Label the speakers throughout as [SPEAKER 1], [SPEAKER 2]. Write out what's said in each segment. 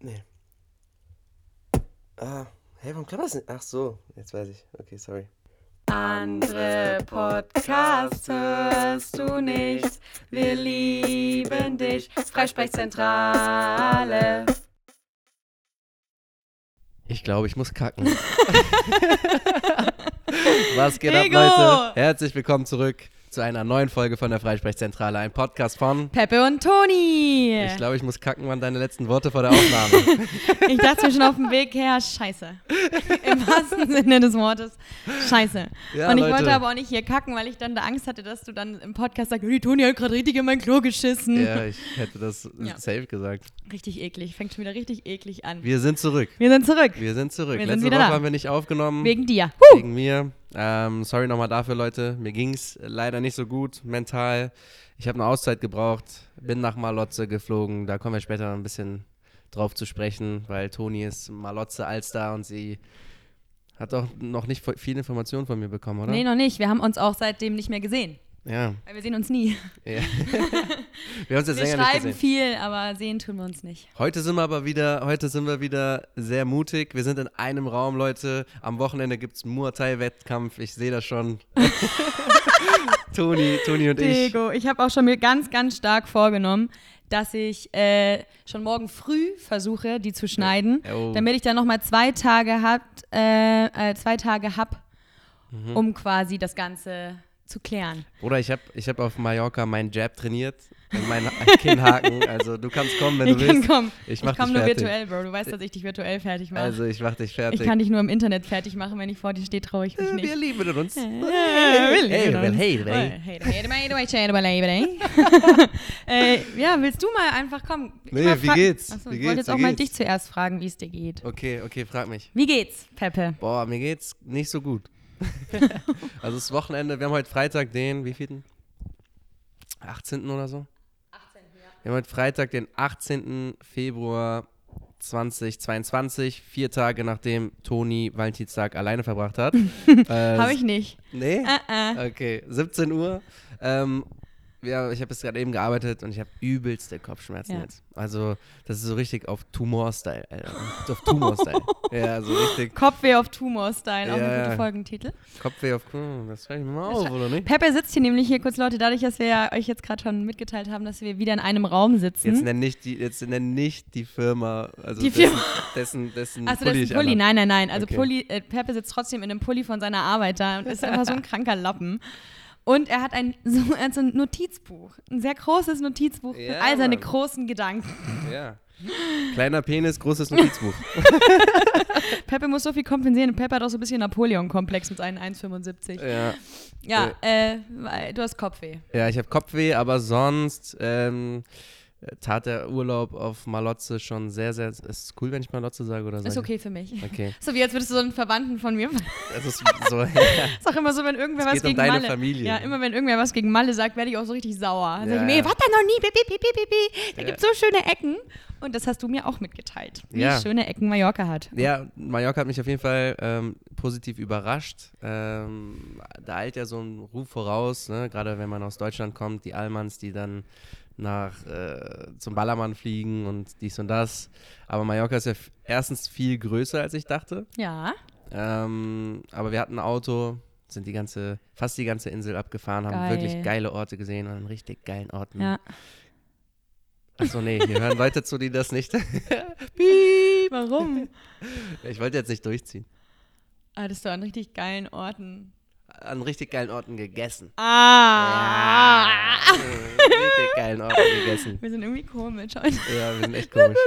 [SPEAKER 1] Nee. Ah, hey, warum klappt das nicht? Ach so, jetzt weiß ich. Okay, sorry.
[SPEAKER 2] Andere Podcasts hörst du nicht. Wir lieben dich. Freisprechzentrale.
[SPEAKER 3] Ich glaube, ich muss kacken. Was geht
[SPEAKER 2] Ego!
[SPEAKER 3] ab, Leute? Herzlich willkommen zurück zu einer neuen Folge von der Freisprechzentrale, ein Podcast von.
[SPEAKER 2] Peppe und Toni.
[SPEAKER 3] Ich glaube, ich muss kacken, waren deine letzten Worte vor der Aufnahme.
[SPEAKER 2] Ich dachte mir schon auf dem Weg her, scheiße. Im wahrsten Sinne des Wortes, scheiße.
[SPEAKER 3] Ja,
[SPEAKER 2] und ich
[SPEAKER 3] Leute.
[SPEAKER 2] wollte aber auch nicht hier kacken, weil ich dann da Angst hatte, dass du dann im Podcast sagst, die Toni hat gerade richtig in mein Klo geschissen.
[SPEAKER 3] ja, ich hätte das
[SPEAKER 2] Ja.
[SPEAKER 3] safe gesagt.
[SPEAKER 2] Richtig eklig, fängt schon wieder richtig eklig an. Wir,
[SPEAKER 3] Wir sind zurück.
[SPEAKER 2] sind zurück,
[SPEAKER 3] Wir sind zurück.
[SPEAKER 2] Wir sind
[SPEAKER 3] Letzte
[SPEAKER 2] wieder
[SPEAKER 3] Woche
[SPEAKER 2] da.
[SPEAKER 3] haben wir nicht aufgenommen.
[SPEAKER 2] wegen dir.
[SPEAKER 3] wegen mir. Ähm, sorry nochmal dafür, Leute. Mir ging es leider nicht so gut mental. Ich habe eine Auszeit gebraucht, bin nach Malotze geflogen. Da kommen wir später noch ein bisschen drauf zu sprechen, weil Toni ist Malotze Alster und sie hat auch noch nicht vo- viel Information von mir bekommen, oder?
[SPEAKER 2] Nee, noch nicht. Wir haben uns auch seitdem nicht mehr gesehen.
[SPEAKER 3] Ja.
[SPEAKER 2] Weil wir sehen uns nie.
[SPEAKER 3] ja. wir haben uns jetzt
[SPEAKER 2] Wir
[SPEAKER 3] länger nicht
[SPEAKER 2] schreiben
[SPEAKER 3] gesehen.
[SPEAKER 2] viel, aber sehen tun wir uns nicht.
[SPEAKER 3] Heute sind wir aber wieder, heute sind wir wieder sehr mutig. Wir sind in einem Raum, Leute. Am Wochenende gibt es Muay Thai-Wettkampf. Ich sehe das schon. Toni, Toni und ich.
[SPEAKER 2] Diego, ich habe auch schon mir ganz, ganz stark vorgenommen, dass ich äh, schon morgen früh versuche, die zu schneiden,
[SPEAKER 3] Ja. Oh.
[SPEAKER 2] damit ich dann nochmal zwei Tage hab, äh, äh, zwei Tage hab,
[SPEAKER 3] Mhm.
[SPEAKER 2] um quasi das Ganze zu klären.
[SPEAKER 3] Oder ich habe ich hab auf Mallorca meinen Jab trainiert und meinen Kinnhaken. Also du kannst kommen, wenn du
[SPEAKER 2] ich kann
[SPEAKER 3] willst.
[SPEAKER 2] kommen.
[SPEAKER 3] Ich mach
[SPEAKER 2] ich komme
[SPEAKER 3] dich
[SPEAKER 2] nur
[SPEAKER 3] fertig.
[SPEAKER 2] virtuell, Bro. Du weißt, dass ich dich virtuell fertig mache.
[SPEAKER 3] Also ich mach dich
[SPEAKER 2] ich
[SPEAKER 3] fertig.
[SPEAKER 2] kann dich nur im Internet fertig machen, wenn ich vor dir stehe, traue ich mich
[SPEAKER 3] Äh,
[SPEAKER 2] nicht. Äh,
[SPEAKER 3] wir lieben uns.
[SPEAKER 2] Hey,
[SPEAKER 3] Hey,
[SPEAKER 2] hey,
[SPEAKER 3] hey,
[SPEAKER 2] hey,
[SPEAKER 3] hey.
[SPEAKER 2] hey. Äh, Ja, willst du mal einfach kommen?
[SPEAKER 3] Nee,
[SPEAKER 2] mal
[SPEAKER 3] wie
[SPEAKER 2] fragen-
[SPEAKER 3] geht's?
[SPEAKER 2] Achso,
[SPEAKER 3] Wie
[SPEAKER 2] ich
[SPEAKER 3] geht's?
[SPEAKER 2] wollte jetzt
[SPEAKER 3] Wie
[SPEAKER 2] auch mal
[SPEAKER 3] geht's?
[SPEAKER 2] dich zuerst fragen, wie es dir geht.
[SPEAKER 3] Okay, okay, frag mich.
[SPEAKER 2] Wie geht's, Peppe?
[SPEAKER 3] Boah, mir geht's nicht so gut. also das Wochenende, wir haben heute Freitag den, wie vielten? 18. oder so? 18. Ja. Wir haben heute Freitag den 18. Februar 2022, vier Tage nachdem Toni Valentinstag alleine verbracht hat. äh,
[SPEAKER 2] Habe ich nicht.
[SPEAKER 3] Nee?
[SPEAKER 2] Äh, äh.
[SPEAKER 3] Okay, 17 Uhr. Ähm, ja, ich habe jetzt gerade eben gearbeitet und ich habe übelste Kopfschmerzen
[SPEAKER 2] Ja.
[SPEAKER 3] jetzt. Also, das ist so richtig auf Tumor-Style, Alter. So Auf Tumor-Style. ja, so richtig.
[SPEAKER 2] Kopfweh auf Tumor-Style, auch
[SPEAKER 3] Ja,
[SPEAKER 2] ein
[SPEAKER 3] ja.
[SPEAKER 2] guter Folgentitel.
[SPEAKER 3] Kopfweh auf Hm, das schreibe ich mir mal auf, oder nicht?
[SPEAKER 2] Peppe sitzt hier nämlich hier kurz, Leute, dadurch, dass wir ja euch jetzt gerade schon mitgeteilt haben, dass wir wieder in einem Raum
[SPEAKER 3] Jetzt
[SPEAKER 2] sitzen.
[SPEAKER 3] nenn nicht die, jetzt nenn nicht die Firma, also
[SPEAKER 2] Die
[SPEAKER 3] dessen,
[SPEAKER 2] Firma.
[SPEAKER 3] dessen, dessen
[SPEAKER 2] Achso, Also das
[SPEAKER 3] Pulli
[SPEAKER 2] ist
[SPEAKER 3] ich
[SPEAKER 2] ein Pulli.
[SPEAKER 3] anhab.
[SPEAKER 2] Nein, nein, nein. Also
[SPEAKER 3] Okay.
[SPEAKER 2] Pulli, äh, Peppe sitzt trotzdem in einem Pulli von seiner Arbeit da und ist einfach so ein kranker Lappen. Und er hat ein, so, er hat so ein Notizbuch, ein sehr großes Notizbuch
[SPEAKER 3] Ja,
[SPEAKER 2] mit all seine
[SPEAKER 3] Mann.
[SPEAKER 2] großen Gedanken.
[SPEAKER 3] Ja. Kleiner Penis, großes Notizbuch.
[SPEAKER 2] Peppe muss so viel kompensieren und Peppe hat auch so ein bisschen Napoleon-Komplex mit seinen 1,75.
[SPEAKER 3] ja.
[SPEAKER 2] Ja, äh, weil- du hast Kopfweh.
[SPEAKER 3] ja, ich habe Kopfweh, aber sonst ähm, tat der Urlaub auf Malotze schon sehr, sehr. Ist cool, wenn ich Malotze sage oder sage
[SPEAKER 2] Ist
[SPEAKER 3] ich-
[SPEAKER 2] okay für mich.
[SPEAKER 3] Okay.
[SPEAKER 2] So, wie jetzt würdest du so einen Verwandten von mir
[SPEAKER 3] Das ist so. Ja.
[SPEAKER 2] Ist auch immer so, wenn irgendwer
[SPEAKER 3] Es
[SPEAKER 2] was
[SPEAKER 3] geht um
[SPEAKER 2] gegen
[SPEAKER 3] deine
[SPEAKER 2] Malle.
[SPEAKER 3] Familie.
[SPEAKER 2] Ja, immer wenn irgendwer was gegen Malle sagt, werde ich auch so richtig sauer. Dann
[SPEAKER 3] Ja,
[SPEAKER 2] sag ich mir,
[SPEAKER 3] ja.
[SPEAKER 2] ey, warte noch nie, bi, bi, bi, bi, bi, bi. Da
[SPEAKER 3] Ja.
[SPEAKER 2] gibt's so schöne Ecken. Und das hast du mir auch mitgeteilt, wie
[SPEAKER 3] Ja.
[SPEAKER 2] schöne Ecken Mallorca hat.
[SPEAKER 3] ja, Mallorca hat mich auf jeden Fall ähm, positiv überrascht. Ähm, da eilt ja so ein Ruf voraus, ne? gerade wenn man aus Deutschland kommt, die Allmanns, die dann nach äh, zum Ballermann fliegen und dies und das. Aber Mallorca ist ja f- erstens viel größer, als ich dachte.
[SPEAKER 2] Ja,
[SPEAKER 3] Ähm, aber wir hatten ein Auto, sind die ganze, fast die ganze Insel abgefahren, haben
[SPEAKER 2] Geil.
[SPEAKER 3] wirklich geile Orte gesehen und an richtig geilen Orten.
[SPEAKER 2] ja.
[SPEAKER 3] Achso, nee, hier hören Leute zu, die das nicht.
[SPEAKER 2] Warum?
[SPEAKER 3] ich wollte jetzt nicht durchziehen.
[SPEAKER 2] Hattest du an richtig geilen Orten.
[SPEAKER 3] An richtig geilen Orten gegessen.
[SPEAKER 2] Ah!
[SPEAKER 3] Ja, Äh, richtig geilen Orten gegessen.
[SPEAKER 2] Wir sind irgendwie komisch heute.
[SPEAKER 3] Ja, wir sind echt komisch.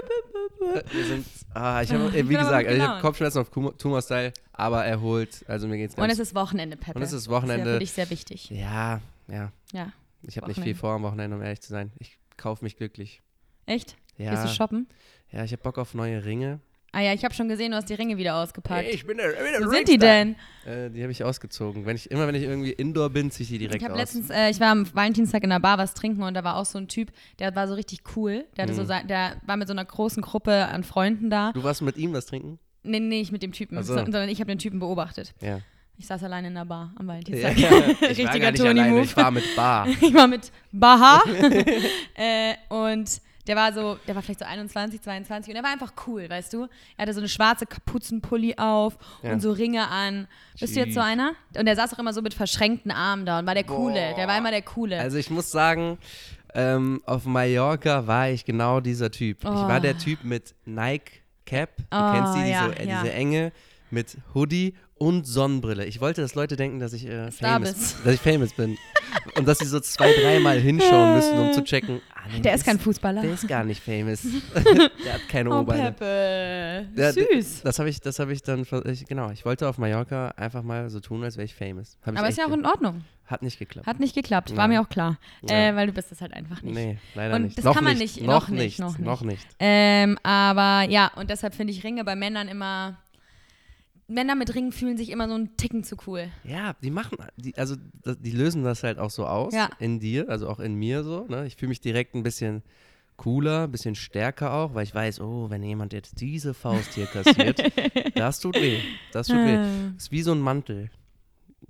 [SPEAKER 3] Wir sind, ah, ich habe,
[SPEAKER 2] Ich
[SPEAKER 3] wie
[SPEAKER 2] bin aber
[SPEAKER 3] gesagt,
[SPEAKER 2] gut
[SPEAKER 3] ich habe
[SPEAKER 2] gelaunt.
[SPEAKER 3] Kopfschmerzen auf Kumo- Tumor-Style, aber erholt. Also mir geht's
[SPEAKER 2] Und
[SPEAKER 3] ganz
[SPEAKER 2] es ist Wochenende, Peppe.
[SPEAKER 3] Und es ist
[SPEAKER 2] Das ist ja
[SPEAKER 3] Wochenende.
[SPEAKER 2] für dich sehr wichtig.
[SPEAKER 3] Ja, ja.
[SPEAKER 2] Ja.
[SPEAKER 3] Ich habe nicht viel
[SPEAKER 2] Wochenende.
[SPEAKER 3] vor am Wochenende, um ehrlich zu sein. Ich kaufe mich glücklich.
[SPEAKER 2] Echt? Gehst
[SPEAKER 3] Ja,
[SPEAKER 2] du shoppen?
[SPEAKER 3] ja ich habe Bock auf neue Ringe.
[SPEAKER 2] Ah ja, ich habe schon gesehen, du hast die Ringe wieder ausgepackt.
[SPEAKER 3] bin der, bin
[SPEAKER 2] Wo sind die denn?
[SPEAKER 3] Äh, die habe ich ausgezogen. Wenn ich, immer wenn ich irgendwie indoor bin, ziehe ich die direkt
[SPEAKER 2] Ich habe
[SPEAKER 3] aus.
[SPEAKER 2] letztens, äh, ich war am Valentinstag in einer Bar was trinken und da war auch so ein Typ, der war so richtig cool. Der, hatte so sein, der war mit so einer großen Gruppe an Freunden da.
[SPEAKER 3] Mhm. du warst mit ihm was trinken?
[SPEAKER 2] Nee, nee, nicht mit dem Typen,
[SPEAKER 3] Ach so.
[SPEAKER 2] so- sondern ich habe den Typen beobachtet.
[SPEAKER 3] Ja.
[SPEAKER 2] Ich saß alleine in der Bar am
[SPEAKER 3] ja.
[SPEAKER 2] Valentinstag.
[SPEAKER 3] Ich war
[SPEAKER 2] Richtiger
[SPEAKER 3] gar nicht
[SPEAKER 2] Tony-Move.
[SPEAKER 3] alleine, ich war mit Bar.
[SPEAKER 2] Ich war mit Baha äh, und Der war so, der war vielleicht so 21, 22 und er war einfach cool, weißt du? Er hatte so eine schwarze Kapuzenpulli auf
[SPEAKER 3] Ja.
[SPEAKER 2] und so Ringe an. Bist du jetzt so
[SPEAKER 3] Jeez.
[SPEAKER 2] einer? Und er saß auch immer so mit verschränkten Armen da und war der Coole. Der war immer der Coole.
[SPEAKER 3] Also ich muss sagen, ähm, auf Mallorca war ich genau dieser Typ. Ich war der Typ mit Nike Cap, du
[SPEAKER 2] Oh,
[SPEAKER 3] kennst die, diese,
[SPEAKER 2] ja,
[SPEAKER 3] äh,
[SPEAKER 2] ja.
[SPEAKER 3] diese enge, mit Hoodie und Sonnenbrille. Ich wollte, dass Leute denken, dass ich äh,
[SPEAKER 2] Star
[SPEAKER 3] famous,
[SPEAKER 2] bist.
[SPEAKER 3] dass ich famous bin und dass sie so zwei, dreimal hinschauen müssen, um zu checken. Ah, nee,
[SPEAKER 2] der ist kein Fußballer.
[SPEAKER 3] Der ist gar nicht famous. der hat keine
[SPEAKER 2] Oh,
[SPEAKER 3] Oberbeine.
[SPEAKER 2] Peppe.
[SPEAKER 3] Ja, d-
[SPEAKER 2] Süß.
[SPEAKER 3] Das habe ich, das habe ich dann, ver- ich, genau. Ich wollte auf Mallorca einfach mal so tun, als wäre ich famous. Hab ich
[SPEAKER 2] Aber ist
[SPEAKER 3] echt
[SPEAKER 2] ja auch
[SPEAKER 3] ge-
[SPEAKER 2] in Ordnung.
[SPEAKER 3] hat nicht geklappt.
[SPEAKER 2] Hat nicht geklappt, war
[SPEAKER 3] Ja.
[SPEAKER 2] mir auch klar.
[SPEAKER 3] Ja.
[SPEAKER 2] Äh, weil du bist es halt einfach nicht.
[SPEAKER 3] Nee, leider
[SPEAKER 2] Und
[SPEAKER 3] nicht.
[SPEAKER 2] das
[SPEAKER 3] noch
[SPEAKER 2] kann man
[SPEAKER 3] nicht,
[SPEAKER 2] nicht,
[SPEAKER 3] noch
[SPEAKER 2] noch nicht,
[SPEAKER 3] nicht,
[SPEAKER 2] noch nicht.
[SPEAKER 3] noch nicht.
[SPEAKER 2] Ähm, aber ja, und deshalb finde ich Ringe bei Männern immer. Männer mit Ringen fühlen sich immer so einen Ticken zu cool.
[SPEAKER 3] Ja, die machen, die, also das- die lösen das halt auch so aus
[SPEAKER 2] Ja.
[SPEAKER 3] in dir, also auch in mir so. Ne? Ich fühle mich direkt ein bisschen cooler, ein bisschen stärker auch, weil ich weiß, oh, wenn jemand jetzt diese Faust hier kassiert, das tut weh, das tut weh. Ist wie so ein Mantel.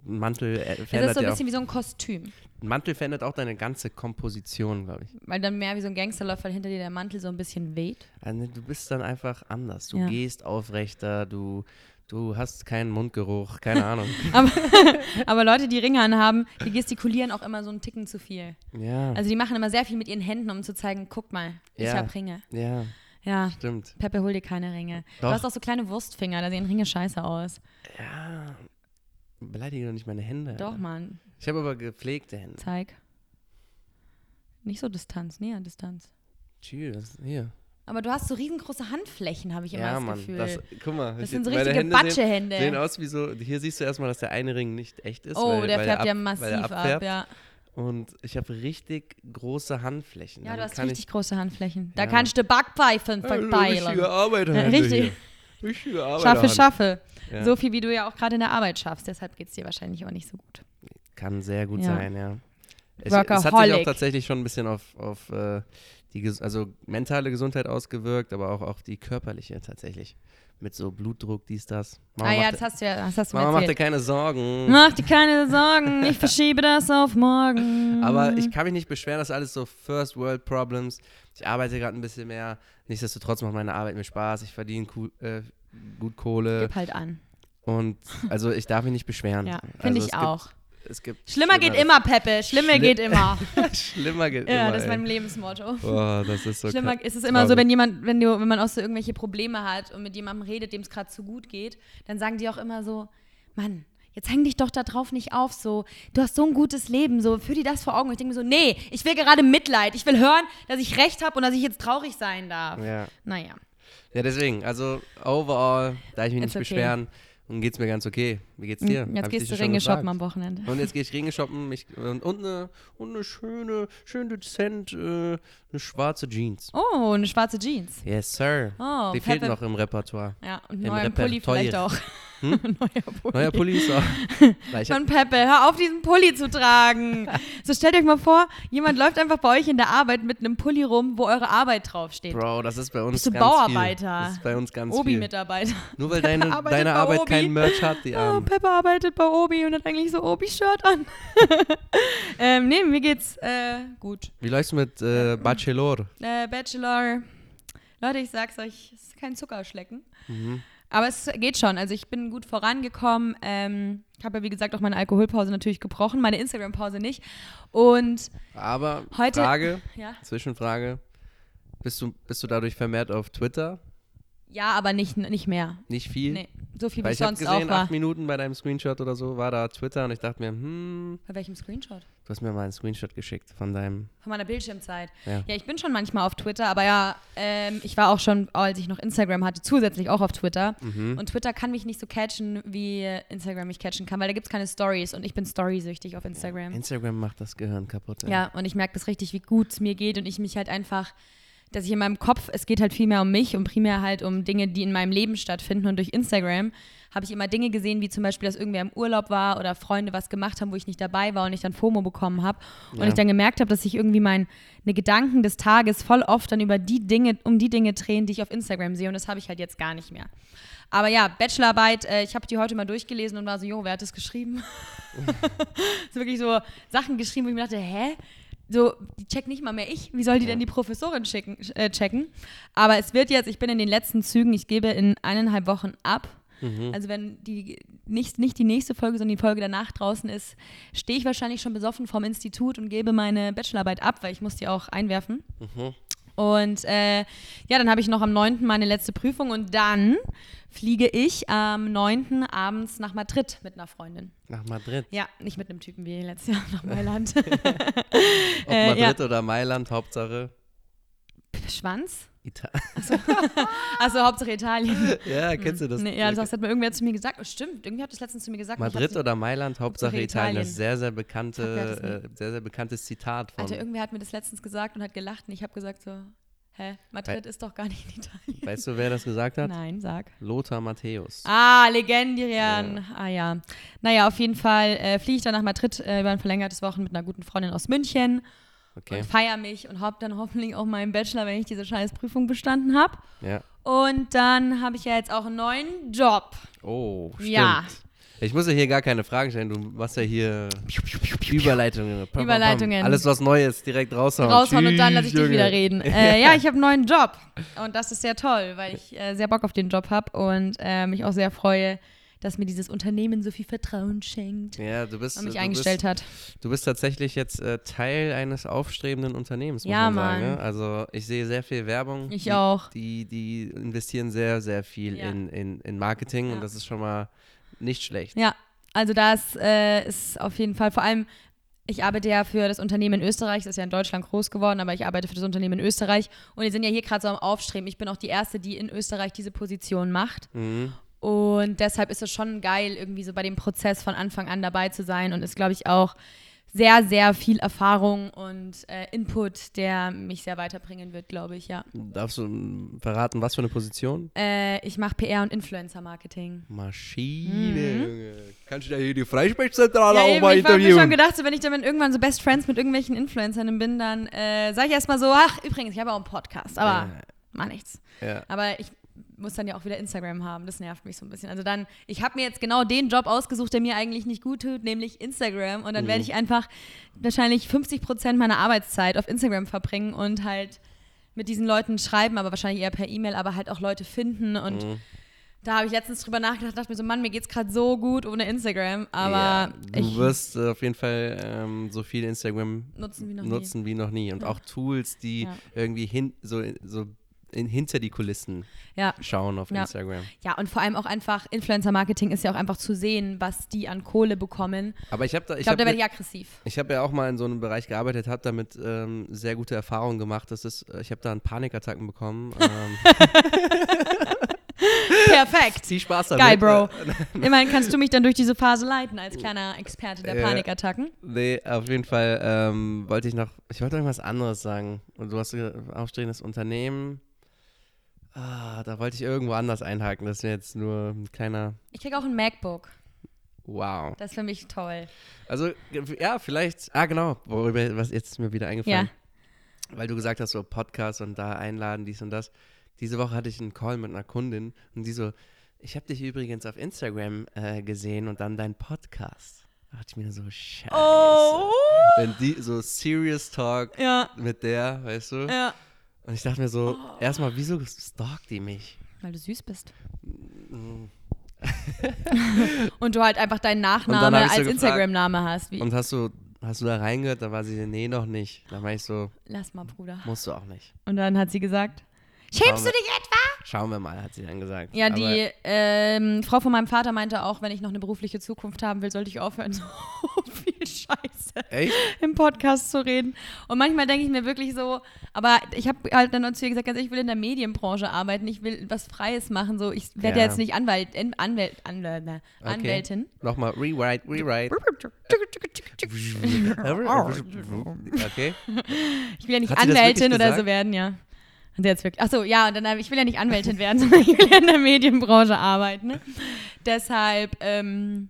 [SPEAKER 3] Ein Mantel äh,
[SPEAKER 2] Ah. Es ist
[SPEAKER 3] verändert
[SPEAKER 2] so ein
[SPEAKER 3] ja auch,
[SPEAKER 2] bisschen wie so ein Kostüm.
[SPEAKER 3] ein Mantel verändert auch deine ganze Komposition, glaube ich.
[SPEAKER 2] Weil dann mehr wie so ein Gangster läuft, weil hinter dir der Mantel so ein bisschen weht.
[SPEAKER 3] Also, du bist dann einfach anders. Du
[SPEAKER 2] Ja.
[SPEAKER 3] gehst aufrechter, du, du hast keinen Mundgeruch, keine Ahnung.
[SPEAKER 2] Aber, aber Leute, die Ringe anhaben, die gestikulieren auch immer so einen Ticken zu viel.
[SPEAKER 3] ja,
[SPEAKER 2] Also die machen immer sehr viel mit ihren Händen, um zu zeigen, guck mal, ich
[SPEAKER 3] Ja.
[SPEAKER 2] hab Ringe.
[SPEAKER 3] ja,
[SPEAKER 2] Ja,
[SPEAKER 3] stimmt.
[SPEAKER 2] Peppe, hol dir keine Ringe.
[SPEAKER 3] Doch.
[SPEAKER 2] Du hast auch so kleine Wurstfinger, da sehen Ringe scheiße aus.
[SPEAKER 3] Ja, beleidige doch nicht meine Hände.
[SPEAKER 2] Doch, Mann,
[SPEAKER 3] Ich habe aber gepflegte Hände.
[SPEAKER 2] zeig. Nicht so Distanz, näher Distanz.
[SPEAKER 3] Tschüss, hier.
[SPEAKER 2] Aber du hast so riesengroße Handflächen, habe ich immer
[SPEAKER 3] ja,
[SPEAKER 2] das
[SPEAKER 3] Mann.
[SPEAKER 2] Gefühl.
[SPEAKER 3] Das, guck mal.
[SPEAKER 2] Das
[SPEAKER 3] ich-
[SPEAKER 2] sind so
[SPEAKER 3] meine
[SPEAKER 2] richtige
[SPEAKER 3] Hände sehen-
[SPEAKER 2] Batschehände.
[SPEAKER 3] Sehen aus wie so, hier siehst du erstmal, dass der eine Ring nicht echt ist.
[SPEAKER 2] oh,
[SPEAKER 3] weil,
[SPEAKER 2] der
[SPEAKER 3] weil
[SPEAKER 2] färbt
[SPEAKER 3] ab,
[SPEAKER 2] ja
[SPEAKER 3] weil
[SPEAKER 2] massiv
[SPEAKER 3] er
[SPEAKER 2] ab,
[SPEAKER 3] abfärbt.
[SPEAKER 2] ja.
[SPEAKER 3] Und ich habe richtig große Handflächen.
[SPEAKER 2] Ja,
[SPEAKER 3] Damit
[SPEAKER 2] du hast
[SPEAKER 3] kann
[SPEAKER 2] richtig große Handflächen. Da
[SPEAKER 3] Ja.
[SPEAKER 2] kannst du Backpfeifen
[SPEAKER 3] ich, Äh, richtige
[SPEAKER 2] verteilen.
[SPEAKER 3] Arbeiterhände
[SPEAKER 2] Ja, richtig.
[SPEAKER 3] Hier. Richtige Arbeiterhand.
[SPEAKER 2] Schaffe, schaffe.
[SPEAKER 3] Ja.
[SPEAKER 2] So viel, wie du ja auch gerade in der Arbeit schaffst. Deshalb geht es dir wahrscheinlich auch nicht so gut.
[SPEAKER 3] Kann sehr gut
[SPEAKER 2] Ja.
[SPEAKER 3] sein, ja. Es, es hat sich auch
[SPEAKER 2] Workaholic.
[SPEAKER 3] tatsächlich schon ein bisschen auf, auf äh, die ges- also mentale Gesundheit ausgewirkt, aber auch auf die körperliche tatsächlich. Mit so Blutdruck, dies, das. Mama,
[SPEAKER 2] ah ja, das
[SPEAKER 3] machte,
[SPEAKER 2] hast du ja das hast du mir
[SPEAKER 3] Mama machte
[SPEAKER 2] erzählt.
[SPEAKER 3] keine Sorgen.
[SPEAKER 2] Mach dir keine Sorgen, ich verschiebe das auf morgen.
[SPEAKER 3] Aber ich kann mich nicht beschweren, das ist alles so First World Problems. Ich arbeite gerade ein bisschen mehr. Nichtsdestotrotz macht meine Arbeit mir Spaß. Ich verdiene cool, äh, gut Kohle.
[SPEAKER 2] Gib halt an.
[SPEAKER 3] Und also ich darf mich nicht beschweren.
[SPEAKER 2] Ja, finde
[SPEAKER 3] also es
[SPEAKER 2] ich auch.
[SPEAKER 3] Gibt, es gibt
[SPEAKER 2] Schlimmer geht
[SPEAKER 3] Schlimmeres.
[SPEAKER 2] immer, Peppe. Schlimmer
[SPEAKER 3] Schli-
[SPEAKER 2] geht immer.
[SPEAKER 3] Schlimmer geht immer.
[SPEAKER 2] Ja, das
[SPEAKER 3] ey.
[SPEAKER 2] ist
[SPEAKER 3] Oh, Also
[SPEAKER 2] mein Lebensmotto.
[SPEAKER 3] Boah, das ist so
[SPEAKER 2] Schlimmer
[SPEAKER 3] krass.
[SPEAKER 2] ist es immer so,
[SPEAKER 3] traurig.
[SPEAKER 2] wenn jemand, wenn du, wenn man auch so irgendwelche Probleme hat und mit jemandem redet, dem es gerade zu gut geht, dann sagen die auch immer so, Mann, jetzt häng dich doch da drauf nicht auf, so, du hast so ein gutes Leben, so, führ dir das vor Augen. Und ich denke mir so, nee, ich will gerade Mitleid, ich will hören, dass ich recht habe und dass ich jetzt traurig sein darf.
[SPEAKER 3] Ja.
[SPEAKER 2] Naja,
[SPEAKER 3] ja, deswegen, also overall, da ich mich nicht
[SPEAKER 2] It's okay. Hm,
[SPEAKER 3] beschweren und geht's mir ganz okay. Wie geht's dir? Hab
[SPEAKER 2] jetzt
[SPEAKER 3] ich
[SPEAKER 2] gehst
[SPEAKER 3] dich
[SPEAKER 2] du
[SPEAKER 3] ja schon Hm.
[SPEAKER 2] Ringe shoppen
[SPEAKER 3] gefragt.
[SPEAKER 2] am Wochenende.
[SPEAKER 3] Und jetzt gehe ich Ringe shoppen mich, und, und, eine, und eine schöne, schön dezent, äh, eine schwarze Jeans.
[SPEAKER 2] Oh, eine schwarze Jeans.
[SPEAKER 3] Yes, sir.
[SPEAKER 2] Oh,
[SPEAKER 3] Die fehlt
[SPEAKER 2] Pepe-
[SPEAKER 3] noch im Repertoire.
[SPEAKER 2] Ja, und
[SPEAKER 3] Im
[SPEAKER 2] einen neuen Pulli
[SPEAKER 3] Repertoire.
[SPEAKER 2] vielleicht auch. neuer Pulli.
[SPEAKER 3] Hm? Neuer Pulli ist auch. Na, ich hab,
[SPEAKER 2] Von Peppe, hör auf, diesen Pulli zu tragen. So stellt euch mal vor, jemand läuft einfach bei euch in der Arbeit mit einem Pulli rum, wo eure Arbeit draufsteht.
[SPEAKER 3] Bro, das ist bei uns
[SPEAKER 2] Bist du
[SPEAKER 3] ganz viel.
[SPEAKER 2] Bauarbeiter?
[SPEAKER 3] Das ist bei uns ganz viel.
[SPEAKER 2] Obi-Mitarbeiter.
[SPEAKER 3] Nur weil
[SPEAKER 2] Pepe
[SPEAKER 3] deine,
[SPEAKER 2] arbeitet
[SPEAKER 3] deine
[SPEAKER 2] bei
[SPEAKER 3] Arbeit
[SPEAKER 2] Obi.
[SPEAKER 3] kein Merch hat, die
[SPEAKER 2] Oh,
[SPEAKER 3] Armen.
[SPEAKER 2] Pepper arbeitet bei Obi und hat eigentlich so Obi-Shirt an. ähm, nee, mir geht's äh, gut.
[SPEAKER 3] Wie läuft's mit äh, Bachelor?
[SPEAKER 2] Äh, Bachelor, Leute, ich sag's euch, es ist kein Zuckerschlecken.
[SPEAKER 3] Mhm.
[SPEAKER 2] Aber es geht schon. Also ich bin gut vorangekommen. Ähm, ich habe ja, wie gesagt, auch meine Alkoholpause natürlich gebrochen, meine Instagram-Pause nicht. Und
[SPEAKER 3] Aber
[SPEAKER 2] Heute-
[SPEAKER 3] Frage,
[SPEAKER 2] ja,
[SPEAKER 3] Zwischenfrage. Bist du, bist du dadurch vermehrt auf Twitter?
[SPEAKER 2] ja aber nicht, nicht mehr.
[SPEAKER 3] Nicht viel?
[SPEAKER 2] Nee, so viel wie
[SPEAKER 3] Weil
[SPEAKER 2] ich
[SPEAKER 3] ich habe
[SPEAKER 2] sonst auch
[SPEAKER 3] gesehen,
[SPEAKER 2] war.
[SPEAKER 3] acht Minuten bei deinem Screenshot oder so war da Twitter und ich dachte mir, hm,
[SPEAKER 2] Bei welchem Screenshot?
[SPEAKER 3] du hast mir mal einen Screenshot geschickt von deinem.
[SPEAKER 2] Von meiner Bildschirmzeit.
[SPEAKER 3] Ja.
[SPEAKER 2] Ja. ich bin schon manchmal auf Twitter, aber ja, ähm, ich war auch schon, als ich noch Instagram hatte, zusätzlich auch auf Twitter.
[SPEAKER 3] Mhm.
[SPEAKER 2] Und Twitter kann mich nicht so catchen, wie Instagram mich catchen kann, weil da gibt es keine Stories und ich bin storysüchtig auf Instagram.
[SPEAKER 3] Instagram macht das Gehirn kaputt. ey.
[SPEAKER 2] Ja, und ich merke das richtig, wie gut es mir geht und ich mich halt einfach, dass ich in meinem Kopf, es geht halt viel mehr um mich und primär halt um Dinge, die in meinem Leben stattfinden. Und durch Instagram habe ich immer Dinge gesehen, wie zum Beispiel, dass irgendwer im Urlaub war oder Freunde was gemacht haben, wo ich nicht dabei war und ich dann FOMO bekommen habe. Und
[SPEAKER 3] Ja.
[SPEAKER 2] ich dann gemerkt habe, dass ich irgendwie meine Gedanken des Tages voll oft dann über die Dinge, um die Dinge drehen, die ich auf Instagram sehe. Und das habe ich halt jetzt gar nicht mehr. Aber ja, Bachelorarbeit, äh, ich habe die heute mal durchgelesen und war so, jo, wer hat das geschrieben? so wirklich so Sachen geschrieben, wo ich mir dachte, hä? so, die checkt nicht mal mehr ich. Wie soll die denn die Professorin schicken, äh, checken? Aber es wird jetzt, ich bin in den letzten Zügen, ich gebe in eineinhalb Wochen ab. Also wenn die nicht, nicht die nächste Folge, sondern die Folge danach draußen ist, stehe ich wahrscheinlich schon besoffen vom Institut und gebe meine Bachelorarbeit ab, weil ich muss die auch einwerfen. Und äh, ja, dann habe ich noch am 9. meine letzte Prüfung und dann fliege ich am 9. abends nach Madrid mit einer Freundin.
[SPEAKER 3] Nach Madrid.
[SPEAKER 2] Ja, nicht mit einem Typen wie letztes Jahr nach Mailand.
[SPEAKER 3] Ob
[SPEAKER 2] Äh,
[SPEAKER 3] Madrid oder Mailand, Hauptsache
[SPEAKER 2] Schwanz?
[SPEAKER 3] Italien.
[SPEAKER 2] Also Hauptsache Italien.
[SPEAKER 3] ja, kennst du das?
[SPEAKER 2] Mhm. Nee, ja, das hat mir irgendwer zu mir gesagt. Oh, stimmt, irgendwie hat das letztens zu mir gesagt. und ich hab's
[SPEAKER 3] Madrid
[SPEAKER 2] mir-
[SPEAKER 3] oder Mailand, Hauptsache
[SPEAKER 2] Hauptsache
[SPEAKER 3] Italien. Das
[SPEAKER 2] Italien.
[SPEAKER 3] ist sehr, sehr
[SPEAKER 2] Ich hab gehört,
[SPEAKER 3] bekannte,
[SPEAKER 2] das
[SPEAKER 3] äh, sehr, sehr bekanntes Zitat von.
[SPEAKER 2] Alter, irgendwer hat mir das letztens gesagt und hat gelacht und ich habe gesagt so, hä, Madrid ist doch gar nicht in Italien.
[SPEAKER 3] weißt du, wer das gesagt hat?
[SPEAKER 2] Nein, sag.
[SPEAKER 3] Lothar Matthäus.
[SPEAKER 2] Ah, Legendarian. Ah ja. Naja, auf jeden Fall äh, fliege ich dann nach Madrid äh, über ein verlängertes Wochen mit einer guten Freundin aus München
[SPEAKER 3] Okay.
[SPEAKER 2] und feiere mich und hab dann hoffentlich auch meinen Bachelor, wenn ich diese scheiß Prüfung bestanden habe.
[SPEAKER 3] Ja.
[SPEAKER 2] Und dann habe ich ja jetzt auch einen neuen Job.
[SPEAKER 3] Oh, stimmt.
[SPEAKER 2] Ja.
[SPEAKER 3] Ich muss ja hier gar keine Fragen stellen. Du machst ja hier Überleitungen. Pam, pam, pam.
[SPEAKER 2] Überleitungen.
[SPEAKER 3] Alles, was neu ist, direkt raushauen.
[SPEAKER 2] raushauen und dann lasse ich
[SPEAKER 3] Oh, Tschüss,
[SPEAKER 2] dich wieder
[SPEAKER 3] Junge.
[SPEAKER 2] reden. Äh, ja, ich habe einen neuen Job und das ist sehr toll, weil ich äh, sehr Bock auf den Job habe und äh, mich auch sehr freue, dass mir dieses Unternehmen so viel Vertrauen schenkt
[SPEAKER 3] Ja, du bist,
[SPEAKER 2] und mich
[SPEAKER 3] du
[SPEAKER 2] eingestellt hat.
[SPEAKER 3] bist, du bist tatsächlich jetzt äh, Teil eines aufstrebenden Unternehmens, muss
[SPEAKER 2] Ja,
[SPEAKER 3] man sagen.
[SPEAKER 2] Mann.
[SPEAKER 3] Ne? Also ich sehe sehr viel Werbung.
[SPEAKER 2] Ich
[SPEAKER 3] die,
[SPEAKER 2] auch.
[SPEAKER 3] Die, die investieren sehr, sehr viel
[SPEAKER 2] Ja.
[SPEAKER 3] in, in, in Marketing
[SPEAKER 2] Ja.
[SPEAKER 3] und das ist schon mal nicht schlecht.
[SPEAKER 2] Ja, also das äh, ist auf jeden Fall vor allem. Ich arbeite ja für das Unternehmen in Österreich, das ist ja in Deutschland groß geworden, aber ich arbeite für das Unternehmen in Österreich und die sind ja hier gerade so am Aufstreben. Ich bin auch die Erste, die in Österreich diese Position macht.
[SPEAKER 3] Mhm.
[SPEAKER 2] Und deshalb ist es schon geil, irgendwie so bei dem Prozess von Anfang an dabei zu sein und ist, glaube ich, auch sehr, sehr viel Erfahrung und äh, Input, der mich sehr weiterbringen wird, glaube ich, ja.
[SPEAKER 3] Darfst du mm, verraten, was für eine Position?
[SPEAKER 2] Äh, ich mache PR und Influencer-Marketing.
[SPEAKER 3] Maschine, Junge. Kannst du da hier die Freisprechzentrale
[SPEAKER 2] Mhm. Ja,
[SPEAKER 3] auch
[SPEAKER 2] eben,
[SPEAKER 3] mal
[SPEAKER 2] ich habe mir schon
[SPEAKER 3] interviewen?
[SPEAKER 2] gedacht, so, wenn ich dann irgendwann so Best Friends mit irgendwelchen Influencern bin, dann äh, sage ich erstmal so, ach, übrigens, ich habe auch einen Podcast, aber
[SPEAKER 3] Ja.
[SPEAKER 2] mach nichts.
[SPEAKER 3] Ja.
[SPEAKER 2] Aber ich muss dann ja auch wieder Instagram haben, das nervt mich so ein bisschen. Also dann, ich habe mir jetzt genau den Job ausgesucht, der mir eigentlich nicht gut tut, nämlich Instagram. Und dann
[SPEAKER 3] Mhm.
[SPEAKER 2] werde ich einfach wahrscheinlich 50 Prozent meiner Arbeitszeit auf Instagram verbringen und halt mit diesen Leuten schreiben, aber wahrscheinlich eher per E-Mail, aber halt auch Leute finden und
[SPEAKER 3] Mhm.
[SPEAKER 2] Da habe ich letztens drüber nachgedacht, dachte mir so, Mann, mir geht's gerade so gut ohne Instagram, aber
[SPEAKER 3] ja,
[SPEAKER 2] ich
[SPEAKER 3] du wirst äh, auf jeden Fall ähm, so viel Instagram
[SPEAKER 2] Nutzen wie noch nie.
[SPEAKER 3] nutzen wie noch nie und auch Tools, die
[SPEAKER 2] Ja.
[SPEAKER 3] irgendwie hin, so, so in, hinter die Kulissen
[SPEAKER 2] Ja.
[SPEAKER 3] schauen auf
[SPEAKER 2] Ja.
[SPEAKER 3] Instagram.
[SPEAKER 2] Ja, und vor allem auch einfach, Influencer-Marketing ist ja auch einfach zu sehen, was die an Kohle bekommen.
[SPEAKER 3] Aber ich habe da,
[SPEAKER 2] Ich
[SPEAKER 3] ich ne-
[SPEAKER 2] glaube, da
[SPEAKER 3] habe
[SPEAKER 2] werde ich aggressiv.
[SPEAKER 3] ich habe ja auch mal in so einem Bereich gearbeitet, habe damit ähm, sehr gute Erfahrungen gemacht. Das ist, äh, ich habe da einen Panikattacken bekommen. ähm,
[SPEAKER 2] Perfekt.
[SPEAKER 3] viel Spaß damit.
[SPEAKER 2] Geil, Bro. Immerhin äh, kannst du mich dann durch diese Phase leiten als kleiner Experte der
[SPEAKER 3] Ja.
[SPEAKER 2] Panikattacken.
[SPEAKER 3] Nee, auf jeden Fall ähm, wollte ich noch, ich wollte irgendwas anderes sagen. Und du hast ge- aufstehendes Unternehmen. Ah, da wollte ich irgendwo anders einhaken. Das wäre jetzt nur ein kleiner
[SPEAKER 2] Ich krieg auch ein MacBook.
[SPEAKER 3] Wow.
[SPEAKER 2] Das ist für mich toll.
[SPEAKER 3] Also, ja, vielleicht, ah genau, worüber, was jetzt ist mir wieder eingefallen.
[SPEAKER 2] Ja.
[SPEAKER 3] Weil du gesagt hast, so Podcast und da einladen, dies und das. Diese Woche hatte ich einen Call mit einer Kundin und die so, ich habe dich übrigens auf Instagram äh, gesehen und dann deinen Podcast. Da dachte ich mir so, scheiße.
[SPEAKER 2] Oh
[SPEAKER 3] Oh. Wenn die, so Serious Talk
[SPEAKER 2] Ja,
[SPEAKER 3] mit der, weißt du?
[SPEAKER 2] ja.
[SPEAKER 3] Und ich dachte mir so, erstmal, wieso stalkt die mich?
[SPEAKER 2] Weil du süß bist. und du halt einfach deinen
[SPEAKER 3] Und dann hab
[SPEAKER 2] Nachname
[SPEAKER 3] ich so
[SPEAKER 2] als
[SPEAKER 3] gefragt-
[SPEAKER 2] Instagram-Name hast. Wie,
[SPEAKER 3] Und hast du, hast du da reingehört? Da war sie, nee, noch nicht. Da war ich so,
[SPEAKER 2] Lass mal, Bruder.
[SPEAKER 3] musst du auch nicht.
[SPEAKER 2] Und dann hat sie gesagt, schämst du
[SPEAKER 3] Aber-
[SPEAKER 2] dich etwa?
[SPEAKER 3] Schauen wir mal, hat sie dann gesagt.
[SPEAKER 2] Ja,
[SPEAKER 3] Aber
[SPEAKER 2] die ähm, Frau von meinem Vater meinte auch, wenn ich noch eine berufliche Zukunft haben will, sollte ich aufhören, so viel Scheiße
[SPEAKER 3] Echt?
[SPEAKER 2] im Podcast zu reden. Und manchmal denke ich mir wirklich so, aber ich habe halt dann zu ihr gesagt, ganz ehrlich, ich will in der Medienbranche arbeiten, ich will was Freies machen, so ich werde ja.
[SPEAKER 3] Ja.
[SPEAKER 2] jetzt nicht Anwalt, An- Anwält, Anwält, ne,
[SPEAKER 3] Okay.
[SPEAKER 2] Anwältin.
[SPEAKER 3] Nochmal, rewrite, rewrite. okay.
[SPEAKER 2] Ich will ja nicht
[SPEAKER 3] Hat sie das wirklich
[SPEAKER 2] Anwältin oder so
[SPEAKER 3] gesagt?
[SPEAKER 2] werden, ja. Hat sie jetzt wirklich. Achso, ja, und dann, hab- ich will ja nicht Anwältin werden, sondern ich will ja in der Medienbranche arbeiten. Ne? Deshalb ähm,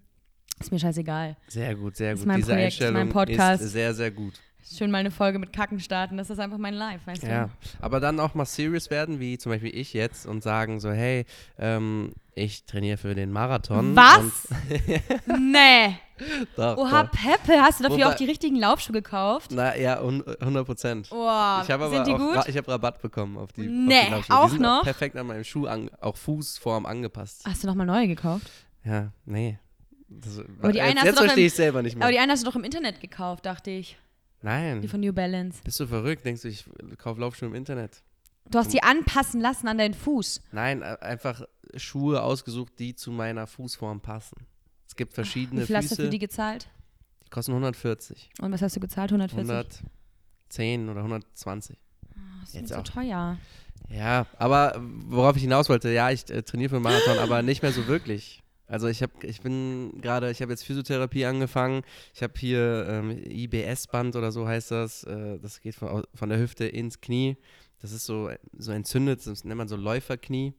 [SPEAKER 2] ist mir scheißegal.
[SPEAKER 3] Sehr gut, sehr
[SPEAKER 2] Ist
[SPEAKER 3] gut.
[SPEAKER 2] mein
[SPEAKER 3] Diese
[SPEAKER 2] Projekt, ist mein
[SPEAKER 3] Einstellung
[SPEAKER 2] Podcast.
[SPEAKER 3] ist sehr, sehr gut.
[SPEAKER 2] Schön mal eine Folge mit Kacken starten. Das ist einfach mein Life, weißt
[SPEAKER 3] Ja,
[SPEAKER 2] du?
[SPEAKER 3] aber dann auch mal serious werden, wie zum Beispiel ich jetzt, und sagen so, hey, ähm, ich trainiere für den Marathon.
[SPEAKER 2] Was? nee.
[SPEAKER 3] Und, doch,
[SPEAKER 2] Oha,
[SPEAKER 3] doch.
[SPEAKER 2] Peppe, hast du dafür
[SPEAKER 3] Wobei-
[SPEAKER 2] auch die richtigen Laufschuhe gekauft?
[SPEAKER 3] Na ja, hun- 100 Prozent.
[SPEAKER 2] Boah,
[SPEAKER 3] Ich habe aber
[SPEAKER 2] Oh, sind die
[SPEAKER 3] auch
[SPEAKER 2] gut?
[SPEAKER 3] Ra- ich hab Rabatt bekommen auf die, auf die
[SPEAKER 2] Nee,
[SPEAKER 3] Laufschuhe. die
[SPEAKER 2] auch
[SPEAKER 3] sind
[SPEAKER 2] noch?
[SPEAKER 3] Perfekt an meinem Schuh, an, auch Fußform angepasst.
[SPEAKER 2] Hast du nochmal neue gekauft?
[SPEAKER 3] Ja, nee. Das,
[SPEAKER 2] Aber die eine
[SPEAKER 3] jetzt
[SPEAKER 2] hast du
[SPEAKER 3] jetzt
[SPEAKER 2] doch
[SPEAKER 3] verstehe
[SPEAKER 2] im-
[SPEAKER 3] ich selber nicht
[SPEAKER 2] Aber die
[SPEAKER 3] mehr.
[SPEAKER 2] einen hast du doch im Internet gekauft, dachte ich. Die
[SPEAKER 3] Nein,
[SPEAKER 2] von New Balance.
[SPEAKER 3] bist du verrückt? Denkst du, ich kaufe Laufschuhe im Internet?
[SPEAKER 2] Du hast die
[SPEAKER 3] Hm.
[SPEAKER 2] anpassen lassen an deinen Fuß.
[SPEAKER 3] Nein, e- einfach Schuhe ausgesucht, die zu meiner Fußform passen. Es gibt
[SPEAKER 2] Wie
[SPEAKER 3] verschiedene
[SPEAKER 2] viel hast du
[SPEAKER 3] Füße,
[SPEAKER 2] für die
[SPEAKER 3] die
[SPEAKER 2] gezahlt?
[SPEAKER 3] kosten 140.
[SPEAKER 2] Und was hast du gezahlt? 140?
[SPEAKER 3] 110 oder 120.
[SPEAKER 2] das Oh, ist
[SPEAKER 3] jetzt
[SPEAKER 2] mir so
[SPEAKER 3] auch.
[SPEAKER 2] teuer.
[SPEAKER 3] Ja, aber äh, worauf ich hinaus wollte, ja, ich äh, trainiere für den Marathon, aber nicht mehr so wirklich. Also ich habe, ich bin gerade, ich habe jetzt Physiotherapie angefangen. Ich habe hier ähm, IBS-Band oder so heißt das. Äh, das geht von, au- von der Hüfte ins Knie. Das ist so, so entzündet, das nennt man so Läuferknie.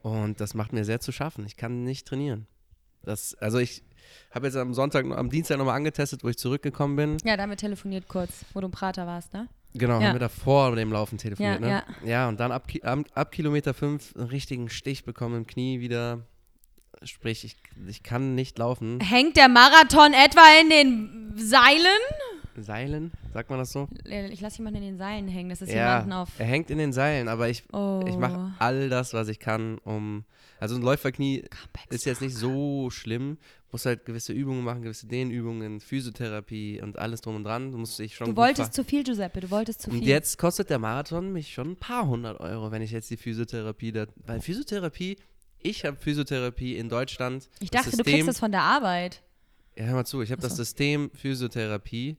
[SPEAKER 3] Und das macht mir sehr zu schaffen. Ich kann nicht trainieren. Das, also ich habe jetzt am Sonntag, am Dienstag nochmal angetestet, wo ich zurückgekommen bin.
[SPEAKER 2] Ja, da haben wir telefoniert kurz, wo du im Prater warst, ne?
[SPEAKER 3] Genau,
[SPEAKER 2] Ja.
[SPEAKER 3] haben wir davor dem Laufen telefoniert,
[SPEAKER 2] Ja,
[SPEAKER 3] ne? Ja. und dann ab, Ki- am- ab Kilometer 5 einen richtigen Stich bekommen im Knie wieder. Sprich, ich, ich kann nicht laufen.
[SPEAKER 2] Hängt der Marathon etwa in den Seilen?
[SPEAKER 3] Seilen, sagt man das so?
[SPEAKER 2] Ich lasse jemanden in den Seilen hängen. Das ist jemanden
[SPEAKER 3] Ja,
[SPEAKER 2] auf.
[SPEAKER 3] er hängt in den Seilen, aber ich,
[SPEAKER 2] Oh.
[SPEAKER 3] ich mache all das, was ich kann, um. Also ein Läuferknie
[SPEAKER 2] Comebacks.
[SPEAKER 3] ist jetzt nicht so schlimm. Muss halt gewisse Übungen machen, gewisse Dehnübungen, Physiotherapie und alles drum und dran. Du musst dich schon
[SPEAKER 2] Du
[SPEAKER 3] gut ver-
[SPEAKER 2] wolltest zu viel, Giuseppe. Du wolltest zu viel.
[SPEAKER 3] Und jetzt kostet der Marathon mich schon ein paar hundert Euro, wenn ich jetzt die Physiotherapie da. Weil Physiotherapie, ich habe Physiotherapie in Deutschland.
[SPEAKER 2] ich
[SPEAKER 3] das
[SPEAKER 2] dachte, du
[SPEAKER 3] System,
[SPEAKER 2] kriegst das von der Arbeit.
[SPEAKER 3] Ja, hör mal zu, ich habe das
[SPEAKER 2] Achso.
[SPEAKER 3] System Physiotherapie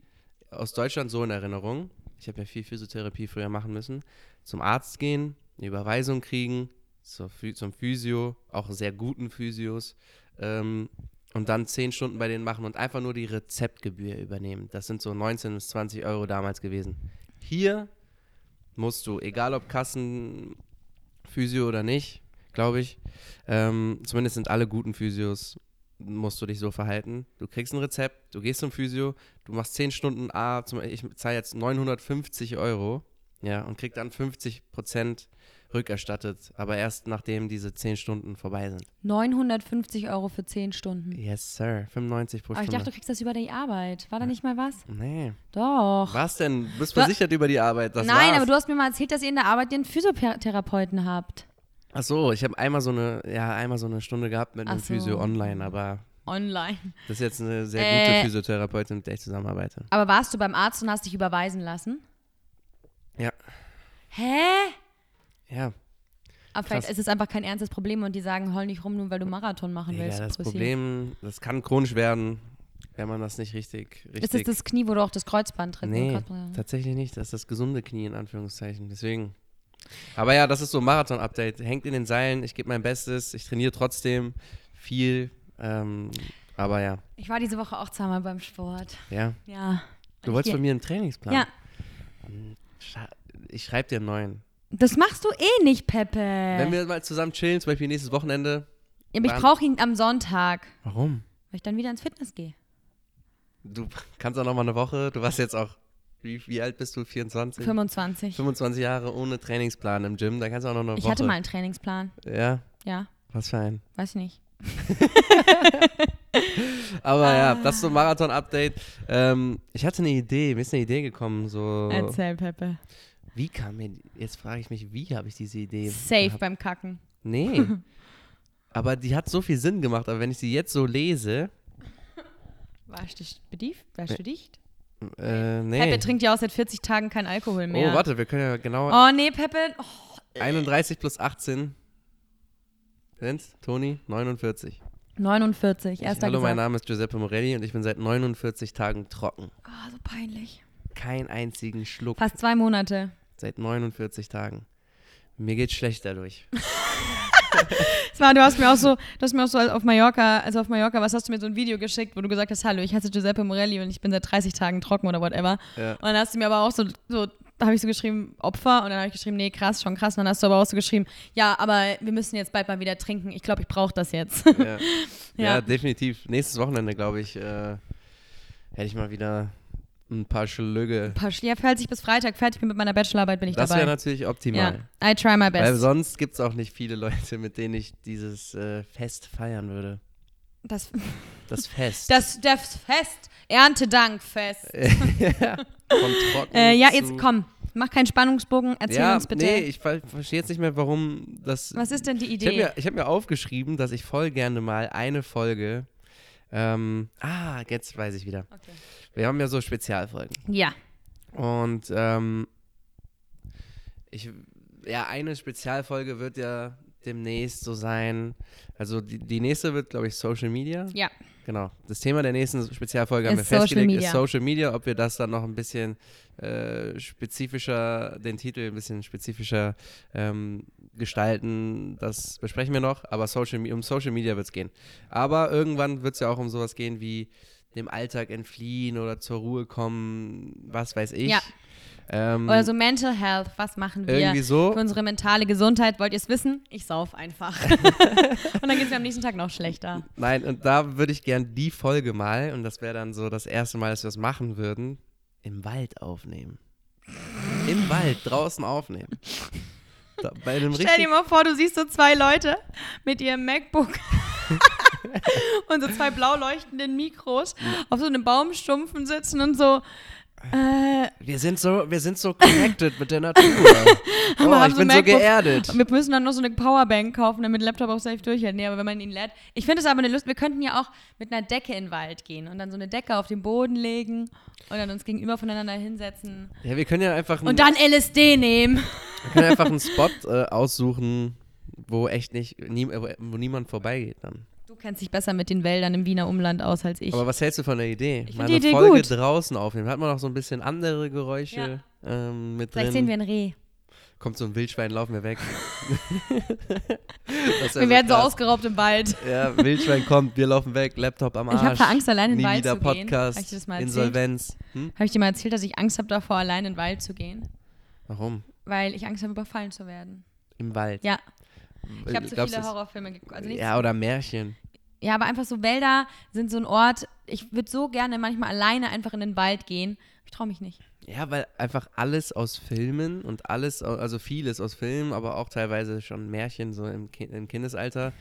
[SPEAKER 3] aus Deutschland so in Erinnerung. Ich habe ja viel Physiotherapie früher machen müssen. Zum Arzt gehen, eine Überweisung kriegen, zur, Phy- zum Physio, auch sehr guten Physios. Ähm, und dann zehn Stunden bei denen machen und einfach nur die Rezeptgebühr übernehmen. Das sind so 19 bis 20 Euro damals gewesen. Hier musst du, egal ob Kassen, Physio oder nicht, glaube ich, ähm, zumindest sind alle guten Physios, musst du dich so verhalten. Du kriegst ein Rezept, du gehst zum Physio, du machst 10 Stunden A, zum, ich zahle jetzt 950 Euro, ja, und krieg dann 50 Prozent rückerstattet, aber erst nachdem diese 10 Stunden vorbei sind.
[SPEAKER 2] 950 Euro für 10 Stunden.
[SPEAKER 3] Yes, Sir, 95 pro
[SPEAKER 2] Aber ich
[SPEAKER 3] Stunde.
[SPEAKER 2] dachte, du kriegst das über die Arbeit. War da nicht mal was?
[SPEAKER 3] nee.
[SPEAKER 2] Doch.
[SPEAKER 3] Was denn? Du bist
[SPEAKER 2] Du-
[SPEAKER 3] versichert über die Arbeit. Das
[SPEAKER 2] Nein,
[SPEAKER 3] war's.
[SPEAKER 2] aber du hast mir mal erzählt, dass ihr in der Arbeit den Physiotherapeuten habt.
[SPEAKER 3] Ach so, ich habe einmal so eine, ja, einmal so eine Stunde gehabt mit einem
[SPEAKER 2] Ach so.
[SPEAKER 3] Physio online, aber
[SPEAKER 2] Online.
[SPEAKER 3] das ist jetzt eine sehr gute
[SPEAKER 2] Äh.
[SPEAKER 3] Physiotherapeutin, mit der ich zusammenarbeite.
[SPEAKER 2] Aber warst du beim Arzt und hast dich überweisen lassen?
[SPEAKER 3] Ja,
[SPEAKER 2] Hä?
[SPEAKER 3] ja.
[SPEAKER 2] Aber vielleicht
[SPEAKER 3] Krass.
[SPEAKER 2] ist es einfach kein ernstes Problem und die sagen, heul nicht rum, nur weil du Marathon machen
[SPEAKER 3] Digga,
[SPEAKER 2] willst.
[SPEAKER 3] das
[SPEAKER 2] Pussy.
[SPEAKER 3] Problem, das kann chronisch werden, wenn man das nicht richtig,
[SPEAKER 2] Ist
[SPEAKER 3] richtig.
[SPEAKER 2] es das Knie, wo du auch das Kreuzband trittst? ne?
[SPEAKER 3] nee,
[SPEAKER 2] Kreuzband-
[SPEAKER 3] tatsächlich nicht. Das ist das gesunde Knie in Anführungszeichen. Deswegen. Aber ja, das ist so ein Marathon-Update. Hängt in den Seilen. Ich gebe mein Bestes. Ich trainiere trotzdem viel. Ähm, aber ja,
[SPEAKER 2] Ich war diese Woche auch zweimal beim Sport.
[SPEAKER 3] ja.
[SPEAKER 2] Ja.
[SPEAKER 3] Du
[SPEAKER 2] Ich
[SPEAKER 3] wolltest
[SPEAKER 2] geh-
[SPEAKER 3] von mir einen Trainingsplan.
[SPEAKER 2] Ja,
[SPEAKER 3] Scha- Ich schreibe dir einen neuen.
[SPEAKER 2] das machst du eh nicht, Peppe.
[SPEAKER 3] Wenn wir mal zusammen chillen, zum Beispiel nächstes Wochenende.
[SPEAKER 2] Aber ich
[SPEAKER 3] dann-
[SPEAKER 2] brauche ihn am Sonntag,
[SPEAKER 3] Warum?
[SPEAKER 2] weil ich dann wieder ins Fitness gehe.
[SPEAKER 3] Du kannst auch noch mal eine Woche. Du warst jetzt auch. Wie, wie alt bist du? 24?
[SPEAKER 2] 25.
[SPEAKER 3] 25 Jahre ohne Trainingsplan im Gym, da kannst du auch noch eine
[SPEAKER 2] Ich
[SPEAKER 3] Woche.
[SPEAKER 2] hatte mal einen Trainingsplan.
[SPEAKER 3] Ja,
[SPEAKER 2] Ja,
[SPEAKER 3] was für ein.
[SPEAKER 2] weiß ich nicht.
[SPEAKER 3] Aber ja,
[SPEAKER 2] Ah.
[SPEAKER 3] das ist so ein Marathon-Update. Ähm, ich hatte eine Idee, mir ist eine Idee gekommen, so.
[SPEAKER 2] Erzähl, Peppe.
[SPEAKER 3] Wie kam mir, jetzt frage ich mich, wie habe ich diese Idee?
[SPEAKER 2] Safe
[SPEAKER 3] gehabt?
[SPEAKER 2] beim Kacken.
[SPEAKER 3] Nee. aber die hat so viel Sinn gemacht, aber wenn ich sie jetzt so lese,
[SPEAKER 2] Warst du bedieft? Warst du dicht?
[SPEAKER 3] äh, nee.
[SPEAKER 2] Peppe trinkt ja auch seit 40 Tagen keinen Alkohol mehr.
[SPEAKER 3] Oh, warte, wir können ja genau
[SPEAKER 2] Oh nee, Peppe. Oh,
[SPEAKER 3] 31 plus 18 sind's, Toni, 49.
[SPEAKER 2] 49,
[SPEAKER 3] Ich,
[SPEAKER 2] erster
[SPEAKER 3] hallo, mein
[SPEAKER 2] gesagt.
[SPEAKER 3] Name ist Giuseppe Morelli und ich bin seit 49 Tagen trocken.
[SPEAKER 2] Oh, so peinlich.
[SPEAKER 3] Keinen einzigen Schluck.
[SPEAKER 2] Fast zwei Monate.
[SPEAKER 3] Seit 49 Tagen. Mir geht's schlecht dadurch.
[SPEAKER 2] Es war, du hast mir auch so, du hast mir auch so auf Mallorca, also auf Mallorca, was hast du mir so ein Video geschickt, wo du gesagt hast, hallo, ich heiße Giuseppe Morelli und ich bin seit 30 Tagen trocken oder whatever.
[SPEAKER 3] Ja.
[SPEAKER 2] Und dann hast du mir aber auch so, so da habe ich so geschrieben, Opfer. Und dann habe ich geschrieben, nee, krass, schon krass. Und dann hast du aber auch so geschrieben, ja, aber wir müssen jetzt bald mal wieder trinken. Ich glaube, ich brauche das jetzt.
[SPEAKER 3] Ja, ja.
[SPEAKER 2] Ja.
[SPEAKER 3] definitiv. Nächstes Wochenende, glaube ich, äh, hätte ich mal wieder ein paar Schlügge.
[SPEAKER 2] Pasch, ja, falls ich bis Freitag fertig bin mit meiner Bachelorarbeit, bin ich
[SPEAKER 3] Das wäre
[SPEAKER 2] dabei.
[SPEAKER 3] natürlich
[SPEAKER 2] Ja,
[SPEAKER 3] optimal.
[SPEAKER 2] I try my
[SPEAKER 3] Weil
[SPEAKER 2] best.
[SPEAKER 3] sonst gibt es auch nicht viele Leute, mit denen ich dieses äh, Fest feiern würde.
[SPEAKER 2] Das,
[SPEAKER 3] Das Fest.
[SPEAKER 2] das, das Fest, Erntedankfest.
[SPEAKER 3] ja. Von trocken
[SPEAKER 2] Äh, ja,
[SPEAKER 3] Äh,
[SPEAKER 2] jetzt
[SPEAKER 3] zu-
[SPEAKER 2] komm, mach keinen Spannungsbogen, erzähl
[SPEAKER 3] ja,
[SPEAKER 2] uns bitte.
[SPEAKER 3] Nee, ich ver verstehe jetzt nicht mehr, warum das.
[SPEAKER 2] was ist denn die
[SPEAKER 3] Ich habe
[SPEAKER 2] Idee?
[SPEAKER 3] mir, ich hab mir aufgeschrieben, dass ich voll gerne mal eine Folge. Ähm, ah, jetzt weiß ich wieder.
[SPEAKER 2] Okay.
[SPEAKER 3] Wir haben ja so Spezialfolgen.
[SPEAKER 2] Ja,
[SPEAKER 3] Und ähm, ich, ja, eine Spezialfolge wird ja demnächst so sein. Also die, die nächste wird, glaube ich, Social Media.
[SPEAKER 2] ja.
[SPEAKER 3] Genau. Das Thema der nächsten Spezialfolge haben wir
[SPEAKER 2] Ist Social
[SPEAKER 3] festgelegt,
[SPEAKER 2] Media.
[SPEAKER 3] ist Social Media. Ob wir das dann noch ein bisschen äh, spezifischer, den Titel ein bisschen spezifischer ähm, gestalten, das besprechen wir noch. Aber Social, Me- um Social Media wird es gehen. Aber irgendwann wird es ja auch um sowas gehen wie dem Alltag entfliehen oder zur Ruhe kommen, was weiß ich.
[SPEAKER 2] Ja.
[SPEAKER 3] Ähm,
[SPEAKER 2] Oder so Also Mental Health, was machen wir?
[SPEAKER 3] irgendwie so.
[SPEAKER 2] Für unsere mentale Gesundheit, wollt ihr es wissen? Ich sauf einfach. und dann geht es mir am nächsten Tag noch schlechter.
[SPEAKER 3] Nein, und da würde ich gern die Folge mal, und das wäre dann so das erste Mal, dass wir das machen würden, im Wald aufnehmen. Im Wald, draußen aufnehmen. Da, bei einem
[SPEAKER 2] Stell
[SPEAKER 3] richtig,
[SPEAKER 2] dir mal vor, du siehst so zwei Leute mit ihrem MacBook und so zwei blau leuchtenden Mikros auf so einem Baumstumpfen sitzen und so. Äh,
[SPEAKER 3] wir, sind so, wir sind so connected mit der Natur. Oh,
[SPEAKER 2] haben
[SPEAKER 3] ich
[SPEAKER 2] so
[SPEAKER 3] bin so
[SPEAKER 2] MacBook-
[SPEAKER 3] geerdet.
[SPEAKER 2] wir müssen dann noch so eine Powerbank kaufen, damit Laptop auch safe durchhält. Nee, aber wenn man ihn lädt. Ich finde es aber eine Lust. Wir könnten ja auch mit einer Decke in den Wald gehen und dann so eine Decke auf den Boden legen und dann uns gegenüber voneinander hinsetzen.
[SPEAKER 3] Ja, wir können ja einfach, einen-
[SPEAKER 2] Und dann LSD nehmen.
[SPEAKER 3] wir können einfach einen Spot äh, aussuchen, wo echt nicht, nie, wo niemand vorbeigeht dann.
[SPEAKER 2] Du kennst dich besser mit den Wäldern im Wiener Umland aus als ich.
[SPEAKER 3] Aber was hältst du von der Idee?
[SPEAKER 2] Ich find
[SPEAKER 3] Mal
[SPEAKER 2] die
[SPEAKER 3] eine
[SPEAKER 2] Idee
[SPEAKER 3] Folge
[SPEAKER 2] gut.
[SPEAKER 3] draußen aufnehmen. Hat man noch so ein bisschen andere Geräusche ähm, mit
[SPEAKER 2] Vielleicht
[SPEAKER 3] drin.
[SPEAKER 2] sehen wir ein Reh.
[SPEAKER 3] kommt so ein Wildschwein, laufen wir weg. Das wär
[SPEAKER 2] Wir werden so
[SPEAKER 3] krass.
[SPEAKER 2] ausgeraubt im Wald.
[SPEAKER 3] Ja, Wildschwein kommt, wir laufen weg, Laptop am Arsch.
[SPEAKER 2] Ich hab da Angst, allein in den
[SPEAKER 3] Nie
[SPEAKER 2] Wald
[SPEAKER 3] wieder
[SPEAKER 2] zu gehen.
[SPEAKER 3] Podcast,
[SPEAKER 2] Hab ich dir das mal erzählt?
[SPEAKER 3] Insolvenz. Hm?
[SPEAKER 2] Habe ich dir mal erzählt, dass ich Angst habe davor, allein in den Wald zu gehen?
[SPEAKER 3] Warum?
[SPEAKER 2] Weil ich Angst habe, überfallen zu werden.
[SPEAKER 3] Im Wald.
[SPEAKER 2] Ja, ich habe
[SPEAKER 3] Äh,
[SPEAKER 2] zu
[SPEAKER 3] glaubst
[SPEAKER 2] viele
[SPEAKER 3] du's?
[SPEAKER 2] Horrorfilme geguckt. Also nicht, ja.
[SPEAKER 3] Ja, oder Märchen.
[SPEAKER 2] aber einfach so Wälder sind so ein Ort. Ich würde so gerne manchmal alleine einfach in den Wald gehen. Ich traue mich nicht.
[SPEAKER 3] Ja, weil einfach alles aus Filmen und alles, au- also vieles aus Filmen, aber auch teilweise schon Märchen so im, Ki im Kindesalter.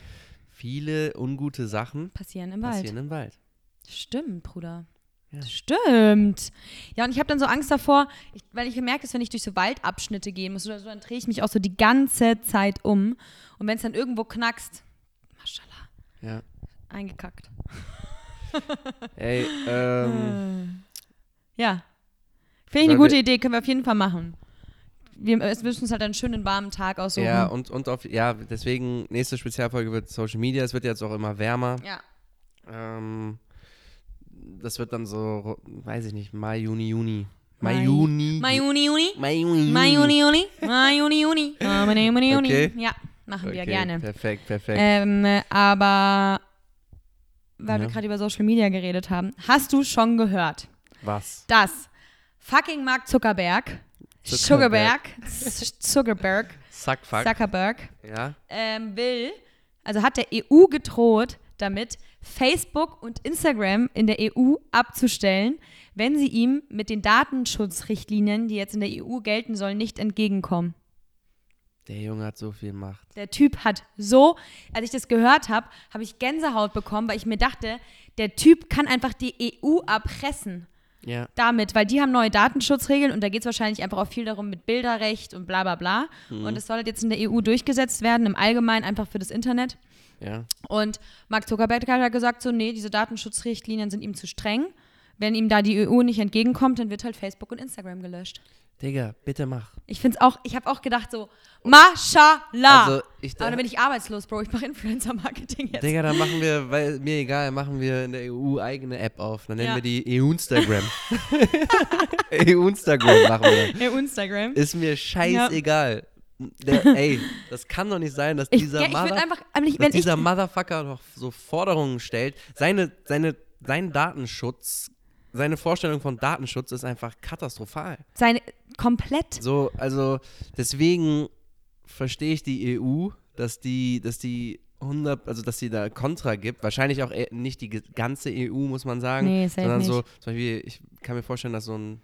[SPEAKER 3] Viele ungute Sachen
[SPEAKER 2] Passieren im Wald.
[SPEAKER 3] passieren im Wald.
[SPEAKER 2] Stimmt, Bruder.
[SPEAKER 3] Ja.
[SPEAKER 2] Stimmt. Ja, und ich habe dann so Angst davor, ich, weil ich gemerkt dass wenn ich durch so Waldabschnitte gehen muss oder so, dann drehe ich mich auch so die ganze Zeit um. Und wenn es dann irgendwo knackst, Maschallah,
[SPEAKER 3] Ja.
[SPEAKER 2] eingekackt.
[SPEAKER 3] Ey, ähm,
[SPEAKER 2] Ja. Finde ich eine
[SPEAKER 3] Sollen
[SPEAKER 2] gute
[SPEAKER 3] wir-
[SPEAKER 2] Idee, können wir auf jeden Fall machen. Wir äh, müssen uns halt einen schönen warmen Tag aussuchen.
[SPEAKER 3] ja, und, und auf, ja, deswegen, nächste Spezialfolge wird Social Media, es wird jetzt auch immer wärmer.
[SPEAKER 2] ja.
[SPEAKER 3] Ähm, das wird dann so, ro- weiß ich nicht, Mai, Juni, Juni. Mai,
[SPEAKER 2] Mai.
[SPEAKER 3] Juni.
[SPEAKER 2] Mai, Juni, Juni.
[SPEAKER 3] Mai, Juni.
[SPEAKER 2] Mai, Juni, Juni. Mai, Juni, Juni. Mai, Juni, Juni, Juni.
[SPEAKER 3] Okay.
[SPEAKER 2] Ja, machen
[SPEAKER 3] Okay,
[SPEAKER 2] wir gerne.
[SPEAKER 3] Perfekt, perfekt.
[SPEAKER 2] Ähm, äh, aber weil
[SPEAKER 3] Ja.
[SPEAKER 2] wir gerade über Social Media geredet haben, hast du schon gehört,
[SPEAKER 3] Was?
[SPEAKER 2] dass fucking Mark Zuckerberg, Zuckerberg,
[SPEAKER 3] Zuckerberg.
[SPEAKER 2] Zuckerberg,
[SPEAKER 3] Suck, fuck.
[SPEAKER 2] Zuckerberg
[SPEAKER 3] Ja?
[SPEAKER 2] ähm, will, also hat der EU gedroht damit, Facebook und Instagram in der EU abzustellen, wenn sie ihm mit den Datenschutzrichtlinien, die jetzt in der EU gelten sollen, nicht entgegenkommen.
[SPEAKER 3] Der Junge hat so viel Macht.
[SPEAKER 2] Der Typ hat so, als ich das gehört habe, habe ich Gänsehaut bekommen, weil ich mir dachte, der Typ kann einfach die EU erpressen
[SPEAKER 3] Ja.
[SPEAKER 2] damit, weil die haben neue Datenschutzregeln und da geht es wahrscheinlich einfach auch viel darum mit Bilderrecht und bla bla bla. Und es soll halt jetzt in der EU durchgesetzt werden, im Allgemeinen einfach für das Internet.
[SPEAKER 3] Ja.
[SPEAKER 2] Und Mark Zuckerberg hat halt gesagt, so, nee, diese Datenschutzrichtlinien sind ihm zu streng. Wenn ihm da die EU nicht entgegenkommt, dann wird halt Facebook und Instagram gelöscht.
[SPEAKER 3] Digga, bitte mach.
[SPEAKER 2] Ich finde es auch, ich habe auch gedacht so, Mashallah.
[SPEAKER 3] Also, ich-
[SPEAKER 2] Ah. Aber dann bin ich arbeitslos, Bro. Ich mache Influencer-Marketing jetzt.
[SPEAKER 3] Digga, dann machen wir, weil mir egal, machen wir in der EU eigene App auf. Dann nennen
[SPEAKER 2] Ja.
[SPEAKER 3] wir die E EU-Instagram. EU-Instagram E machen wir.
[SPEAKER 2] Ja, Instagram.
[SPEAKER 3] Ist mir scheißegal. Der, ey, das kann doch nicht sein, dass
[SPEAKER 2] Ich,
[SPEAKER 3] dieser
[SPEAKER 2] ja, ich würde
[SPEAKER 3] Mother-
[SPEAKER 2] einfach, aber nicht,
[SPEAKER 3] dass
[SPEAKER 2] wenn ich,
[SPEAKER 3] dieser Motherfucker noch so Forderungen stellt, seine, seine, sein Datenschutz, seine Vorstellung von Datenschutz ist einfach katastrophal.
[SPEAKER 2] seine, komplett,
[SPEAKER 3] So, also deswegen verstehe ich E die EU, dass die, dass die 100, also dass sie da Kontra gibt. Wahrscheinlich auch eh nicht die ge- ganze EU, muss man sagen.
[SPEAKER 2] Nee, safe
[SPEAKER 3] sondern so,
[SPEAKER 2] nicht.
[SPEAKER 3] zum Beispiel, ich kann mir vorstellen, dass so ein,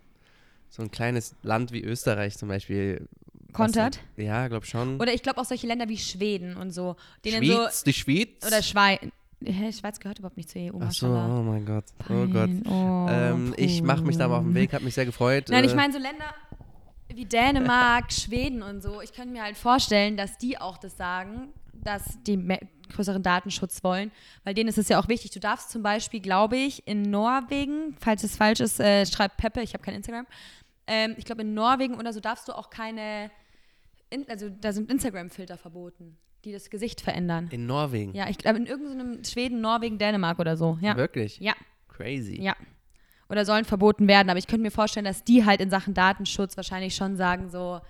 [SPEAKER 3] so ein kleines Land wie Österreich zum Beispiel. was
[SPEAKER 2] Kontert?
[SPEAKER 3] da- Ja, glaube schon.
[SPEAKER 2] Oder ich glaube auch solche Länder wie Schweden und so. Denen
[SPEAKER 3] Schweiz, die Schweiz.
[SPEAKER 2] so oder Schweiz. Hä, Schweiz gehört überhaupt nicht zur EU.
[SPEAKER 3] Ach so,
[SPEAKER 2] mashallah.
[SPEAKER 3] oh mein Gott. Oh Gott.
[SPEAKER 2] Nein, oh,
[SPEAKER 3] ähm, ich mache mich da mal auf den Weg, hat mich sehr gefreut.
[SPEAKER 2] Nein,
[SPEAKER 3] Äh,
[SPEAKER 2] ich meine so Länder wie Dänemark, Schweden und so. Ich könnte mir halt vorstellen, dass die auch das sagen, dass die me- größeren Datenschutz wollen, weil denen ist es ja auch wichtig. Du darfst zum Beispiel, glaube ich, in Norwegen, falls es falsch ist, äh, schreibt Peppe, ich habe kein Instagram. Ähm, ich glaube, in Norwegen oder so darfst du auch keine, in, also da sind Instagram-Filter verboten, die das Gesicht verändern.
[SPEAKER 3] In Norwegen.
[SPEAKER 2] Ja, ich glaube, in irgendeinem Schweden, Norwegen, Dänemark oder so. Ja.
[SPEAKER 3] Wirklich.
[SPEAKER 2] Ja.
[SPEAKER 3] Crazy.
[SPEAKER 2] Ja. Oder sollen verboten werden. Aber ich könnte mir vorstellen, dass die halt in Sachen Datenschutz wahrscheinlich schon sagen, so,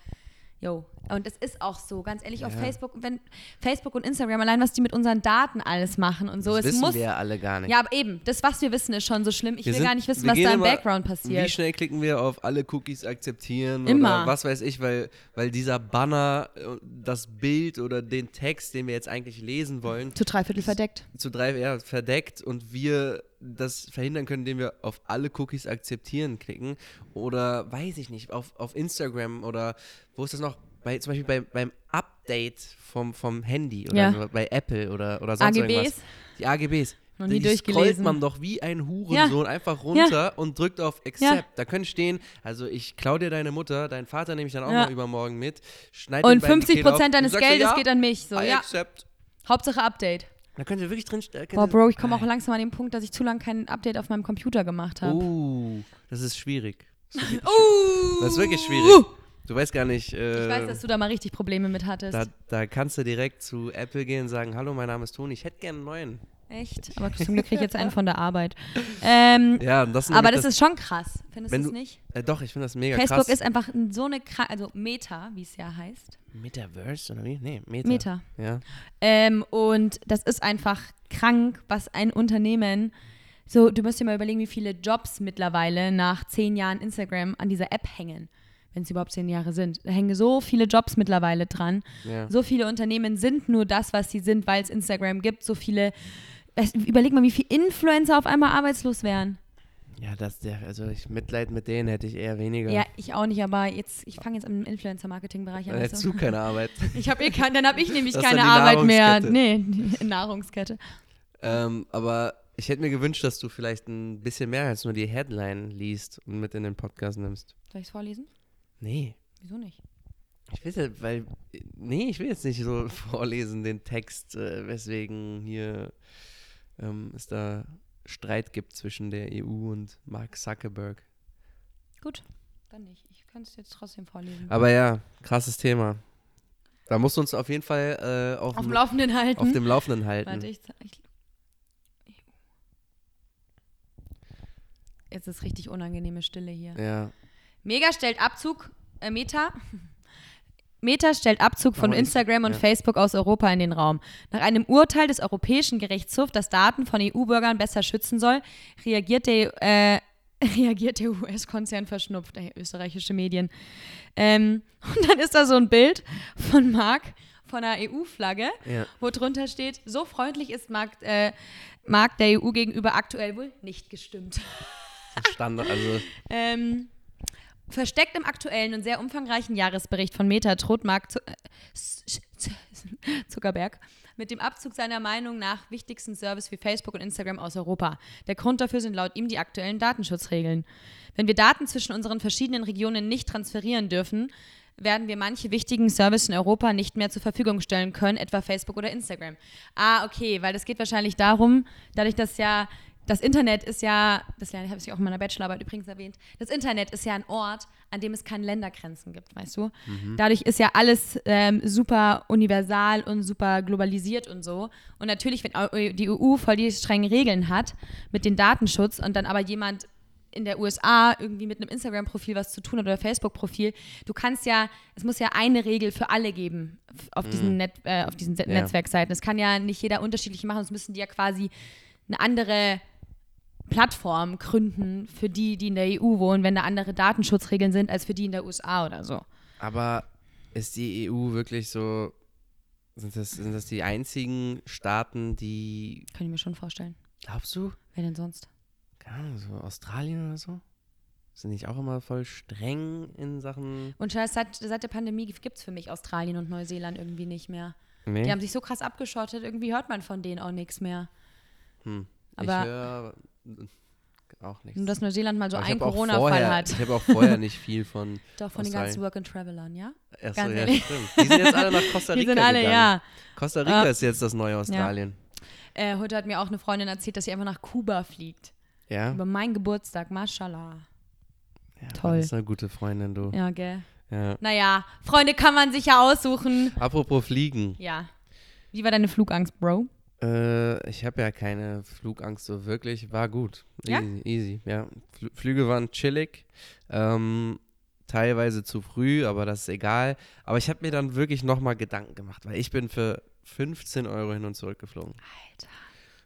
[SPEAKER 2] yo. Und es ist auch so, ganz ehrlich, auf
[SPEAKER 3] Ja.
[SPEAKER 2] Facebook, wenn Facebook und Instagram, allein was die mit unseren Daten alles machen und so,
[SPEAKER 3] das
[SPEAKER 2] es
[SPEAKER 3] wissen
[SPEAKER 2] muss.
[SPEAKER 3] wir ja alle gar nicht.
[SPEAKER 2] Ja, aber eben, das, was wir wissen, ist schon so schlimm. Ich
[SPEAKER 3] Wir
[SPEAKER 2] will
[SPEAKER 3] sind-
[SPEAKER 2] gar nicht wissen,
[SPEAKER 3] wir
[SPEAKER 2] was
[SPEAKER 3] gehen
[SPEAKER 2] da im
[SPEAKER 3] immer-
[SPEAKER 2] Background
[SPEAKER 3] Wie
[SPEAKER 2] passiert.
[SPEAKER 3] schnell klicken wir auf alle Cookies akzeptieren
[SPEAKER 2] Immer.
[SPEAKER 3] oder was weiß ich, weil, weil dieser Banner, äh, das Bild oder den Text, den wir jetzt eigentlich lesen wollen,
[SPEAKER 2] Zu dreiviertel verdeckt.
[SPEAKER 3] zu drei ja, verdeckt und wir das verhindern können, indem wir auf alle Cookies akzeptieren klicken oder weiß ich nicht, auf, auf Instagram oder wo ist das noch? Bei, zum Beispiel bei, beim Update vom, vom Handy oder
[SPEAKER 2] Ja.
[SPEAKER 3] so, bei Apple oder, oder sonst
[SPEAKER 2] AGBs?
[SPEAKER 3] irgendwas. Die AGBs.
[SPEAKER 2] Noch
[SPEAKER 3] die
[SPEAKER 2] nie
[SPEAKER 3] scrollt
[SPEAKER 2] durchgelesen.
[SPEAKER 3] man doch wie ein Hurensohn einfach runter und drückt auf Accept. Da können stehen, also ich klau dir deine Mutter, deinen Vater nehme ich dann auch
[SPEAKER 2] Ja.
[SPEAKER 3] mal übermorgen mit. Schneid den beiden
[SPEAKER 2] Und
[SPEAKER 3] die
[SPEAKER 2] 50
[SPEAKER 3] Kehle auf
[SPEAKER 2] Prozent
[SPEAKER 3] und
[SPEAKER 2] deines
[SPEAKER 3] sagst so,
[SPEAKER 2] Geldes
[SPEAKER 3] ja,
[SPEAKER 2] geht an mich. So,
[SPEAKER 3] I
[SPEAKER 2] ja.
[SPEAKER 3] accept.
[SPEAKER 2] Hauptsache Update.
[SPEAKER 3] Da könnt ihr wirklich drin. da könnt
[SPEAKER 2] Boah,
[SPEAKER 3] ihr-
[SPEAKER 2] Bro, ich komme auch langsam an den Punkt, dass ich zu lange kein Update auf meinem Computer gemacht habe.
[SPEAKER 3] Oh, das ist schwierig.
[SPEAKER 2] Uh.
[SPEAKER 3] Das ist wirklich schwierig. Du weißt gar nicht. Äh,
[SPEAKER 2] Ich weiß, dass du da mal richtig Probleme mit hattest.
[SPEAKER 3] da, da kannst du direkt zu Apple gehen und sagen: Hallo, mein Name ist Toni, ich hätte gerne einen neuen.
[SPEAKER 2] Echt? Aber zum Glück kriege ich jetzt einen von der Arbeit. Ähm,
[SPEAKER 3] Ja, und das
[SPEAKER 2] aber das,
[SPEAKER 3] nämlich
[SPEAKER 2] ist schon krass. Findest du
[SPEAKER 3] wenn
[SPEAKER 2] es
[SPEAKER 3] du-
[SPEAKER 2] nicht?
[SPEAKER 3] Äh, doch, ich finde das mega
[SPEAKER 2] Facebook
[SPEAKER 3] krass.
[SPEAKER 2] ist einfach n- so eine krass, also Meta, wie es ja heißt.
[SPEAKER 3] Metaverse oder wie? Nee, Meta.
[SPEAKER 2] Meta.
[SPEAKER 3] Ja.
[SPEAKER 2] Ähm, und das ist einfach krank, was ein Unternehmen. So, du musst dir mal überlegen, wie viele Jobs mittlerweile nach zehn Jahren Instagram an dieser App hängen, wenn es überhaupt zehn Jahre sind. Da hängen so viele Jobs mittlerweile dran.
[SPEAKER 3] ja.
[SPEAKER 2] So viele Unternehmen sind nur das, was sie sind, weil es Instagram gibt. So viele. Es- Überleg mal, wie viele Influencer auf einmal arbeitslos wären.
[SPEAKER 3] ja, das der, also ich Mitleid mit denen hätte ich eher weniger.
[SPEAKER 2] Ja, ich auch nicht, aber jetzt, ich fange jetzt im Influencer-Marketing-Bereich an.
[SPEAKER 3] Dann
[SPEAKER 2] weißt
[SPEAKER 3] Äh, hättest
[SPEAKER 2] du?
[SPEAKER 3] du keine Arbeit.
[SPEAKER 2] Ich habe eh kein, dann habe ich nämlich
[SPEAKER 3] Das ist dann
[SPEAKER 2] keine
[SPEAKER 3] die
[SPEAKER 2] Arbeit mehr.
[SPEAKER 3] Nahrungskette.
[SPEAKER 2] Nee, Nahrungskette.
[SPEAKER 3] ähm, aber ich hätte mir gewünscht, dass du vielleicht ein bisschen mehr als nur die Headline liest und mit in den Podcast nimmst.
[SPEAKER 2] Soll ich es vorlesen?
[SPEAKER 3] Nee.
[SPEAKER 2] Wieso nicht?
[SPEAKER 3] Ich will jetzt, weil, nee, ich will jetzt nicht so vorlesen den Text, äh, weswegen hier ähm, es da Streit gibt zwischen der EU und Mark Zuckerberg.
[SPEAKER 2] Gut, dann nicht. Ich kann es jetzt trotzdem vorlesen.
[SPEAKER 3] Aber ja, krasses Thema. Da musst du uns auf jeden Fall äh, auf,
[SPEAKER 2] Auf dem
[SPEAKER 3] dem-
[SPEAKER 2] Laufenden halten.
[SPEAKER 3] auf dem Laufenden halten.
[SPEAKER 2] Warte, ich, zeig- ich Jetzt ist richtig unangenehme Stille hier.
[SPEAKER 3] Ja.
[SPEAKER 2] Mega stellt Abzug, äh, Meta. Meta stellt Abzug von
[SPEAKER 3] Aber ist-
[SPEAKER 2] Instagram und
[SPEAKER 3] ja.
[SPEAKER 2] Facebook aus Europa in den Raum. Nach einem Urteil des Europäischen Gerichtshofs, das Daten von EU-Bürgern besser schützen soll, reagiert der, äh, reagiert der US-Konzern verschnupft. Ey, österreichische Medien. Ähm, und dann ist da so ein Bild von Mark von einer EU-Flagge,
[SPEAKER 3] Ja.
[SPEAKER 2] wo drunter steht, so freundlich ist Mark, äh, Mark der EU gegenüber aktuell wohl nicht gestimmt.
[SPEAKER 3] Standard, also
[SPEAKER 2] Ähm, versteckt im aktuellen und sehr umfangreichen Jahresbericht von Meta droht Mark Zu äh, Z- Z- Zuckerberg mit dem Abzug seiner Meinung nach wichtigsten Service für Facebook und Instagram aus Europa. Der Grund dafür sind laut ihm die aktuellen Datenschutzregeln. Wenn wir Daten zwischen unseren verschiedenen Regionen nicht transferieren dürfen, werden wir manche wichtigen Services in Europa nicht mehr zur Verfügung stellen können, etwa Facebook oder Instagram. Ah, okay, weil das geht wahrscheinlich darum, dadurch, dass ja das Internet ist ja, das lerne- habe ich auch in meiner Bachelorarbeit übrigens erwähnt, das Internet ist ja ein Ort, an dem es keine Ländergrenzen gibt, weißt du? Dadurch ist ja alles ähm, super universal und super globalisiert und so. Und natürlich, wenn au- die EU voll die strengen Regeln hat mit dem Datenschutz und dann aber jemand in der USA irgendwie mit einem Instagram-Profil was zu tun hat oder Facebook-Profil, du kannst ja, es muss ja eine Regel für alle geben f- auf diesen, Net, äh, auf diesen Se-
[SPEAKER 3] Ja.
[SPEAKER 2] Netzwerkseiten. Es kann ja nicht jeder unterschiedlich machen, es müssen die ja quasi eine andere Plattform gründen für die, die in der EU wohnen, wenn da andere Datenschutzregeln sind als für die in der USA oder so.
[SPEAKER 3] Aber ist die EU wirklich E so Sind das, sind das die einzigen Staaten, die.
[SPEAKER 2] Kann ich mir schon vorstellen.
[SPEAKER 3] Glaubst du?
[SPEAKER 2] Wer denn sonst?
[SPEAKER 3] Keine Ahnung, so Australien oder so? Sind nicht auch immer voll streng in Sachen.
[SPEAKER 2] Und scheiß, seit, seit der Pandemie gibt es für mich Australien und Neuseeland irgendwie nicht mehr.
[SPEAKER 3] Nee.
[SPEAKER 2] Die haben sich so krass abgeschottet, irgendwie hört man von denen auch nichts mehr.
[SPEAKER 3] Hm.
[SPEAKER 2] aber-
[SPEAKER 3] ich höre auch nichts.
[SPEAKER 2] Nur, dass Neuseeland mal so
[SPEAKER 3] Aber ich
[SPEAKER 2] einen
[SPEAKER 3] hab auch
[SPEAKER 2] Corona-Fall
[SPEAKER 3] vorher-
[SPEAKER 2] hat.
[SPEAKER 3] Ich habe auch vorher nicht viel von.
[SPEAKER 2] Doch von den
[SPEAKER 3] Australien.
[SPEAKER 2] ganzen Work and Travelern, ja?
[SPEAKER 3] Erst
[SPEAKER 2] Ganz
[SPEAKER 3] ja,
[SPEAKER 2] ehrlich.
[SPEAKER 3] stimmt. Die sind jetzt alle nach Costa Rica.
[SPEAKER 2] Die sind alle,
[SPEAKER 3] gegangen.
[SPEAKER 2] ja.
[SPEAKER 3] Costa Rica
[SPEAKER 2] Ah.
[SPEAKER 3] ist jetzt das neue Australien.
[SPEAKER 2] Äh, heute hat mir auch eine Freundin erzählt, dass sie einfach nach Kuba fliegt.
[SPEAKER 3] Ja.
[SPEAKER 2] Über meinen Geburtstag, mashallah.
[SPEAKER 3] ja
[SPEAKER 2] Toll.
[SPEAKER 3] Das ist eine gute Freundin, du.
[SPEAKER 2] Ja, gell.
[SPEAKER 3] Ja.
[SPEAKER 2] Naja, Freunde kann man sich ja aussuchen.
[SPEAKER 3] Apropos Fliegen.
[SPEAKER 2] Ja. Wie war deine Flugangst, Bro?
[SPEAKER 3] Äh, ich habe ja keine Flugangst so wirklich. War gut.
[SPEAKER 2] Ja?
[SPEAKER 3] Easy, easy. Ja. Fl Flüge waren chillig. Ähm, teilweise zu früh, aber das ist egal. Aber ich habe mir dann wirklich nochmal Gedanken gemacht, weil ich bin für 15 Euro hin und zurück geflogen.
[SPEAKER 2] Alter.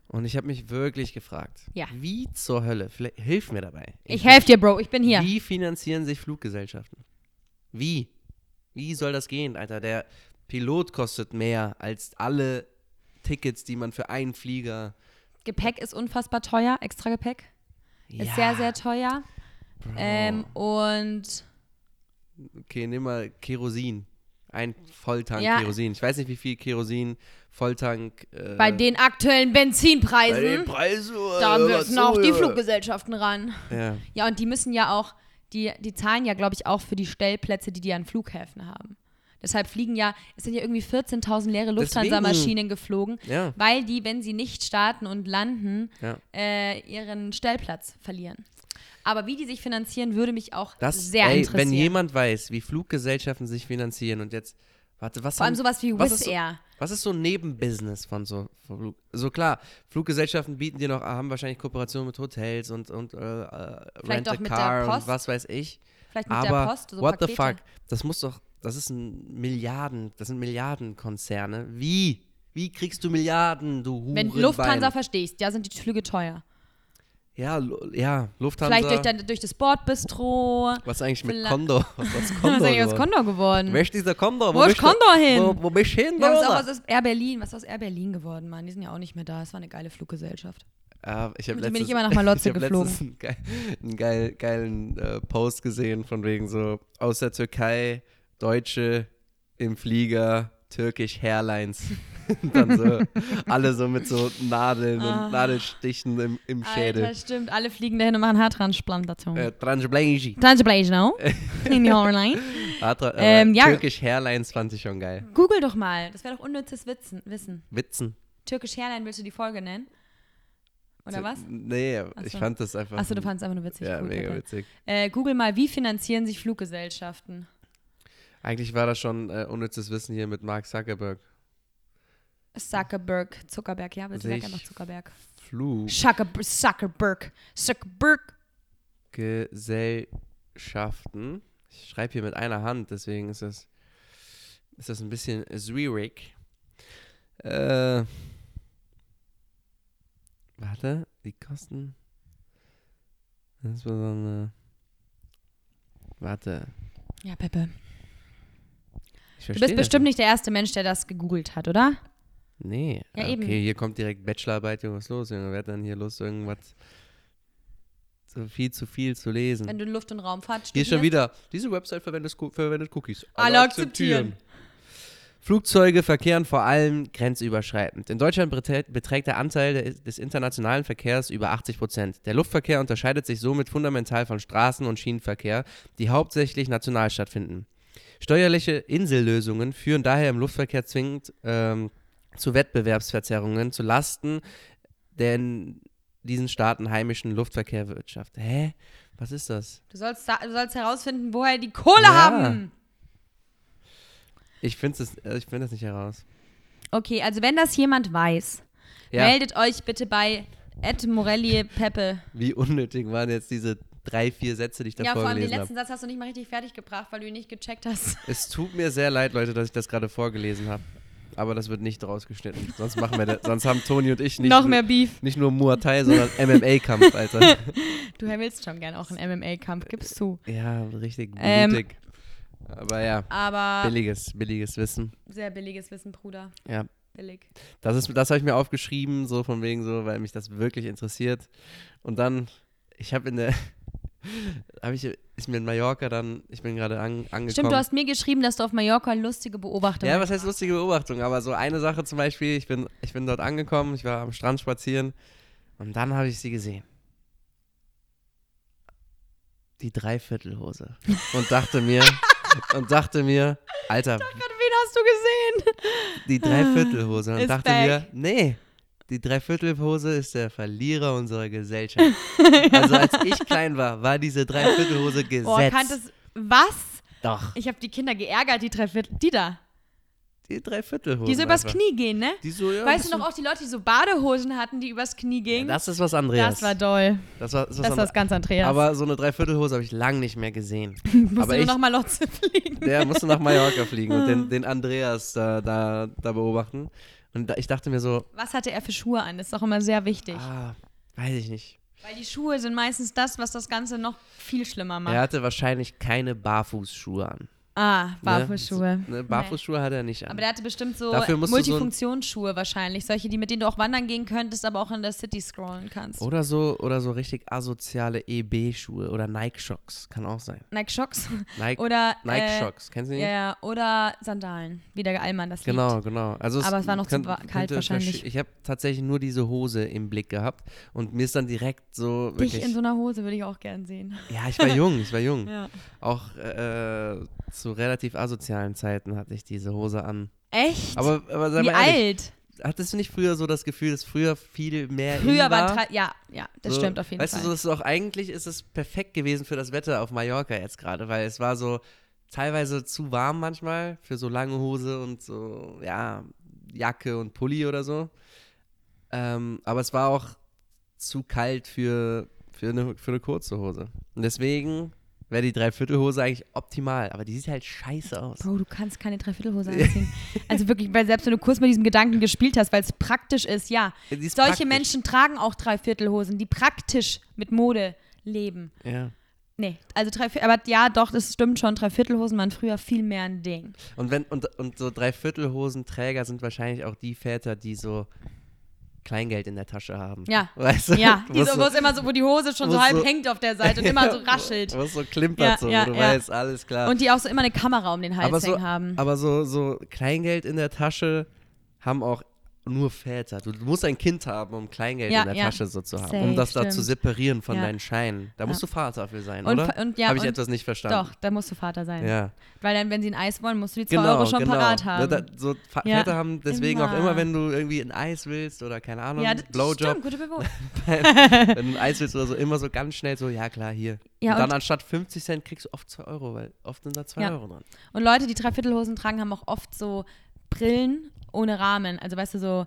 [SPEAKER 3] Und ich habe mich wirklich gefragt,
[SPEAKER 2] Ja.
[SPEAKER 3] wie zur Hölle, vielleicht hilf mir dabei.
[SPEAKER 2] Ich helfe dir, Bro, ich bin hier.
[SPEAKER 3] Wie finanzieren sich Fluggesellschaften? Wie? Wie soll das gehen, Alter? Der Pilot kostet mehr als alle Tickets, die man für einen Flieger.
[SPEAKER 2] Gepäck ist unfassbar teuer, extra Gepäck. Ist
[SPEAKER 3] Ja,
[SPEAKER 2] sehr, sehr teuer. Ähm, und
[SPEAKER 3] Okay, nimm mal Kerosin. Ein Volltank
[SPEAKER 2] Ja.
[SPEAKER 3] Kerosin. Ich weiß nicht, wie viel Kerosin, Volltank. Äh,
[SPEAKER 2] bei den aktuellen
[SPEAKER 3] bei den
[SPEAKER 2] Benzinpreisen,
[SPEAKER 3] Preisen.
[SPEAKER 2] da
[SPEAKER 3] äh,
[SPEAKER 2] müssen
[SPEAKER 3] was
[SPEAKER 2] auch
[SPEAKER 3] so,
[SPEAKER 2] die
[SPEAKER 3] äh.
[SPEAKER 2] Fluggesellschaften ran.
[SPEAKER 3] Ja.
[SPEAKER 2] Ja, und die müssen ja auch, die, die zahlen ja, glaube ich, auch für die Stellplätze, die die an Flughäfen haben. Deshalb fliegen ja, es sind ja irgendwie 14.000 leere Lufthansa-Maschinen geflogen,
[SPEAKER 3] Ja.
[SPEAKER 2] weil die, wenn sie nicht starten und landen,
[SPEAKER 3] Ja.
[SPEAKER 2] äh, ihren Stellplatz verlieren. Aber wie die sich finanzieren, würde mich auch
[SPEAKER 3] Das,
[SPEAKER 2] sehr
[SPEAKER 3] ey,
[SPEAKER 2] interessieren.
[SPEAKER 3] wenn jemand weiß, wie Fluggesellschaften sich finanzieren und jetzt, warte, was
[SPEAKER 2] Vor allem
[SPEAKER 3] haben-
[SPEAKER 2] sowas wie
[SPEAKER 3] was
[SPEAKER 2] Wizz
[SPEAKER 3] ist so,
[SPEAKER 2] Air.
[SPEAKER 3] Was ist so ein Nebenbusiness von so von Flug? So klar, Fluggesellschaften bieten dir noch, ah, haben wahrscheinlich Kooperationen mit Hotels und, und äh, äh, Rent a
[SPEAKER 2] auch mit der
[SPEAKER 3] Car und
[SPEAKER 2] Post.
[SPEAKER 3] was weiß ich.
[SPEAKER 2] Vielleicht mit
[SPEAKER 3] Aber
[SPEAKER 2] der Post, so
[SPEAKER 3] what
[SPEAKER 2] Pakete.
[SPEAKER 3] the fuck? Das muss doch, das ist ein Milliarden, das sind Milliardenkonzerne. Wie? Wie kriegst du Milliarden, du Hurenbein?
[SPEAKER 2] Wenn Lufthansa verstehst, ja, sind die Flüge teuer.
[SPEAKER 3] Ja, Lu- ja, Lufthansa.
[SPEAKER 2] Vielleicht durch, dein, durch das Bordbistro.
[SPEAKER 3] was ist eigentlich mit
[SPEAKER 2] Vielleicht-
[SPEAKER 3] Condor? Was ist
[SPEAKER 2] Was ist
[SPEAKER 3] Condor?
[SPEAKER 2] eigentlich aus
[SPEAKER 3] geworden?
[SPEAKER 2] Kondor geworden?
[SPEAKER 3] Wer ist dieser Condor?
[SPEAKER 2] Hm. Wo ist
[SPEAKER 3] bist du-
[SPEAKER 2] Condor hin?
[SPEAKER 3] Wo, wo bist du hin,
[SPEAKER 2] Ja, was, ist auch,
[SPEAKER 3] Bruder?
[SPEAKER 2] was ist Air Berlin? Was ist aus Air Berlin geworden, Mann? Die sind ja auch nicht mehr da. Es war eine geile Fluggesellschaft.
[SPEAKER 3] Ah, ich hab
[SPEAKER 2] Mit dem
[SPEAKER 3] letztens,
[SPEAKER 2] bin ich immer nach Malotze
[SPEAKER 3] ich hab
[SPEAKER 2] geflogen.
[SPEAKER 3] letztens Einen, geil, einen geil, geilen äh, Post gesehen von wegen so aus der Türkei Deutsche im Flieger Turkish Airlines. Und dann so alle so mit so Nadeln und Nadelstichen im, im Schädel.
[SPEAKER 2] Ah. Alter, stimmt. Alle fliegen dahin und machen Haartransplantation.
[SPEAKER 3] Äh, Transblanchi.
[SPEAKER 2] Transplantation, no? In the online.
[SPEAKER 3] Atra-
[SPEAKER 2] Ähm,
[SPEAKER 3] aber
[SPEAKER 2] ja.
[SPEAKER 3] Turkish äh, Airlines fand ich schon geil.
[SPEAKER 2] Google doch mal. Das wäre doch unnützes Witzen, Wissen.
[SPEAKER 3] Witzen.
[SPEAKER 2] Türkisch Airline willst du die Folge nennen? Oder was?
[SPEAKER 3] Nee, ich
[SPEAKER 2] so.
[SPEAKER 3] fand das einfach.
[SPEAKER 2] Achso, du fandest einfach nur witzig.
[SPEAKER 3] ja,
[SPEAKER 2] Cool,
[SPEAKER 3] mega
[SPEAKER 2] okay.
[SPEAKER 3] witzig.
[SPEAKER 2] Äh, Google mal, wie finanzieren sich Fluggesellschaften?
[SPEAKER 3] Eigentlich war das schon äh, unnützes Wissen hier mit Mark Zuckerberg.
[SPEAKER 2] Zuckerberg, Zuckerberg, ja, bitte sag
[SPEAKER 3] Sich-
[SPEAKER 2] einfach Zuckerberg.
[SPEAKER 3] Flug.
[SPEAKER 2] Zuckerberg, Zuckerberg, Zuckerberg.
[SPEAKER 3] Gesellschaften. Ich schreibe hier mit einer Hand, deswegen ist das, ist das ein bisschen schwierig. Äh, warte, die Kosten. Insbesondere. Warte.
[SPEAKER 2] Ja, Peppe.
[SPEAKER 3] Ich
[SPEAKER 2] Du
[SPEAKER 3] verstehe
[SPEAKER 2] bist
[SPEAKER 3] das
[SPEAKER 2] bestimmt nicht der erste Mensch, der das gegoogelt hat, oder?
[SPEAKER 3] Nee. Ah,
[SPEAKER 2] Ja,
[SPEAKER 3] okay,
[SPEAKER 2] eben.
[SPEAKER 3] hier kommt direkt Bachelorarbeit, Junge, was ist los, Junge? Wer hat dann hier Lust, irgendwas so viel zu viel zu lesen?
[SPEAKER 2] Wenn du in Luft- und Raumfahrt
[SPEAKER 3] Hm. Hier
[SPEAKER 2] studierst.
[SPEAKER 3] schon wieder. Diese Website verwendet, Sco- verwendet Cookies.
[SPEAKER 2] Alle akzeptieren.
[SPEAKER 3] Flugzeuge verkehren vor allem grenzüberschreitend. In Deutschland beträ- beträgt der Anteil der- des internationalen Verkehrs über 80 Prozent. Der Luftverkehr unterscheidet sich somit fundamental von Straßen- und Schienenverkehr, die hauptsächlich national stattfinden. Steuerliche Insellösungen führen daher im Luftverkehr zwingend ähm, zu Wettbewerbsverzerrungen zu Lasten der in diesen Staaten heimischen Luftverkehrwirtschaft. Hä? Was ist das?
[SPEAKER 2] Du sollst, da, du sollst herausfinden, woher die Kohle
[SPEAKER 3] Ja.
[SPEAKER 2] haben.
[SPEAKER 3] Ich finde es, ich finde das nicht heraus.
[SPEAKER 2] Okay, also wenn das jemand weiß,
[SPEAKER 3] Ja,
[SPEAKER 2] meldet euch bitte bei Ed Morelli Peppe.
[SPEAKER 3] wie unnötig waren jetzt diese drei, vier Sätze, die ich da
[SPEAKER 2] Ja, vor allem den
[SPEAKER 3] vorgelesen
[SPEAKER 2] letzten
[SPEAKER 3] habe.
[SPEAKER 2] Satz hast du nicht mal richtig fertig gebracht, weil du ihn nicht gecheckt hast.
[SPEAKER 3] Es tut mir sehr leid, Leute, dass ich das gerade vorgelesen habe. Aber das wird nicht rausgeschnitten. Sonst machen wir, das, sonst haben Toni und ich nicht
[SPEAKER 2] Noch
[SPEAKER 3] nur-
[SPEAKER 2] mehr Ähm. Beef.
[SPEAKER 3] Nicht nur Muay Thai, sondern MMA-Kampf, Alter.
[SPEAKER 2] Du Herr, willst schon gern auch einen MMA-Kampf, gibst du.
[SPEAKER 3] ja, richtig
[SPEAKER 2] Ähm, Ah.
[SPEAKER 3] blutig. Aber ja,
[SPEAKER 2] Aber
[SPEAKER 3] billiges, billiges Wissen.
[SPEAKER 2] sehr billiges Wissen, Bruder.
[SPEAKER 3] Ja.
[SPEAKER 2] Billig.
[SPEAKER 3] Das, ist- das habe ich mir aufgeschrieben, so von wegen so, weil mich das wirklich interessiert. Und dann, ich habe in der, habe ich, ist mir in Mallorca dann, ich bin gerade an, angekommen.
[SPEAKER 2] Stimmt, du hast mir geschrieben, dass du auf Mallorca lustige Beobachtungen
[SPEAKER 3] Ja, was heißt lustige Beobachtung? Aber so eine Sache zum Beispiel, ich bin, ich bin dort angekommen, ich war am Strand spazieren und dann habe ich sie gesehen. Die Dreiviertelhose. Und dachte mir, und dachte mir, Alter,
[SPEAKER 2] Wen hast du gesehen?
[SPEAKER 3] die Dreiviertelhose. Und
[SPEAKER 2] Ist
[SPEAKER 3] dachte
[SPEAKER 2] back.
[SPEAKER 3] mir, nee, die Dreiviertelhose ist der Verlierer unserer Gesellschaft. Also als ich klein war, war diese Dreiviertelhose gesetzt.
[SPEAKER 2] Boah, kanntest Was?
[SPEAKER 3] Doch,
[SPEAKER 2] Ich habe die Kinder geärgert, die drei Viertel. Die da.
[SPEAKER 3] die Dreiviertelhose.
[SPEAKER 2] Die so übers
[SPEAKER 3] einfach.
[SPEAKER 2] Knie gehen, ne?
[SPEAKER 3] Die so, ja,
[SPEAKER 2] weißt du
[SPEAKER 3] bisschen-
[SPEAKER 2] noch auch die Leute, die so Badehosen hatten, die übers Knie
[SPEAKER 3] Ja,
[SPEAKER 2] gingen?
[SPEAKER 3] Das ist was anderes.
[SPEAKER 2] das war doll.
[SPEAKER 3] Das war, das war,
[SPEAKER 2] Das war ganz Andreas.
[SPEAKER 3] Aber so eine Dreiviertelhose habe ich lang nicht mehr gesehen.
[SPEAKER 2] musst
[SPEAKER 3] aber
[SPEAKER 2] du nur
[SPEAKER 3] ich-
[SPEAKER 2] noch mal Lotze fliegen.
[SPEAKER 3] Der musste nach Mallorca fliegen und den, den Andreas da, da, da beobachten. Und da, ich dachte mir so,
[SPEAKER 2] Was hatte er für Schuhe an? Das ist auch immer sehr wichtig.
[SPEAKER 3] ah, weiß ich nicht.
[SPEAKER 2] Weil die Schuhe sind meistens das, was das Ganze noch viel schlimmer macht.
[SPEAKER 3] Er hatte wahrscheinlich keine Barfußschuhe an.
[SPEAKER 2] Ah, Barfußschuhe.
[SPEAKER 3] Ne? Ne, Barfußschuhe hat er nicht an.
[SPEAKER 2] Aber der hatte bestimmt so
[SPEAKER 3] Dafür musst du so ein-
[SPEAKER 2] Multifunktionsschuhe wahrscheinlich. Solche, die mit denen du auch wandern gehen könntest, aber auch in der City scrollen kannst.
[SPEAKER 3] oder so, oder so richtig asoziale EB-Schuhe oder Nike-Shocks, kann auch sein.
[SPEAKER 2] Nike Shocks.
[SPEAKER 3] Nike,
[SPEAKER 2] Oder, äh,
[SPEAKER 3] Nike-Shocks, kennst du die?
[SPEAKER 2] Ja, ja, oder Sandalen, wie der Allmann das
[SPEAKER 3] Genau,
[SPEAKER 2] liebt.
[SPEAKER 3] genau. Also
[SPEAKER 2] Aber es war noch zu wa- kalt
[SPEAKER 3] könnte versch-
[SPEAKER 2] wahrscheinlich.
[SPEAKER 3] Ich habe tatsächlich nur diese Hose im Blick gehabt und mir ist dann direkt so wirklich.
[SPEAKER 2] Dich in so einer Hose würde ich auch gern sehen.
[SPEAKER 3] ja, ich war jung, ich war jung.
[SPEAKER 2] Ja.
[SPEAKER 3] Auch äh, zu relativ asozialen Zeiten hatte ich diese Hose an.
[SPEAKER 2] Echt?
[SPEAKER 3] Aber, aber sei
[SPEAKER 2] wie
[SPEAKER 3] mal ehrlich,
[SPEAKER 2] alt?
[SPEAKER 3] hattest du nicht früher so das Gefühl, dass früher viel mehr in
[SPEAKER 2] Früher
[SPEAKER 3] war?
[SPEAKER 2] waren drei- ja, ja, das
[SPEAKER 3] so,
[SPEAKER 2] stimmt auf jeden
[SPEAKER 3] weißt
[SPEAKER 2] Fall.
[SPEAKER 3] du, so ist auch eigentlich ist es perfekt gewesen für das Wetter auf Mallorca jetzt gerade, weil es war so teilweise zu warm manchmal für so lange Hose und so, ja, Jacke und Pulli oder so. Ähm, aber es war auch zu kalt für, für, eine, für eine kurze Hose. Und deswegen wäre die Dreiviertelhose eigentlich optimal, aber die sieht halt scheiße aus.
[SPEAKER 2] Bro, du kannst keine Dreiviertelhose anziehen. also wirklich, weil selbst wenn du kurz mit diesem Gedanken gespielt hast, weil es praktisch ist, ja.
[SPEAKER 3] Die ist
[SPEAKER 2] Solche
[SPEAKER 3] praktisch.
[SPEAKER 2] Menschen tragen auch Dreiviertelhosen, die praktisch mit Mode leben.
[SPEAKER 3] Ja.
[SPEAKER 2] Nee, also Dreiviertel, aber ja, doch, das stimmt schon. Dreiviertelhosen waren früher viel mehr ein Ding.
[SPEAKER 3] Und wenn und, und so Dreiviertelhosenträger sind wahrscheinlich auch die Väter, die so Kleingeld in der Tasche haben.
[SPEAKER 2] Ja.
[SPEAKER 3] Weißt du?
[SPEAKER 2] Ja, die
[SPEAKER 3] Wo
[SPEAKER 2] so, wo es immer so, wo die Hose schon
[SPEAKER 3] wo
[SPEAKER 2] so
[SPEAKER 3] es
[SPEAKER 2] halb
[SPEAKER 3] so-
[SPEAKER 2] hängt auf der Seite und immer so raschelt.
[SPEAKER 3] wo es so klimpert,
[SPEAKER 2] Ja,
[SPEAKER 3] so,
[SPEAKER 2] ja,
[SPEAKER 3] wo du
[SPEAKER 2] ja.
[SPEAKER 3] weißt, alles klar.
[SPEAKER 2] Und die auch so immer eine Kamera um den Hals
[SPEAKER 3] aber so,
[SPEAKER 2] hängen haben.
[SPEAKER 3] aber so, so Kleingeld in der Tasche haben auch nur Väter. Du, du musst ein Kind haben, um Kleingeld
[SPEAKER 2] Ja,
[SPEAKER 3] in der
[SPEAKER 2] ja.
[SPEAKER 3] Tasche so zu haben,
[SPEAKER 2] Safe,
[SPEAKER 3] um das da zu
[SPEAKER 2] stimmt.
[SPEAKER 3] separieren von
[SPEAKER 2] Ja.
[SPEAKER 3] deinen Scheinen. Da musst
[SPEAKER 2] Ja.
[SPEAKER 3] du Vater für sein,
[SPEAKER 2] Und
[SPEAKER 3] oder?
[SPEAKER 2] fa- und ja,
[SPEAKER 3] Habe ich
[SPEAKER 2] und-
[SPEAKER 3] etwas nicht verstanden?
[SPEAKER 2] Doch, da musst du Vater sein.
[SPEAKER 3] Ja.
[SPEAKER 2] Weil dann, wenn sie ein Eis wollen, musst du die 2
[SPEAKER 3] Genau,
[SPEAKER 2] Euro schon
[SPEAKER 3] genau.
[SPEAKER 2] parat
[SPEAKER 3] Da-
[SPEAKER 2] haben.
[SPEAKER 3] Da, so Fa-
[SPEAKER 2] Ja.
[SPEAKER 3] Väter haben deswegen auch
[SPEAKER 2] Immer.
[SPEAKER 3] immer, wenn du irgendwie ein Eis willst oder keine Ahnung,
[SPEAKER 2] ja, das
[SPEAKER 3] Blowjob,
[SPEAKER 2] stimmt, gute Bewohnung.
[SPEAKER 3] wenn du ein Eis willst oder so, immer so ganz schnell so, ja klar, hier.
[SPEAKER 2] Ja,
[SPEAKER 3] und dann
[SPEAKER 2] und-
[SPEAKER 3] anstatt 50 Cent kriegst du oft 2 Euro, weil oft sind da 2
[SPEAKER 2] Ja.
[SPEAKER 3] Euro dran.
[SPEAKER 2] Und Leute, die Dreiviertelhosen tragen, haben auch oft so Brillen ohne Rahmen. Also weißt du, so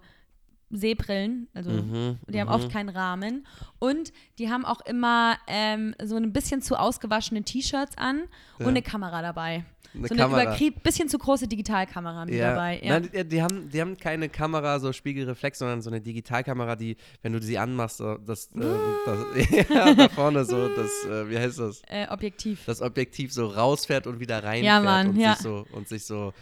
[SPEAKER 2] Seebrillen. Also
[SPEAKER 3] Mhm,
[SPEAKER 2] die haben oft keinen Rahmen. Und die haben auch immer ähm, so ein bisschen zu ausgewaschene T-Shirts an und
[SPEAKER 3] Ja.
[SPEAKER 2] eine Kamera dabei.
[SPEAKER 3] Eine
[SPEAKER 2] so
[SPEAKER 3] Kamera.
[SPEAKER 2] eine überkrie- bisschen zu große Digitalkamera haben die dabei. Ja.
[SPEAKER 3] Nein, die, die, haben, die haben keine Kamera, so Spiegelreflex, sondern so eine Digitalkamera, die, wenn du sie anmachst, so das, äh, das ja, da vorne so, das, äh, wie heißt das?
[SPEAKER 2] äh, Objektiv.
[SPEAKER 3] Das Objektiv so rausfährt und wieder reinfährt
[SPEAKER 2] Mann,
[SPEAKER 3] und,
[SPEAKER 2] ja.
[SPEAKER 3] sich so, und sich so,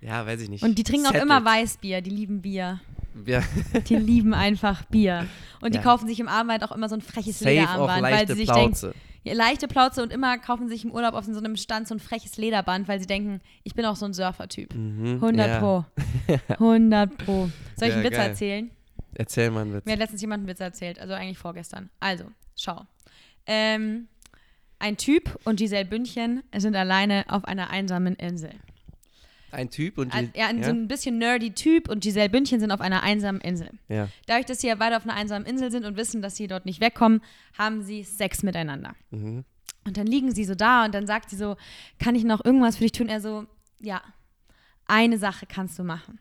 [SPEAKER 3] ja, weiß ich nicht.
[SPEAKER 2] Und die trinken auch immer
[SPEAKER 3] weiter.
[SPEAKER 2] Weißbier, die lieben Bier.
[SPEAKER 3] Ja,
[SPEAKER 2] Die lieben einfach Bier. Und die
[SPEAKER 3] Ja.
[SPEAKER 2] kaufen sich im Arbeit auch immer so ein freches
[SPEAKER 3] safe auch
[SPEAKER 2] Lederarmband, weil
[SPEAKER 3] leichte
[SPEAKER 2] sie sich
[SPEAKER 3] Plauze.
[SPEAKER 2] denken, ja, leichte Plauze und immer kaufen sie sich im Urlaub auf so einem Stand so ein freches Lederband, weil sie denken, ich bin auch so ein Surfer-Typ. 100
[SPEAKER 3] Mhm, ja.
[SPEAKER 2] pro. 100 pro. Soll ich
[SPEAKER 3] Ja,
[SPEAKER 2] einen Witz
[SPEAKER 3] geil.
[SPEAKER 2] erzählen?
[SPEAKER 3] Erzähl mal einen Witz.
[SPEAKER 2] Mir hat letztens jemand einen Witz erzählt, also eigentlich vorgestern. Also, schau. Ähm, ein Typ und Giselle Bündchen sind alleine auf einer einsamen Insel.
[SPEAKER 3] Ein Typ und
[SPEAKER 2] Ein-
[SPEAKER 3] die,
[SPEAKER 2] Ah, Ja, ein, so ein bisschen nerdy Typ und Giselle Bündchen sind auf einer einsamen Insel.
[SPEAKER 3] ja.
[SPEAKER 2] Dadurch, dass sie ja beide auf einer einsamen Insel sind und wissen, dass sie dort nicht wegkommen, haben sie Sex miteinander. Und dann liegen sie so da und dann sagt sie so, kann ich noch irgendwas für dich tun? Er so, ja, eine Sache kannst du machen.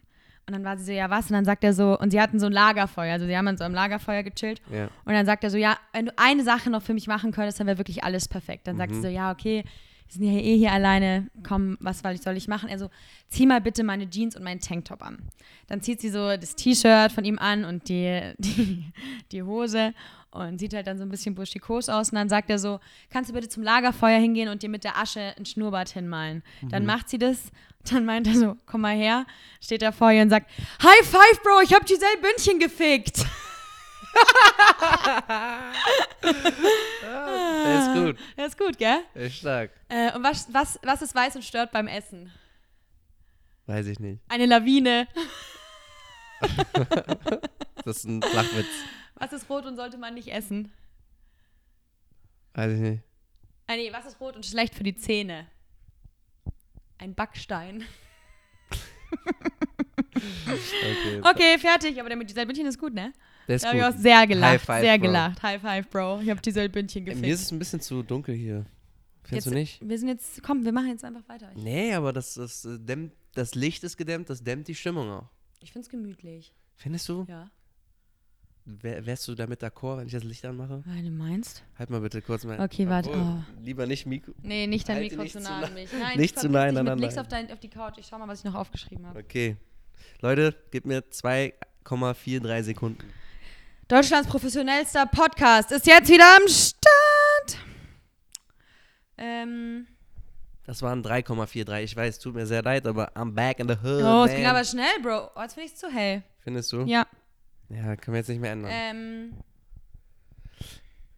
[SPEAKER 2] Und dann war sie so, ja, was? Und dann sagt er so, und sie hatten so ein Lagerfeuer, also sie haben an so einem Lagerfeuer gechillt.
[SPEAKER 3] Ja.
[SPEAKER 2] Und dann sagt er so, ja, wenn du eine Sache noch für mich machen könntest, dann wäre wirklich alles perfekt. Dann sagt sie so, ja, okay, wir sind ja eh hier alleine, komm, was soll ich, soll ich machen? Er so, zieh mal bitte meine Jeans und meinen Tanktop an. Dann zieht sie so das T-Shirt von ihm an und die, die, die Hose und sieht halt dann so ein bisschen burschikos aus. Und dann sagt er so, kannst du bitte zum Lagerfeuer hingehen und dir mit der Asche ein Schnurrbart hinmalen? Dann macht sie das. Dann meint er so, komm mal her, steht er vor ihr und sagt, High Five, Bro, ich hab Giselle Bündchen gefickt. Ah.
[SPEAKER 3] Der ist gut.
[SPEAKER 2] Das ist gut, gell?
[SPEAKER 3] Der ist stark.
[SPEAKER 2] Äh, und was, was, was ist weiß und stört beim Essen?
[SPEAKER 3] Weiß ich nicht.
[SPEAKER 2] Eine Lawine.
[SPEAKER 3] Das ist ein Flachwitz.
[SPEAKER 2] Was ist rot und sollte man nicht essen?
[SPEAKER 3] Weiß ich nicht.
[SPEAKER 2] Ah, nee, was ist rot und schlecht für die Zähne? Ein Backstein.
[SPEAKER 3] Okay.
[SPEAKER 2] Okay, fertig. Aber der mit Giselle Bündchen ist gut, ne?
[SPEAKER 3] Der ist
[SPEAKER 2] Da habe ich auch
[SPEAKER 3] gut.
[SPEAKER 2] sehr gelacht.
[SPEAKER 3] High five,
[SPEAKER 2] sehr
[SPEAKER 3] Bro.
[SPEAKER 2] gelacht. High five, Bro. Ich habe Giselle Bündchen
[SPEAKER 3] Ey,
[SPEAKER 2] gefickt.
[SPEAKER 3] Mir ist es ein bisschen zu dunkel hier. Findest
[SPEAKER 2] jetzt,
[SPEAKER 3] du nicht? Hm.
[SPEAKER 2] Wir sind jetzt, komm, wir machen jetzt einfach weiter. Ich,
[SPEAKER 3] Nee, aber das, das, äh, dämmt, das Licht ist gedämmt, das dämmt die Stimmung auch.
[SPEAKER 2] ich find's gemütlich.
[SPEAKER 3] Findest du?
[SPEAKER 2] Ja.
[SPEAKER 3] Wär, wärst du damit d'accord, wenn ich das Licht anmache?
[SPEAKER 2] Weil du meinst?
[SPEAKER 3] Halt mal bitte kurz mein.
[SPEAKER 2] Okay, warte.
[SPEAKER 3] Obwohl,
[SPEAKER 2] Oh.
[SPEAKER 1] Lieber nicht Mikro.
[SPEAKER 2] Nee, nicht dein
[SPEAKER 3] Halte
[SPEAKER 2] Mikro
[SPEAKER 3] nicht
[SPEAKER 2] zu
[SPEAKER 3] zu
[SPEAKER 2] nah
[SPEAKER 3] nah-
[SPEAKER 2] an mich. Nein,
[SPEAKER 1] nicht
[SPEAKER 2] ich
[SPEAKER 1] zu
[SPEAKER 2] verpiss
[SPEAKER 1] nah
[SPEAKER 2] dich mit
[SPEAKER 1] aneinander.
[SPEAKER 2] links auf, dein, auf die Couch. Ich schau mal, was ich noch aufgeschrieben habe.
[SPEAKER 3] Okay. Leute, gebt mir 2,43 Sekunden.
[SPEAKER 2] Deutschlands professionellster Podcast ist jetzt wieder am Start. Ähm,
[SPEAKER 3] Das waren 3,43. Ich weiß, tut mir sehr leid, aber I'm back in the hood.
[SPEAKER 2] oh,
[SPEAKER 3] man.
[SPEAKER 2] es ging aber schnell, Bro. Oh, jetzt finde ich es zu hell.
[SPEAKER 3] Findest du?
[SPEAKER 2] Ja.
[SPEAKER 3] Ja, können wir jetzt nicht mehr ändern.
[SPEAKER 2] Ähm,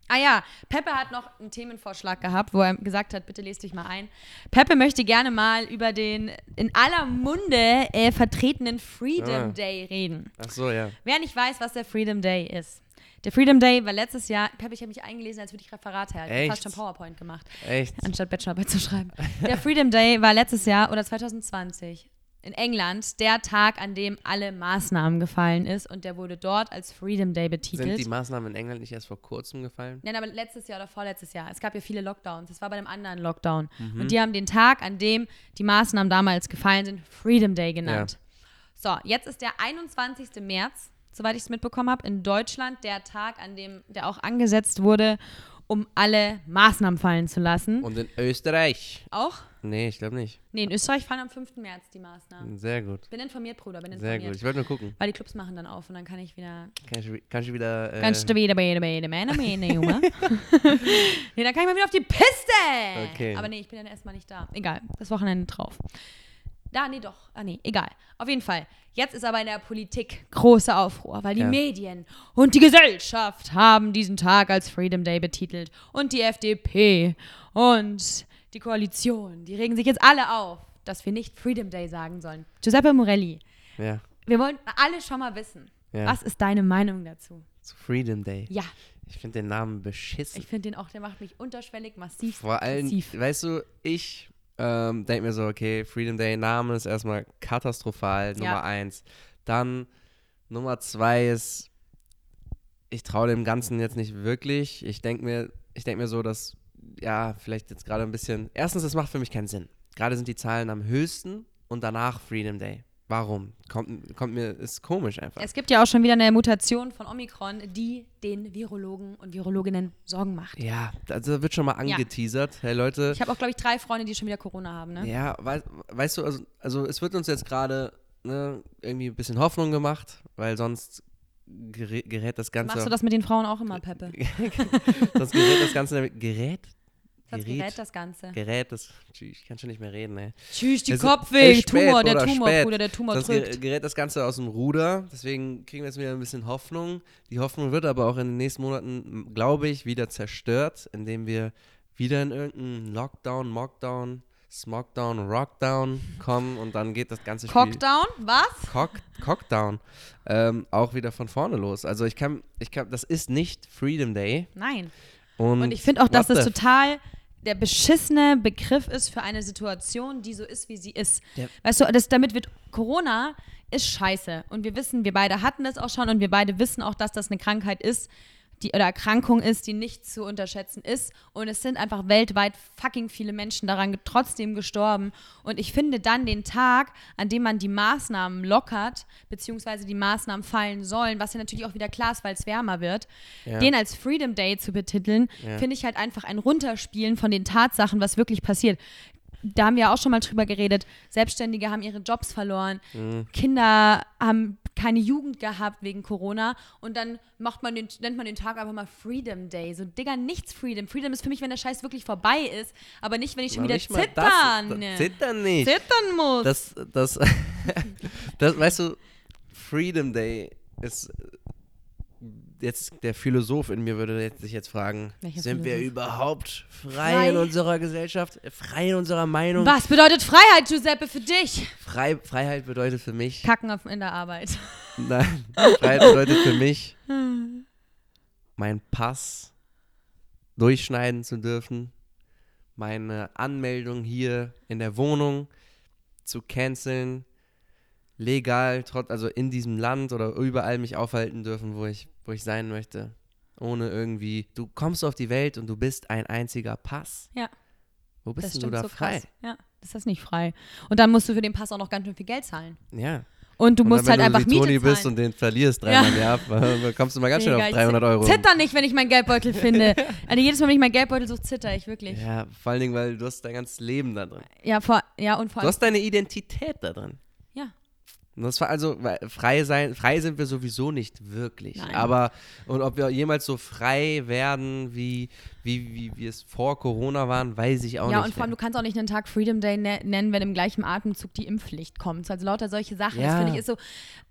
[SPEAKER 2] ah ja, Peppe hat noch einen Themenvorschlag gehabt, wo er gesagt hat, bitte lest dich mal ein. Peppe möchte gerne mal über den in aller Munde äh, vertretenen Freedom
[SPEAKER 3] Ah.
[SPEAKER 2] Day reden.
[SPEAKER 3] Ach so, ja.
[SPEAKER 2] Wer nicht weiß, was der Freedom Day ist. Der Freedom Day war letztes Jahr, Peppe, ich habe mich eingelesen, als würde ich Referat halten. Ich habe
[SPEAKER 3] Echt?
[SPEAKER 2] fast schon PowerPoint gemacht.
[SPEAKER 3] Echt.
[SPEAKER 2] Anstatt Bachelorarbeit zu schreiben. Der Freedom Day war letztes Jahr oder 2020 in England der Tag, an dem alle Maßnahmen gefallen ist und der wurde dort als Freedom Day
[SPEAKER 3] Sind die
[SPEAKER 2] betitelt.
[SPEAKER 3] Maßnahmen in England nicht erst vor kurzem gefallen?
[SPEAKER 2] Nein, aber letztes Jahr oder vorletztes Jahr. Es gab ja viele Lockdowns. Das war bei einem anderen Lockdown.
[SPEAKER 3] Mhm.
[SPEAKER 2] Und die haben den Tag, an dem die Maßnahmen damals gefallen sind, Freedom Day genannt. So, jetzt ist der 21. März, soweit ich es mitbekommen habe, in Deutschland der Tag, an dem der auch angesetzt wurde, um alle Maßnahmen fallen zu lassen.
[SPEAKER 3] Und in Österreich?
[SPEAKER 2] auch?
[SPEAKER 3] Nee, ich glaube nicht.
[SPEAKER 2] Nee, in Österreich fallen am 5. März die Maßnahmen.
[SPEAKER 3] Sehr gut.
[SPEAKER 2] Bin informiert, Bruder, bin
[SPEAKER 3] Sehr
[SPEAKER 2] informiert.
[SPEAKER 3] gut. Ich wollte nur gucken.
[SPEAKER 2] Weil die Clubs machen dann auf und dann kann ich wieder.
[SPEAKER 3] Kann ich, wi- kann ich wieder. Äh,
[SPEAKER 2] Ganz stabil, aber jede, jede, Männer, Männer, Junge. nee, dann kann ich mal wieder auf die Piste.
[SPEAKER 3] Okay.
[SPEAKER 2] Aber nee, ich bin dann erstmal nicht da. Egal, das Wochenende drauf. Da, nee, doch. Ah, nee, egal. Auf jeden Fall. Jetzt ist aber in der Politik großer Aufruhr, weil die
[SPEAKER 3] Ja.
[SPEAKER 2] Medien und die Gesellschaft haben diesen Tag als Freedom Day betitelt. Und die FDP und die Koalition, die regen sich jetzt alle auf, dass wir nicht Freedom Day sagen sollen. Giuseppe Morelli,
[SPEAKER 3] ja.
[SPEAKER 2] wir wollen alle schon mal wissen,
[SPEAKER 3] Ja.
[SPEAKER 2] was ist deine Meinung dazu?
[SPEAKER 3] Zu Freedom Day.
[SPEAKER 2] Ja,
[SPEAKER 3] Ich finde den Namen beschissen.
[SPEAKER 2] ich finde den auch, der macht mich unterschwellig massiv.
[SPEAKER 3] Vor allem,
[SPEAKER 2] aggressiv.
[SPEAKER 3] weißt du, ich ähm, denke mir so, okay, Freedom Day, Name ist erstmal katastrophal,
[SPEAKER 2] Ja.
[SPEAKER 3] Nummer eins. Dann Nummer zwei ist, ich traue dem Ganzen jetzt nicht wirklich. Ich denke mir, ich denke mir so, dass, ja, vielleicht jetzt gerade ein bisschen. Erstens, es macht für mich keinen Sinn. Gerade sind die Zahlen am höchsten und danach Freedom Day. Warum? Kommt, kommt mir, ist komisch einfach.
[SPEAKER 2] Es gibt ja auch schon wieder eine Mutation von Omikron, die den Virologen und Virologinnen Sorgen macht.
[SPEAKER 3] ja, also da wird schon mal angeteasert. Hey Leute,
[SPEAKER 2] Ich habe auch, glaube ich, drei Freunde, die schon wieder Corona haben, ne?
[SPEAKER 3] Ja, wei weißt du, also, also es wird uns jetzt gerade ne, irgendwie ein bisschen Hoffnung gemacht, weil sonst gerä gerät das Ganze.
[SPEAKER 2] Machst du das mit den Frauen auch immer, Peppe?
[SPEAKER 3] sonst gerät das Ganze. nämlich- Gerät?
[SPEAKER 2] Das gerät das Ganze.
[SPEAKER 3] Gerät das. Tschüss, ich kann schon nicht mehr reden, ey.
[SPEAKER 2] Tschüss, die
[SPEAKER 3] Es-
[SPEAKER 2] Kopfweh,
[SPEAKER 3] ey, Also spät,
[SPEAKER 2] Tumor, der
[SPEAKER 3] Bruder,
[SPEAKER 2] Tumor,
[SPEAKER 3] spät.
[SPEAKER 2] Bruder, der Tumor
[SPEAKER 3] Sonst
[SPEAKER 2] drückt.
[SPEAKER 3] ge- gerät das Ganze aus dem Ruder. Deswegen kriegen wir jetzt wieder ein bisschen Hoffnung. Die Hoffnung wird aber auch in den nächsten Monaten, glaube ich, wieder zerstört, indem wir wieder in irgendeinen Lockdown, Mockdown, Smockdown, Rockdown kommen und dann geht das ganze Spiel.
[SPEAKER 2] Cockdown? Was?
[SPEAKER 3] Cock, Cockdown. Ähm, auch wieder von vorne los. Also ich kann, ich kann, das ist nicht Freedom Day.
[SPEAKER 2] Nein.
[SPEAKER 3] Und,
[SPEAKER 2] Und ich finde auch, dass
[SPEAKER 3] What
[SPEAKER 2] das
[SPEAKER 3] the
[SPEAKER 2] total der beschissene Begriff ist für eine Situation, die so ist, wie sie ist.
[SPEAKER 3] Der-
[SPEAKER 2] weißt du, das, damit wird Corona ist scheiße. Und wir wissen, wir beide hatten das auch schon und wir beide wissen auch, dass das eine Krankheit ist, die oder Erkrankung ist, die nicht zu unterschätzen ist. Und es sind einfach weltweit fucking viele Menschen daran ge- trotzdem gestorben. Und ich finde dann den Tag, an dem man die Maßnahmen lockert, beziehungsweise die Maßnahmen fallen sollen, was ja natürlich auch wieder klar ist, weil es wärmer wird,
[SPEAKER 3] Ja.
[SPEAKER 2] den als Freedom Day zu betiteln,
[SPEAKER 3] Ja.
[SPEAKER 2] finde ich halt einfach ein Runterspielen von den Tatsachen, was wirklich passiert. Da haben wir auch schon mal drüber geredet. Selbstständige haben ihre Jobs verloren.
[SPEAKER 3] Mhm.
[SPEAKER 2] Kinder haben keine Jugend gehabt wegen Corona. Und dann macht man den, nennt man den Tag einfach mal Freedom Day. So, Digga, nichts Freedom. Freedom ist für mich, wenn der Scheiß wirklich vorbei ist. Aber nicht, wenn ich schon
[SPEAKER 3] Na,
[SPEAKER 2] wieder
[SPEAKER 3] nicht mal
[SPEAKER 2] zittern,
[SPEAKER 3] das- da- Zittern nicht.
[SPEAKER 2] zittern muss.
[SPEAKER 3] Das, das, das, weißt du, Freedom Day ist äh, jetzt der Philosoph in mir würde jetzt, sich jetzt fragen,
[SPEAKER 2] Welcher
[SPEAKER 3] sind wir
[SPEAKER 2] Philosoph?
[SPEAKER 3] überhaupt frei,
[SPEAKER 2] Frei?
[SPEAKER 3] in unserer Gesellschaft, äh, frei in unserer Meinung?
[SPEAKER 2] Was bedeutet Freiheit, Giuseppe, für dich?
[SPEAKER 3] Frei, Freiheit bedeutet für mich,
[SPEAKER 2] Kacken auf, in der Arbeit.
[SPEAKER 3] nein, Freiheit bedeutet für mich, meinen Pass durchschneiden zu dürfen, meine Anmeldung hier in der Wohnung zu canceln, legal, trotz, also in diesem Land oder überall mich aufhalten dürfen, wo ich, wo ich sein möchte. Ohne irgendwie, du kommst auf die Welt und du bist ein einziger Pass.
[SPEAKER 2] Ja.
[SPEAKER 3] Wo bist
[SPEAKER 2] das
[SPEAKER 3] denn du
[SPEAKER 2] stimmt
[SPEAKER 3] da
[SPEAKER 2] so
[SPEAKER 3] frei?
[SPEAKER 2] krass. Ja, das ist nicht frei. Und dann musst du für den Pass auch noch ganz schön viel Geld zahlen.
[SPEAKER 3] Ja.
[SPEAKER 2] Und du musst
[SPEAKER 3] und dann, wenn
[SPEAKER 2] halt
[SPEAKER 3] du
[SPEAKER 2] einfach
[SPEAKER 3] die
[SPEAKER 2] Miete
[SPEAKER 3] Toni
[SPEAKER 2] zahlen.
[SPEAKER 3] bist und den verlierst dreimal ja. im Jahr, kommst du mal ganz schön
[SPEAKER 2] Digga,
[SPEAKER 3] auf
[SPEAKER 2] ich
[SPEAKER 3] 300 Euro.
[SPEAKER 2] Zitter nicht, wenn ich meinen Geldbeutel finde. also jedes Mal, wenn ich meinen Geldbeutel suche, zitter ich wirklich. Ja,
[SPEAKER 3] Ja, vor allen Dingen, weil du hast dein ganzes Leben da drin.
[SPEAKER 2] vor, ja und
[SPEAKER 3] Du
[SPEAKER 2] vor allem.
[SPEAKER 3] hast deine Identität da drin.
[SPEAKER 2] Ja.
[SPEAKER 3] Und Das war also weil frei sein, frei sind wir sowieso nicht wirklich.
[SPEAKER 2] Nein.
[SPEAKER 3] Aber und ob wir jemals so frei werden, wie, wie, wie wir es vor Corona waren, weiß ich auch
[SPEAKER 2] Ja, und
[SPEAKER 3] nicht.
[SPEAKER 2] vor allem, du
[SPEAKER 3] mehr.
[SPEAKER 2] kannst auch nicht einen Tag Freedom Day ne nennen, wenn im gleichen Atemzug die Impfpflicht kommt. Also lauter solche Sachen. Das
[SPEAKER 3] Ja.
[SPEAKER 2] finde ich ist so,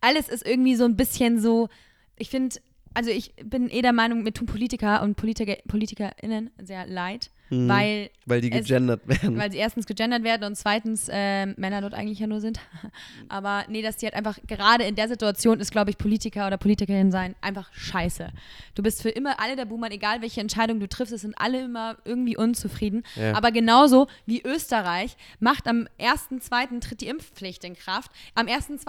[SPEAKER 2] alles ist irgendwie so ein bisschen so, ich finde, also ich bin eh der Meinung, mir tun Politiker und Politiker, PolitikerInnen sehr leid, weil
[SPEAKER 3] Hm. weil die
[SPEAKER 2] es-
[SPEAKER 3] gegendert werden.
[SPEAKER 2] Weil sie erstens gegendert werden und zweitens ähm, Männer dort eigentlich ja nur sind. Aber nee, dass die halt einfach, gerade in der Situation ist, glaube ich, Politiker oder Politikerin sein einfach scheiße. Du bist für immer alle der Buhmann, egal welche Entscheidung du triffst, es sind alle immer irgendwie unzufrieden.
[SPEAKER 3] Ja.
[SPEAKER 2] Aber genauso wie Österreich macht am 1.2. tritt die Impfpflicht in Kraft. Am 1.2.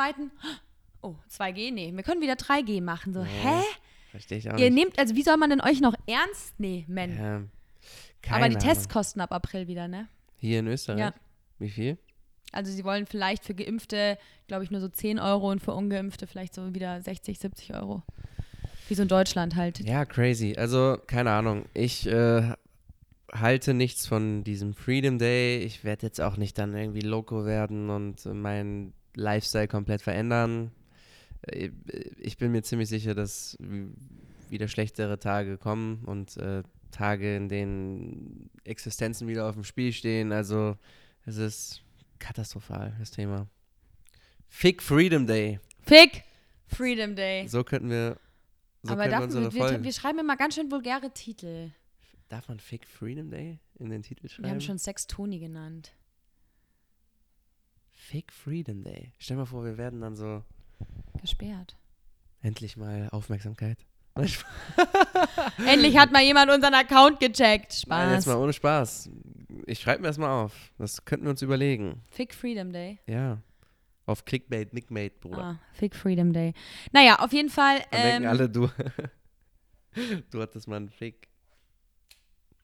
[SPEAKER 2] Oh, 2G? Nee, wir können wieder 3G machen. So, hä?
[SPEAKER 3] Verstehe ich auch
[SPEAKER 2] Ihr
[SPEAKER 3] nicht.
[SPEAKER 2] nehmt, also wie soll man denn euch noch ernst nehmen?
[SPEAKER 3] Ja. Keine
[SPEAKER 2] Aber die
[SPEAKER 3] Ahnung.
[SPEAKER 2] Tests kosten ab April wieder, ne?
[SPEAKER 3] Hier in Österreich?
[SPEAKER 2] Ja.
[SPEAKER 3] Wie viel?
[SPEAKER 2] Also sie wollen vielleicht für Geimpfte, glaube ich, nur so 10 Euro und für Ungeimpfte vielleicht so wieder 60, 70 Euro. Wie so in Deutschland halt.
[SPEAKER 3] Ja, crazy. Also, keine Ahnung. Ich äh, halte nichts von diesem Freedom Day. Ich werde jetzt auch nicht dann irgendwie loco werden und äh, meinen Lifestyle komplett verändern. Äh, Ich bin mir ziemlich sicher, dass w- wieder schlechtere Tage kommen und äh, Tage, in denen Existenzen wieder auf dem Spiel stehen. Also, es ist katastrophal, das Thema. Fick Freedom Day.
[SPEAKER 2] Fick! Freedom Day.
[SPEAKER 3] So könnten wir. So
[SPEAKER 2] Aber
[SPEAKER 3] könnten wir
[SPEAKER 2] darf,
[SPEAKER 3] unsere
[SPEAKER 2] wir,
[SPEAKER 3] Folge.
[SPEAKER 2] wir, wir schreiben immer ganz schön vulgäre Titel.
[SPEAKER 3] Darf man Fake Freedom Day in den Titel schreiben?
[SPEAKER 2] Wir haben schon Sex Toni genannt.
[SPEAKER 3] Fake Freedom Day. Stell mal vor, wir werden dann so
[SPEAKER 2] Gesperrt.
[SPEAKER 3] endlich mal Aufmerksamkeit. Nein, Spaß.
[SPEAKER 2] Endlich hat mal jemand unseren Account gecheckt.
[SPEAKER 3] Nein, jetzt
[SPEAKER 2] Spaß.
[SPEAKER 3] mal ohne Spaß. Ich schreibe mir das mal auf. Das könnten wir uns überlegen.
[SPEAKER 2] Fick Freedom Day.
[SPEAKER 3] Ja. Auf Clickbait, Nickmate, Bruder.
[SPEAKER 2] Ah, Fick Freedom Day. Naja, auf jeden Fall.
[SPEAKER 3] Dann denken
[SPEAKER 2] Ähm,
[SPEAKER 3] alle, du, du hattest mal einen Fick.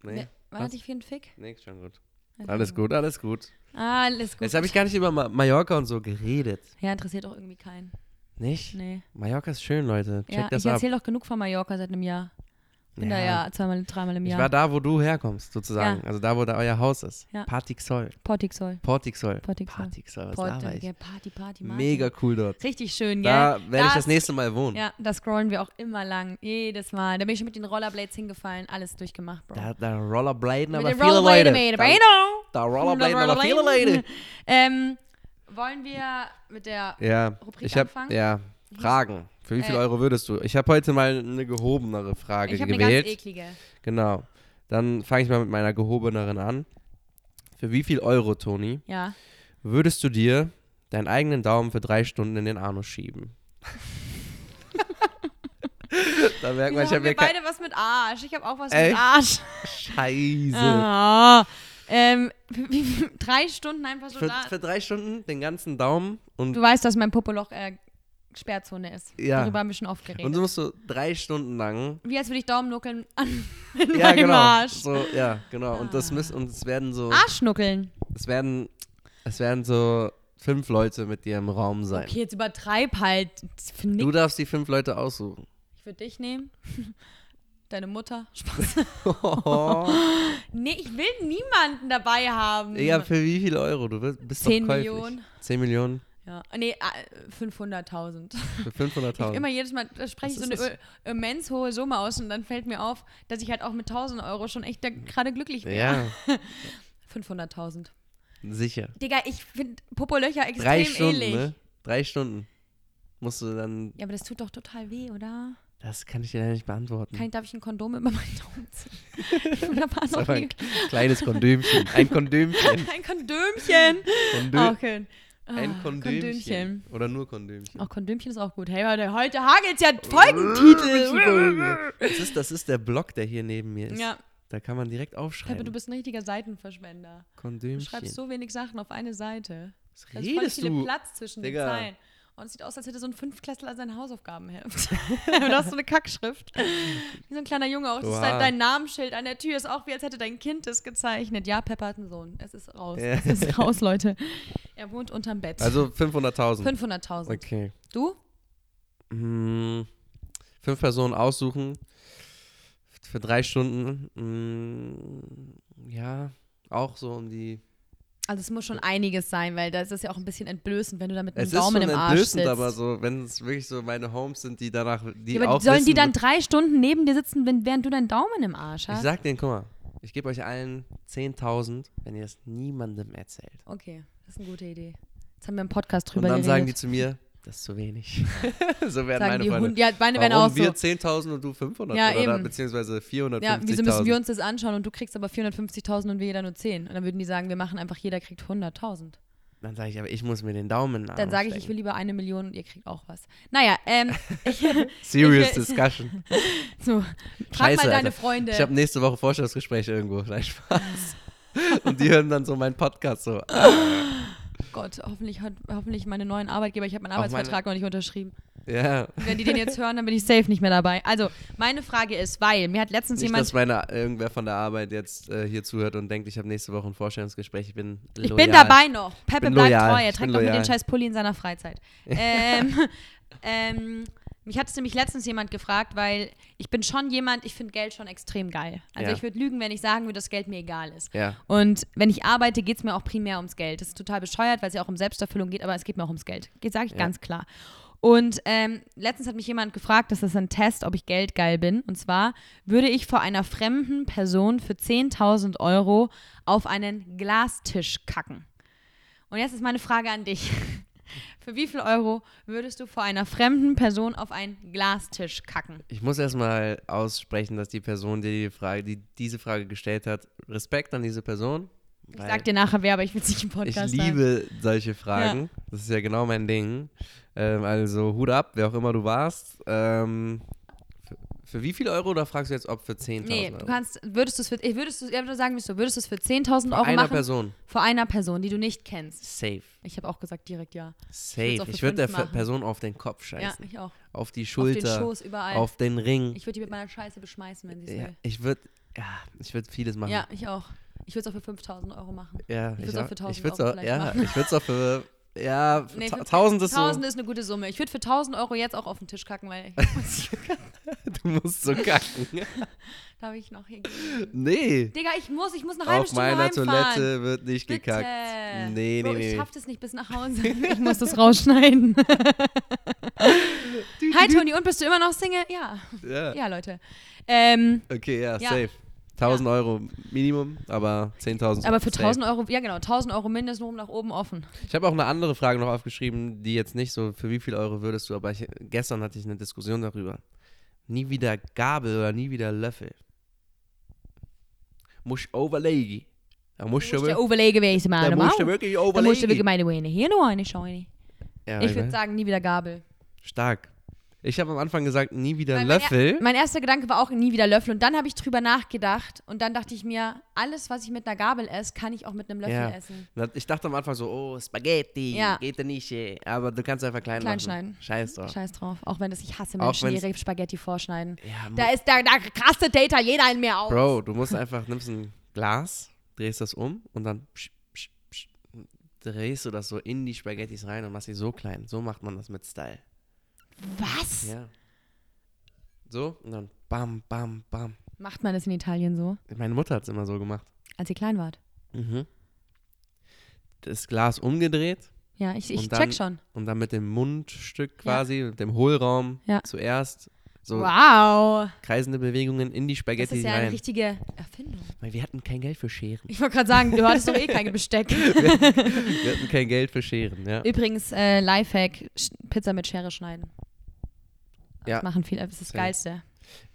[SPEAKER 3] Nee,
[SPEAKER 2] wer- Wann hatte ich für einen Fick?
[SPEAKER 3] nee, ist schon gut.
[SPEAKER 2] Also-
[SPEAKER 3] Alles gut, alles gut.
[SPEAKER 2] Alles gut.
[SPEAKER 3] Jetzt habe ich gar nicht über Ma Mallorca und so geredet.
[SPEAKER 2] ja, interessiert auch irgendwie keinen.
[SPEAKER 3] Nicht?
[SPEAKER 2] Nee.
[SPEAKER 3] Mallorca ist schön, Leute. Check
[SPEAKER 2] ja,
[SPEAKER 3] das
[SPEAKER 2] ich
[SPEAKER 3] ab.
[SPEAKER 2] erzähle doch genug von Mallorca seit einem Jahr. Bin da ja zweimal, dreimal im
[SPEAKER 3] Ich war
[SPEAKER 2] Jahr.
[SPEAKER 3] da, wo du herkommst, sozusagen.
[SPEAKER 2] Ja.
[SPEAKER 3] Also da, wo da euer Haus ist.
[SPEAKER 2] Ja.
[SPEAKER 3] Partixol.
[SPEAKER 2] Portixol.
[SPEAKER 3] Portixol.
[SPEAKER 2] Portixol.
[SPEAKER 3] Portixol, was
[SPEAKER 2] Port,
[SPEAKER 3] laber ich?
[SPEAKER 2] ja, Party, Party, Party.
[SPEAKER 3] Mega cool dort.
[SPEAKER 2] Richtig schön, gell?
[SPEAKER 3] Da werde ich
[SPEAKER 2] Das-
[SPEAKER 3] das nächste Mal wohnen.
[SPEAKER 2] Ja, da scrollen wir auch immer lang. Jedes Mal. Da bin ich schon mit den Rollerblades hingefallen. Alles durchgemacht, Bro.
[SPEAKER 3] Da, da rollerbladen
[SPEAKER 2] mit
[SPEAKER 3] aber
[SPEAKER 2] den
[SPEAKER 3] viele Leute.
[SPEAKER 2] made,
[SPEAKER 3] Da,
[SPEAKER 2] Breno.
[SPEAKER 3] da rollerbladen aber viele
[SPEAKER 2] Rollerbladen.
[SPEAKER 3] Leute.
[SPEAKER 2] Ähm, wollen wir mit der
[SPEAKER 3] Ja,
[SPEAKER 2] Rubrik
[SPEAKER 3] ich habe,
[SPEAKER 2] anfangen?
[SPEAKER 3] ja, Fragen. Für wie viel
[SPEAKER 2] Äh.
[SPEAKER 3] Euro würdest du? Ich habe heute mal eine gehobenere Frage
[SPEAKER 2] Ich habe eine ganz
[SPEAKER 3] gewählt.
[SPEAKER 2] eklige.
[SPEAKER 3] Genau. Dann fange ich mal mit meiner gehobeneren an. Für wie viel Euro, Toni,
[SPEAKER 2] Ja.
[SPEAKER 3] würdest du dir deinen eigenen Daumen für drei Stunden in den Anus schieben? da merkt man, ich habe
[SPEAKER 2] Wieso haben
[SPEAKER 3] ja
[SPEAKER 2] wir
[SPEAKER 3] keine
[SPEAKER 2] beide was mit Arsch. Ich habe auch was
[SPEAKER 3] Echt?
[SPEAKER 2] mit Arsch.
[SPEAKER 3] Scheiße.
[SPEAKER 2] Ah, ähm, drei Stunden einfach so
[SPEAKER 3] Für,
[SPEAKER 2] da.
[SPEAKER 3] für drei Stunden den ganzen Daumen und
[SPEAKER 2] Du weißt, dass mein Popoloch äh, Sperrzone ist.
[SPEAKER 3] Ja.
[SPEAKER 2] Darüber haben wir schon oft geredet.
[SPEAKER 3] Und so musst du drei Stunden lang.
[SPEAKER 2] Wie als würde ich Daumennuckeln an mit
[SPEAKER 3] Ja,
[SPEAKER 2] meinem
[SPEAKER 3] genau.
[SPEAKER 2] Arsch. Ah.
[SPEAKER 3] So, ja, genau. Und das müssen, und es werden so,
[SPEAKER 2] Arschnuckeln.
[SPEAKER 3] es werden, es werden so fünf Leute mit dir im Raum sein.
[SPEAKER 2] Okay, jetzt übertreib halt. Für
[SPEAKER 3] Du
[SPEAKER 2] nix.
[SPEAKER 3] darfst die fünf Leute aussuchen.
[SPEAKER 2] Ich würde dich nehmen. Deine Mutter. Spaß. Oh, nee, ich will niemanden dabei haben.
[SPEAKER 3] Digga, für wie viel Euro? Du wirst- bist
[SPEAKER 2] Zehn
[SPEAKER 3] doch käuflich.
[SPEAKER 2] Millionen.
[SPEAKER 3] 10 Millionen
[SPEAKER 2] Ja. Nee, äh, 500.000.
[SPEAKER 3] für
[SPEAKER 2] Ich
[SPEAKER 3] 500.000.
[SPEAKER 2] immer jedes Mal, da spreche ich so
[SPEAKER 3] Was
[SPEAKER 2] eine
[SPEAKER 3] ist
[SPEAKER 2] ö- immens hohe Summe aus und dann fällt mir auf, dass ich halt auch mit 1000 Euro schon echt da gerade glücklich bin.
[SPEAKER 3] ja,
[SPEAKER 2] 500.000.
[SPEAKER 3] sicher.
[SPEAKER 2] Digga, ich finde Popolöcher extrem
[SPEAKER 3] Drei Stunden,
[SPEAKER 2] ähnlich.
[SPEAKER 3] ne? Drei Stunden. Musst du dann.
[SPEAKER 2] Ja, aber das tut doch total weh, oder?
[SPEAKER 3] Das kann ich dir ja nicht beantworten.
[SPEAKER 2] Kann, darf ich ein Kondom über meinen Daumen ziehen? Ich bin da war
[SPEAKER 3] das ist
[SPEAKER 2] noch
[SPEAKER 3] aber
[SPEAKER 2] nie.
[SPEAKER 3] ein kleines Kondömchen. Ein Kondömchen.
[SPEAKER 2] Ein Kondömchen.
[SPEAKER 3] Kondö
[SPEAKER 2] Auch schön. Ah,
[SPEAKER 3] ein Kondömchen. Oder nur Kondömchen.
[SPEAKER 2] Auch Kondömchen ist auch gut. Hey, heute, heute hagelt's ja
[SPEAKER 3] Äh,
[SPEAKER 2] Folgentitel.
[SPEAKER 3] Das ist, das ist der Block, der hier neben mir ist.
[SPEAKER 2] ja,
[SPEAKER 3] Da kann man direkt
[SPEAKER 2] aber
[SPEAKER 3] aufschreiben.
[SPEAKER 2] du bist ein richtiger Seitenverschwender. Du
[SPEAKER 3] Kondömchen.
[SPEAKER 2] schreibst so wenig Sachen auf eine Seite.
[SPEAKER 3] Was
[SPEAKER 2] Da ist voll
[SPEAKER 3] redest
[SPEAKER 2] viel
[SPEAKER 3] du?
[SPEAKER 2] Platz zwischen
[SPEAKER 3] Digga.
[SPEAKER 2] den Zeilen. Und es sieht aus, als hätte so ein Fünftklässler seine Hausaufgaben hilft. du hast so eine Kackschrift. Wie so ein kleiner Junge auch. Das ist
[SPEAKER 3] Oha.
[SPEAKER 2] dein, dein Namensschild an der Tür. Ist auch wie, als hätte dein Kind das gezeichnet. Ja, Pepper hat einen Sohn. Es ist raus.
[SPEAKER 3] Ja.
[SPEAKER 2] Es ist raus, Leute. Er wohnt unterm Bett.
[SPEAKER 3] Also 500.000.
[SPEAKER 2] 500.000.
[SPEAKER 3] Okay.
[SPEAKER 2] Du?
[SPEAKER 3] Hm, fünf Personen aussuchen. Für drei Stunden. Hm, ja, auch so um die.
[SPEAKER 2] Also es muss schon einiges sein, weil das ist ja auch ein bisschen entblößend, wenn du da mit einem
[SPEAKER 3] Es ist schon
[SPEAKER 2] Daumen im Arsch
[SPEAKER 3] entblößend,
[SPEAKER 2] sitzt.
[SPEAKER 3] aber so, wenn es wirklich so meine Homes sind, die danach. Die
[SPEAKER 2] ja, aber
[SPEAKER 3] auch
[SPEAKER 2] sollen die
[SPEAKER 3] wissen,
[SPEAKER 2] dann drei Stunden neben dir sitzen, wenn, während du deinen Daumen im Arsch
[SPEAKER 3] Ich
[SPEAKER 2] hast?
[SPEAKER 3] sag denen, guck mal, ich gebe euch allen 10.000, wenn ihr es niemandem erzählt.
[SPEAKER 2] Okay, das ist eine gute Idee. Jetzt haben wir im Podcast
[SPEAKER 3] Und
[SPEAKER 2] drüber
[SPEAKER 3] dann
[SPEAKER 2] geredet.
[SPEAKER 3] sagen die zu mir, das ist zu wenig. so werden
[SPEAKER 2] Sagen
[SPEAKER 3] meine
[SPEAKER 2] die
[SPEAKER 3] Freunde.
[SPEAKER 2] Hund- ja, meine werden
[SPEAKER 3] Warum
[SPEAKER 2] auch
[SPEAKER 3] wir
[SPEAKER 2] so.
[SPEAKER 3] 10.000 und du 500
[SPEAKER 2] Ja,
[SPEAKER 3] oder da-
[SPEAKER 2] eben.
[SPEAKER 3] beziehungsweise 450.000.
[SPEAKER 2] Ja, wieso müssen wir uns das anschauen und du kriegst aber 450.000 und wir jeder nur 10? Und dann würden die sagen, wir machen einfach, jeder kriegt 100.000.
[SPEAKER 3] Dann sage ich, aber ich muss mir den Daumen in den
[SPEAKER 2] Dann
[SPEAKER 3] Arm
[SPEAKER 2] sage ich,
[SPEAKER 3] Ah,
[SPEAKER 2] ich
[SPEAKER 3] stecken.
[SPEAKER 2] will lieber eine Million und ihr kriegt auch was. Naja, ähm, ich,
[SPEAKER 3] Serious
[SPEAKER 2] ich will-
[SPEAKER 3] Discussion.
[SPEAKER 2] so, frag
[SPEAKER 3] Scheiße,
[SPEAKER 2] mal deine
[SPEAKER 3] Alter.
[SPEAKER 2] Freunde.
[SPEAKER 3] Ich habe nächste Woche Vorstellungsgespräch irgendwo. Nein, Spaß. Und die hören dann so meinen Podcast so. Ah,
[SPEAKER 2] Oh Gott, hoffentlich, hat- hoffentlich meine neuen Arbeitgeber, ich habe meinen
[SPEAKER 3] Auch meine-
[SPEAKER 2] Arbeitsvertrag noch nicht unterschrieben.
[SPEAKER 3] Ja.
[SPEAKER 2] Wenn die den jetzt hören, dann bin ich safe nicht mehr dabei. Also, meine Frage ist, weil mir hat letztens
[SPEAKER 3] Nicht, dass
[SPEAKER 2] jemand.
[SPEAKER 3] meine, irgendwer von der Arbeit jetzt äh, hier zuhört und denkt, ich habe nächste Woche ein Vorstellungsgespräch. Ich bin
[SPEAKER 2] Ich
[SPEAKER 3] loyal.
[SPEAKER 2] bin dabei noch. Peppe
[SPEAKER 3] bin
[SPEAKER 2] bleibt
[SPEAKER 3] loyal.
[SPEAKER 2] treu. Er
[SPEAKER 3] Ich bin
[SPEAKER 2] trägt doch mit
[SPEAKER 3] loyal.
[SPEAKER 2] den scheiß Pulli in seiner Freizeit. Ähm, ähm, mich hat es nämlich letztens jemand gefragt, weil ich bin schon jemand, ich finde Geld schon extrem geil. Also
[SPEAKER 3] Ja.
[SPEAKER 2] ich würde lügen, wenn ich sagen würde, dass Geld mir egal ist.
[SPEAKER 3] Ja.
[SPEAKER 2] Und wenn ich arbeite, geht es mir auch primär ums Geld. Das ist total bescheuert, weil es ja auch um Selbsterfüllung geht, aber es geht mir auch ums Geld. Sage ich ganz klar. Und ähm, letztens hat mich jemand gefragt, das ist ein Test, ob ich geldgeil bin. Und zwar würde ich vor einer fremden Person für 10.000 Euro auf einen Glastisch kacken. Und jetzt ist meine Frage an dich. Für wie viel Euro würdest du vor einer fremden Person auf einen Glastisch kacken?
[SPEAKER 3] Ich muss erstmal aussprechen, dass die Person, die, die, Frage, die diese Frage gestellt hat, Respekt an diese Person.
[SPEAKER 2] Ich sag dir nachher wer, aber ich will es nicht im
[SPEAKER 3] Ich
[SPEAKER 2] Podcast sagen.
[SPEAKER 3] liebe solche Fragen. Das ist ja genau mein Ding. Ähm, also Hut ab, wer auch immer du warst. Ähm, für, für wie viel Euro? Oder fragst du jetzt, ob für 10.000
[SPEAKER 2] Nee,
[SPEAKER 3] Euro?
[SPEAKER 2] du kannst, würdest du es für, eh, würdest du, ja, du sagen müsstest, würdest du es für 10.000 Euro
[SPEAKER 3] einer
[SPEAKER 2] machen?
[SPEAKER 3] Person.
[SPEAKER 2] Vor einer Person, die du nicht kennst.
[SPEAKER 3] Safe.
[SPEAKER 2] Ich habe auch gesagt direkt ja. würd's
[SPEAKER 3] Safe.
[SPEAKER 2] auch für
[SPEAKER 3] Ich würde der
[SPEAKER 2] fünf
[SPEAKER 3] Fe-
[SPEAKER 2] machen.
[SPEAKER 3] Person auf den Kopf
[SPEAKER 2] Ja,
[SPEAKER 3] scheißen.
[SPEAKER 2] ich auch.
[SPEAKER 3] Auf die Schulter.
[SPEAKER 2] Auf den Schoß, überall.
[SPEAKER 3] auf den Ring.
[SPEAKER 2] ich würde die mit meiner Scheiße beschmeißen, wenn sie es
[SPEAKER 3] ja,
[SPEAKER 2] will.
[SPEAKER 3] ich würde ja, ich würd vieles machen.
[SPEAKER 2] Ja, ich auch. Ich würde es auch für 5.000 Euro machen.
[SPEAKER 3] Ja,
[SPEAKER 2] Ich würd's auch für 1000
[SPEAKER 3] ich würd's
[SPEAKER 2] Euro
[SPEAKER 3] auch,
[SPEAKER 2] vielleicht
[SPEAKER 3] ja,
[SPEAKER 2] machen.
[SPEAKER 3] ich würde es auch für. Ja,
[SPEAKER 2] Nee,
[SPEAKER 3] ta-
[SPEAKER 2] 5.000
[SPEAKER 3] tausend ist
[SPEAKER 2] 1.000 ist eine gute Summe. Ich würde für 1.000 Euro jetzt auch auf den Tisch kacken, weil
[SPEAKER 3] so. Du musst so kacken.
[SPEAKER 2] da habe ich noch hier.
[SPEAKER 3] nee.
[SPEAKER 2] Digga, ich muss, ich muss eine halbe
[SPEAKER 3] Auf
[SPEAKER 2] Stunde
[SPEAKER 3] meiner
[SPEAKER 2] heimfahren.
[SPEAKER 3] Toilette wird nicht
[SPEAKER 2] Bitte.
[SPEAKER 3] gekackt. Nee, nee,
[SPEAKER 2] Bro,
[SPEAKER 3] nee.
[SPEAKER 2] Ich schaff das nicht bis nach Hause. Ich muss das rausschneiden. Hi Toni, und bist du immer noch Single? Ja.
[SPEAKER 3] ja.
[SPEAKER 2] Halt, Ja, Leute. Ähm,
[SPEAKER 3] Okay, ja,
[SPEAKER 2] Ja.
[SPEAKER 3] safe. 1000 Euro Minimum, aber 10.000.
[SPEAKER 2] aber für
[SPEAKER 3] safe.
[SPEAKER 2] 1000 Euro, ja genau, 1000 Euro mindestens nach oben offen.
[SPEAKER 3] Ich habe auch eine andere Frage noch aufgeschrieben, die jetzt nicht so, für wie viel Euro würdest du, aber ich, gestern hatte ich eine Diskussion darüber. Nie wieder Gabel oder nie wieder Löffel. Muss overlegen. Da musst
[SPEAKER 2] Du
[SPEAKER 3] du,
[SPEAKER 2] musst ja
[SPEAKER 3] wir-
[SPEAKER 2] überlegen, wer ich
[SPEAKER 3] da
[SPEAKER 2] meine
[SPEAKER 3] musst du wirklich
[SPEAKER 2] Da musst du wirklich
[SPEAKER 3] overlegen.
[SPEAKER 2] meine Weine. Hier nur eine Scheune.
[SPEAKER 3] Ja,
[SPEAKER 2] Ich würde
[SPEAKER 3] ne?
[SPEAKER 2] sagen, nie wieder Gabel.
[SPEAKER 3] Stark. Ich habe am Anfang gesagt, nie wieder
[SPEAKER 2] Weil
[SPEAKER 3] Löffel.
[SPEAKER 2] Mein, er- mein erster Gedanke war auch nie wieder Löffel. Und dann habe ich drüber nachgedacht und dann dachte ich mir, alles, was ich mit einer Gabel esse, kann ich auch mit einem Löffel
[SPEAKER 3] Ja.
[SPEAKER 2] essen.
[SPEAKER 3] Na, Ich dachte am Anfang so, oh, Spaghetti,
[SPEAKER 2] Ja.
[SPEAKER 3] geht da nicht. eh. Aber du kannst einfach klein,
[SPEAKER 2] Klein
[SPEAKER 3] machen.
[SPEAKER 2] schneiden.
[SPEAKER 3] Scheiß drauf.
[SPEAKER 2] Scheiß drauf. Auch wenn das ich hasse,
[SPEAKER 3] Auch
[SPEAKER 2] Menschen, die
[SPEAKER 3] wenn's-
[SPEAKER 2] ihre Spaghetti vorschneiden.
[SPEAKER 3] Ja,
[SPEAKER 2] Da ist der, der krasse Data jeder in mir auf.
[SPEAKER 3] Bro, du musst einfach, nimmst ein Glas, drehst das um und dann psch, psch, psch, drehst du das so in die Spaghettis rein und machst sie so klein. So macht man das mit Style.
[SPEAKER 2] Was?
[SPEAKER 3] Ja. So und dann bam, bam, bam.
[SPEAKER 2] Macht man das in Italien so,
[SPEAKER 3] Meine Mutter hat es immer so gemacht.
[SPEAKER 2] als ihr klein wart?
[SPEAKER 3] Mhm. Das Glas umgedreht
[SPEAKER 2] Ja, ich, ich
[SPEAKER 3] Und dann-
[SPEAKER 2] check schon.
[SPEAKER 3] und dann mit dem Mundstück quasi, mit dem Hohlraum
[SPEAKER 2] Ja.
[SPEAKER 3] zuerst so
[SPEAKER 2] Wow.
[SPEAKER 3] kreisende Bewegungen in die
[SPEAKER 2] Das
[SPEAKER 3] Spaghetti
[SPEAKER 2] ist ja eine
[SPEAKER 3] rein.
[SPEAKER 2] richtige Erfindung.
[SPEAKER 3] Weil wir hatten kein Geld für Scheren.
[SPEAKER 2] Ich wollte gerade sagen, du hattest doch eh kein Besteck.
[SPEAKER 3] Wir hatten kein Geld für Scheren, ja.
[SPEAKER 2] Übrigens, äh, Lifehack, Sch- Pizza mit Schere schneiden. Das
[SPEAKER 3] Ja.
[SPEAKER 2] machen viele, das ist das
[SPEAKER 3] Safe.
[SPEAKER 2] Geilste.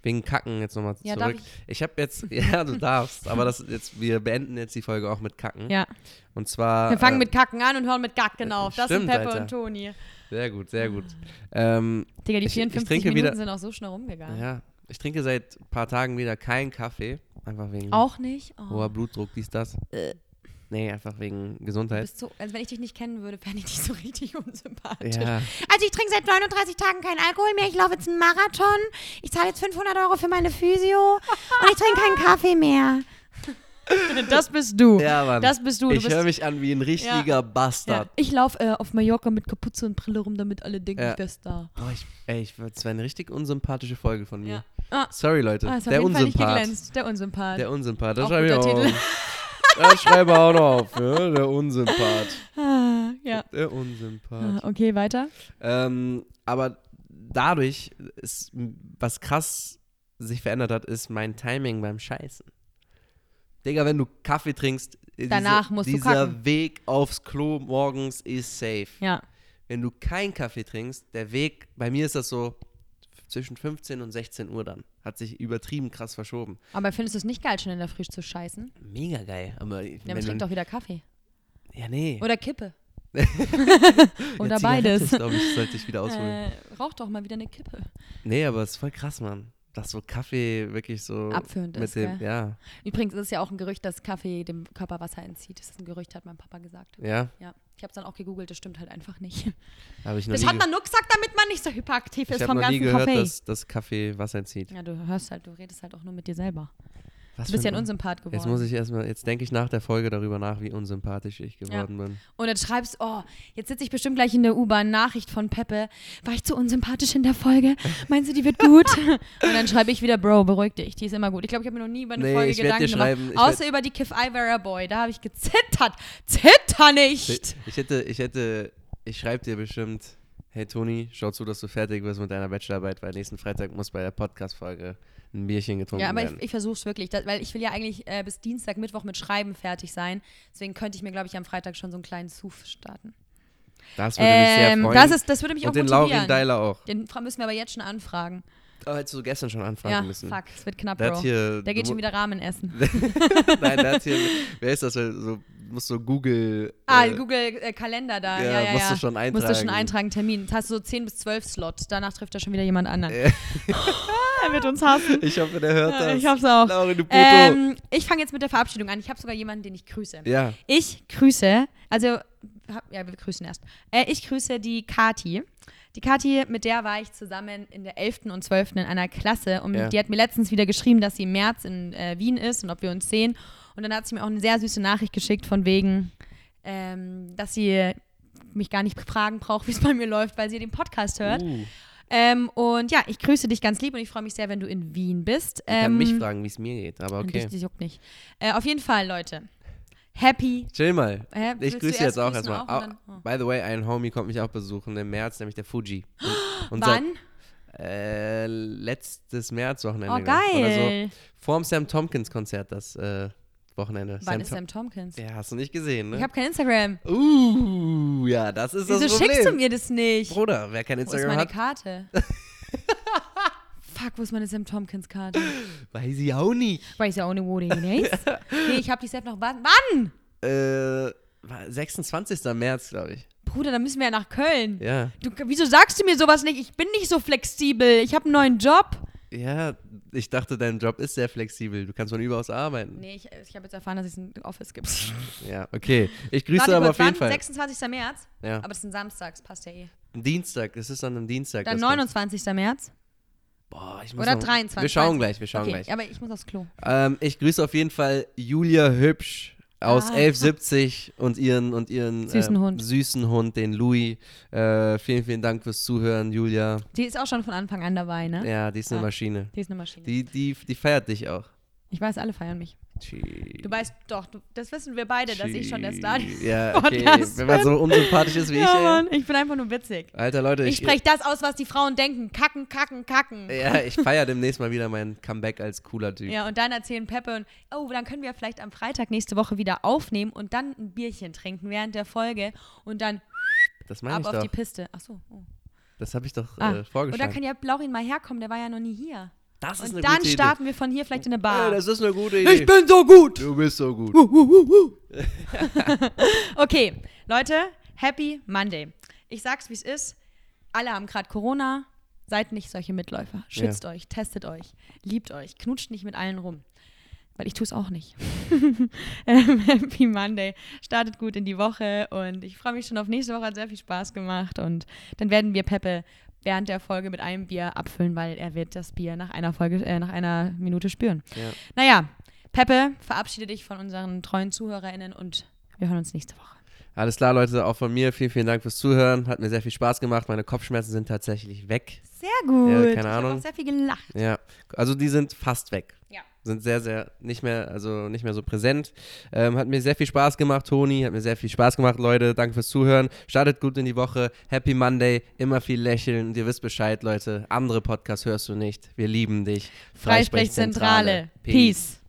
[SPEAKER 3] Wegen Kacken jetzt nochmal
[SPEAKER 2] Ja, darf
[SPEAKER 3] zurück. Ich, habe jetzt, ja, du darfst, aber das ist jetzt, wir beenden jetzt die Folge auch mit Kacken.
[SPEAKER 2] Ja.
[SPEAKER 3] Und zwar.
[SPEAKER 2] Wir fangen
[SPEAKER 3] äh,
[SPEAKER 2] mit Kacken an und hören mit Gacken auf. Das sind
[SPEAKER 3] stimmt,
[SPEAKER 2] Peppe
[SPEAKER 3] Alter.
[SPEAKER 2] und Toni.
[SPEAKER 3] Sehr gut, sehr gut. Ähm,
[SPEAKER 2] Digga, die
[SPEAKER 3] Ich- ich
[SPEAKER 2] 54
[SPEAKER 3] trinke
[SPEAKER 2] Minuten
[SPEAKER 3] wieder-
[SPEAKER 2] sind auch so schnell rumgegangen.
[SPEAKER 3] ja, ich trinke seit ein paar Tagen wieder keinen Kaffee. Einfach wegen
[SPEAKER 2] Auch nicht? Oh,
[SPEAKER 3] hoher Blutdruck, dies, das.
[SPEAKER 2] Äh.
[SPEAKER 3] Nee, einfach wegen
[SPEAKER 2] du
[SPEAKER 3] Gesundheit.
[SPEAKER 2] bist so, also wenn ich dich nicht kennen würde, fände ich dich so richtig unsympathisch.
[SPEAKER 3] Ja,
[SPEAKER 2] Also ich trinke seit 39 Tagen keinen Alkohol mehr. Ich laufe jetzt einen Marathon. Ich zahle jetzt 500 Euro für meine Physio. Und ich trinke keinen Kaffee mehr. Das bist du.
[SPEAKER 3] ja Mann.
[SPEAKER 2] Das bist du. du
[SPEAKER 3] ich
[SPEAKER 2] bist
[SPEAKER 3] höre mich an wie ein richtiger
[SPEAKER 2] Ja.
[SPEAKER 3] Bastard.
[SPEAKER 2] Ich laufe äh, auf Mallorca mit Kapuze und Brille rum, damit alle denken,
[SPEAKER 3] Ja.
[SPEAKER 2] ich wäre Star.
[SPEAKER 3] Boah, ich, ey, ich, das war eine richtig unsympathische Folge von mir.
[SPEAKER 2] Ja. Ah,
[SPEAKER 3] Sorry, Leute.
[SPEAKER 2] ah, ist auf
[SPEAKER 3] Mhm. der
[SPEAKER 2] jeden Fall nicht
[SPEAKER 3] Unsympath.
[SPEAKER 2] geglänzt. Der Unsympath.
[SPEAKER 3] Der Unsympath, das
[SPEAKER 2] Auch
[SPEAKER 3] schreibe ich
[SPEAKER 2] guter
[SPEAKER 3] auch.
[SPEAKER 2] Titel.
[SPEAKER 3] auf. Das schreibe ich auch noch auf, ja? der Unsympath.
[SPEAKER 2] ah, ja.
[SPEAKER 3] Der Unsympath.
[SPEAKER 2] Ah, okay, weiter.
[SPEAKER 3] Ähm, aber dadurch, ist, was krass sich verändert hat, ist mein Timing beim Scheißen. Digga, wenn du Kaffee trinkst, äh,
[SPEAKER 2] Danach
[SPEAKER 3] diese,
[SPEAKER 2] musst du
[SPEAKER 3] dieser
[SPEAKER 2] kacken.
[SPEAKER 3] Weg aufs Klo morgens ist safe.
[SPEAKER 2] Ja.
[SPEAKER 3] Wenn du keinen Kaffee trinkst, der Weg, bei mir ist das so zwischen 15 und 16 Uhr dann, hat sich übertrieben krass verschoben.
[SPEAKER 2] Aber findest du es nicht geil, schon in der Früh zu scheißen?
[SPEAKER 3] Mega geil. Aber
[SPEAKER 2] Ja, man
[SPEAKER 3] wenn
[SPEAKER 2] trinkt
[SPEAKER 3] du,
[SPEAKER 2] doch wieder Kaffee.
[SPEAKER 3] ja nee.
[SPEAKER 2] Oder Kippe. Oder
[SPEAKER 3] Ja, Zigarette
[SPEAKER 2] beides.
[SPEAKER 3] ist, glaub ich, sollte ich wieder ausholen.
[SPEAKER 2] Äh, rauch doch mal wieder eine Kippe.
[SPEAKER 3] Nee, aber es ist voll krass, Mann. Dass so Kaffee wirklich so.
[SPEAKER 2] Abführend
[SPEAKER 3] mit
[SPEAKER 2] ist,
[SPEAKER 3] Dem,
[SPEAKER 2] gell?
[SPEAKER 3] ja,
[SPEAKER 2] Übrigens ist es ja auch ein Gerücht, dass Kaffee dem Körper Wasser entzieht. Das ist ein Gerücht, hat mein Papa gesagt.
[SPEAKER 3] ja.
[SPEAKER 2] Ja. Ich habe es dann auch gegoogelt, das stimmt halt einfach nicht.
[SPEAKER 3] Habe ich noch
[SPEAKER 2] Das
[SPEAKER 3] nie.
[SPEAKER 2] hat
[SPEAKER 3] ge-
[SPEAKER 2] man nur gesagt, damit man nicht so hyperaktiv
[SPEAKER 3] ich
[SPEAKER 2] ist
[SPEAKER 3] habe
[SPEAKER 2] vom
[SPEAKER 3] noch nie
[SPEAKER 2] ganzen
[SPEAKER 3] gehört,
[SPEAKER 2] Kaffee.
[SPEAKER 3] dass, dass Kaffee Wasser entzieht.
[SPEAKER 2] Ja, du hörst halt, du redest halt auch nur mit dir selber.
[SPEAKER 3] Was
[SPEAKER 2] Du bist
[SPEAKER 3] für
[SPEAKER 2] ja
[SPEAKER 3] ein
[SPEAKER 2] ein Unsympath geworden.
[SPEAKER 3] Jetzt muss ich erstmal, jetzt denke ich nach der Folge darüber nach, wie unsympathisch ich geworden bin.
[SPEAKER 2] und dann schreibst, oh, jetzt sitze ich bestimmt gleich in der U-Bahn, Nachricht von Peppe. War ich zu unsympathisch in der Folge? Meinst du, die wird gut? und dann schreibe ich wieder, Bro, beruhig dich, die ist immer gut. Ich glaube, ich habe mir noch nie über eine
[SPEAKER 3] Nee,
[SPEAKER 2] Folge
[SPEAKER 3] ich werd dir
[SPEAKER 2] Gedanken
[SPEAKER 3] schreiben,
[SPEAKER 2] gemacht.
[SPEAKER 3] ich
[SPEAKER 2] Außer über die Kiff I Were a Boy. Da habe ich gezittert. Zitter nicht!
[SPEAKER 3] Ich, ich hätte, ich hätte, ich schreibe dir bestimmt, hey Toni, schau zu, dass du fertig wirst mit deiner Bachelorarbeit, weil nächsten Freitag muss bei der Podcast-Folge ein Bierchen getrunken
[SPEAKER 2] Ja, aber ich,
[SPEAKER 3] werden.
[SPEAKER 2] ich versuche es wirklich, da, weil ich will ja eigentlich äh, bis Dienstag, Mittwoch mit Schreiben fertig sein. Deswegen könnte ich mir, glaube ich, am Freitag schon so einen kleinen Zuf starten.
[SPEAKER 3] das würde mich sehr
[SPEAKER 2] Ähm,
[SPEAKER 3] freuen.
[SPEAKER 2] das, ist, das würde mich auch
[SPEAKER 3] Und den
[SPEAKER 2] motivieren.
[SPEAKER 3] Laurin Deiler auch.
[SPEAKER 2] Den fra- müssen wir aber jetzt schon anfragen.
[SPEAKER 3] Aber hättest du gestern schon anfangen
[SPEAKER 2] ja,
[SPEAKER 3] müssen.
[SPEAKER 2] fuck, es wird knapp,
[SPEAKER 3] Der
[SPEAKER 2] Bro.
[SPEAKER 3] hat hier.
[SPEAKER 2] Der geht
[SPEAKER 3] du mu-
[SPEAKER 2] schon wieder Ramen essen.
[SPEAKER 3] Nein, der hat hier. Wer ist das? Wer So, musst so Google.
[SPEAKER 2] Ah,
[SPEAKER 3] äh,
[SPEAKER 2] Google äh, Kalender da.
[SPEAKER 3] ja,
[SPEAKER 2] Ja, ja, ja.
[SPEAKER 3] musst du schon
[SPEAKER 2] Musst du schon
[SPEAKER 3] eintragen.
[SPEAKER 2] eintragen, Termin. Jetzt hast du so 10 bis 12 Slot. Danach trifft er schon wieder jemand anderen. er wird uns hassen.
[SPEAKER 3] Ich hoffe, der hört
[SPEAKER 2] Ja,
[SPEAKER 3] das.
[SPEAKER 2] ich hoffe's auch.
[SPEAKER 3] Laurin, du Puto.
[SPEAKER 2] Ähm, ich fange jetzt mit der Verabschiedung an. Ich habe sogar jemanden, den ich grüße.
[SPEAKER 3] ja.
[SPEAKER 2] Ich grüße, also, hab- ja, wir grüßen erst. Äh, ich grüße die Kati. Die Kati, mit der war ich zusammen in der 11. und 12. in einer Klasse und
[SPEAKER 3] Ja.
[SPEAKER 2] die hat mir letztens wieder geschrieben, dass sie im März in äh, Wien ist und ob wir uns sehen. Und dann hat sie mir auch eine sehr süße Nachricht geschickt von wegen, ähm, dass sie mich gar nicht fragen braucht, wie es bei mir läuft, weil sie den Podcast hört.
[SPEAKER 3] Uh,
[SPEAKER 2] Ähm, und ja, ich grüße dich ganz lieb und ich freue mich sehr, wenn du in Wien bist.
[SPEAKER 3] ich kann mich
[SPEAKER 2] Ähm,
[SPEAKER 3] fragen, wie es mir geht, aber
[SPEAKER 2] und
[SPEAKER 3] okay.
[SPEAKER 2] Dich, dich juckt nicht. Äh, auf jeden Fall, Leute. Happy
[SPEAKER 3] Chill mal.
[SPEAKER 2] Hä? Willst
[SPEAKER 3] Ich
[SPEAKER 2] du
[SPEAKER 3] grüße jetzt
[SPEAKER 2] erst
[SPEAKER 3] auch
[SPEAKER 2] grüßen
[SPEAKER 3] erstmal.
[SPEAKER 2] auch und
[SPEAKER 3] Au-
[SPEAKER 2] dann- Oh.
[SPEAKER 3] By the way, ein Homie kommt mich auch besuchen im März, nämlich der Fuji. Und, und
[SPEAKER 2] Wann?
[SPEAKER 3] Seit, äh, letztes Märzwochenende.
[SPEAKER 2] Oh,
[SPEAKER 3] glaub ich, Oder
[SPEAKER 2] geil.
[SPEAKER 3] so. Vorm Sam Tompkins Konzert das äh, Wochenende.
[SPEAKER 2] Wann ist
[SPEAKER 3] Tom-
[SPEAKER 2] Sam Tompkins?
[SPEAKER 3] Ja, hast du nicht gesehen, ne?
[SPEAKER 2] Ich habe kein Instagram.
[SPEAKER 3] Uh, ja, das ist das
[SPEAKER 2] Wieso
[SPEAKER 3] Problem.
[SPEAKER 2] schickst du mir das nicht?
[SPEAKER 3] Bruder, wer kein
[SPEAKER 2] Wo ist
[SPEAKER 3] Instagram
[SPEAKER 2] meine
[SPEAKER 3] hat,
[SPEAKER 2] Karte? Fuck, wo ist meine Sam Tompkins Karte?
[SPEAKER 3] weiß ich auch ne? nicht.
[SPEAKER 2] Weiß ja auch nicht, wo die ist. Nee, ich habe die selbst noch. Wann? Wann?
[SPEAKER 3] Äh, war 26. März, glaube ich.
[SPEAKER 2] Bruder, dann müssen wir ja nach Köln.
[SPEAKER 3] Ja.
[SPEAKER 2] Du, wieso sagst du mir sowas nicht? Ich bin nicht so flexibel. Ich habe einen neuen Job.
[SPEAKER 3] Ja, ich dachte, dein Job ist sehr flexibel. Du kannst von überaus arbeiten.
[SPEAKER 2] Nee, ich, ich habe jetzt erfahren, dass es ein Office gibt.
[SPEAKER 3] Ja, okay. Ich grüße aber auf jeden Fall.
[SPEAKER 2] 26. März.
[SPEAKER 3] Ja.
[SPEAKER 2] Aber es ist ein Samstags, passt ja eh.
[SPEAKER 3] Am Dienstag, es ist dann am Dienstag.
[SPEAKER 2] Dann
[SPEAKER 3] das kommt.
[SPEAKER 2] 29. März.
[SPEAKER 3] Boah, ich muss
[SPEAKER 2] Oder
[SPEAKER 3] noch-
[SPEAKER 2] 23.
[SPEAKER 3] Wir schauen gleich, wir schauen
[SPEAKER 2] okay,
[SPEAKER 3] gleich.
[SPEAKER 2] Aber ich muss aufs Klo.
[SPEAKER 3] Ähm, ich grüße auf jeden Fall Julia Hübsch aus
[SPEAKER 2] Ah.
[SPEAKER 3] 1170 und ihren und ihren
[SPEAKER 2] Süßen
[SPEAKER 3] ähm,
[SPEAKER 2] Hund.
[SPEAKER 3] süßen Hund, den Louis. Äh, vielen, vielen Dank fürs Zuhören, Julia.
[SPEAKER 2] Die ist auch schon von Anfang an dabei, ne?
[SPEAKER 3] Ja, die ist eine
[SPEAKER 2] Ah.
[SPEAKER 3] Maschine.
[SPEAKER 2] Die ist eine Maschine.
[SPEAKER 3] Die, die, die feiert dich auch.
[SPEAKER 2] ich weiß, alle feiern mich.
[SPEAKER 3] Tschüss.
[SPEAKER 2] Du weißt doch, du, das wissen wir beide, dass ich schon der Star dieses
[SPEAKER 3] Ja, okay.
[SPEAKER 2] Podcasts
[SPEAKER 3] Wenn man
[SPEAKER 2] bin.
[SPEAKER 3] so unsympathisch ist wie ich, äh,
[SPEAKER 2] ja,
[SPEAKER 3] ey.
[SPEAKER 2] Mann, ich bin einfach nur witzig.
[SPEAKER 3] Alter Leute, äh,
[SPEAKER 2] Ich spreche das aus, was die Frauen denken. Kacken, kacken, kacken.
[SPEAKER 3] Ja, ich feiere demnächst mal wieder mein Comeback als cooler Typ.
[SPEAKER 2] Ja, und dann erzählen Peppe und, oh, dann können wir vielleicht am Freitag nächste Woche wieder aufnehmen und dann ein Bierchen trinken während der Folge und dann
[SPEAKER 3] Das meine
[SPEAKER 2] ab
[SPEAKER 3] ich
[SPEAKER 2] auf
[SPEAKER 3] doch.
[SPEAKER 2] die Piste. Ach so. Oh.
[SPEAKER 3] Das habe ich doch
[SPEAKER 2] Ah.
[SPEAKER 3] äh,
[SPEAKER 2] und dann
[SPEAKER 3] vorgeschlagen.
[SPEAKER 2] kann ja Laurin mal herkommen, der war ja noch nie hier.
[SPEAKER 3] das ist
[SPEAKER 2] und
[SPEAKER 3] eine
[SPEAKER 2] dann
[SPEAKER 3] gute
[SPEAKER 2] starten wir von hier vielleicht in eine
[SPEAKER 3] Idee. Ja,
[SPEAKER 2] Bar.
[SPEAKER 3] das ist eine gute Idee.
[SPEAKER 2] ich bin so gut.
[SPEAKER 3] du bist so gut.
[SPEAKER 2] Uh, uh, uh, uh. okay, Leute, Happy Monday. Ich sag's, wie es ist. Alle haben gerade Corona. Seid nicht solche Mitläufer. Schützt euch, testet euch, liebt euch, knutscht nicht mit allen rum. Weil ich tue es auch nicht. Ähm, Happy Monday. Startet gut in die Woche und ich freue mich schon auf nächste Woche. Hat sehr viel Spaß gemacht und dann werden wir Peppe während der Folge mit einem Bier abfüllen, weil er wird das Bier nach einer Folge, äh, nach einer Minute spüren.
[SPEAKER 3] Ja.
[SPEAKER 2] Naja, Peppe, verabschiede dich von unseren treuen ZuhörerInnen und wir hören uns nächste Woche.
[SPEAKER 3] Alles klar, Leute, auch von mir. Vielen, vielen Dank fürs Zuhören. Hat mir sehr viel Spaß gemacht. Meine Kopfschmerzen sind tatsächlich weg.
[SPEAKER 2] Sehr gut.
[SPEAKER 3] Ja, keine
[SPEAKER 2] ich habe
[SPEAKER 3] Ahnung.
[SPEAKER 2] auch sehr viel gelacht.
[SPEAKER 3] Ja, also die sind fast weg.
[SPEAKER 2] Ja.
[SPEAKER 3] Sind sehr, sehr nicht mehr, also nicht mehr so präsent. Ähm, hat mir sehr viel Spaß gemacht, Toni. Hat mir sehr viel Spaß gemacht, Leute. Danke fürs Zuhören. Startet gut in die Woche. Happy Monday. Immer viel lächeln. Und Ihr wisst Bescheid, Leute. Andere Podcasts hörst du nicht. Wir lieben dich.
[SPEAKER 2] Freisprechzentrale.
[SPEAKER 3] Peace.
[SPEAKER 2] Peace.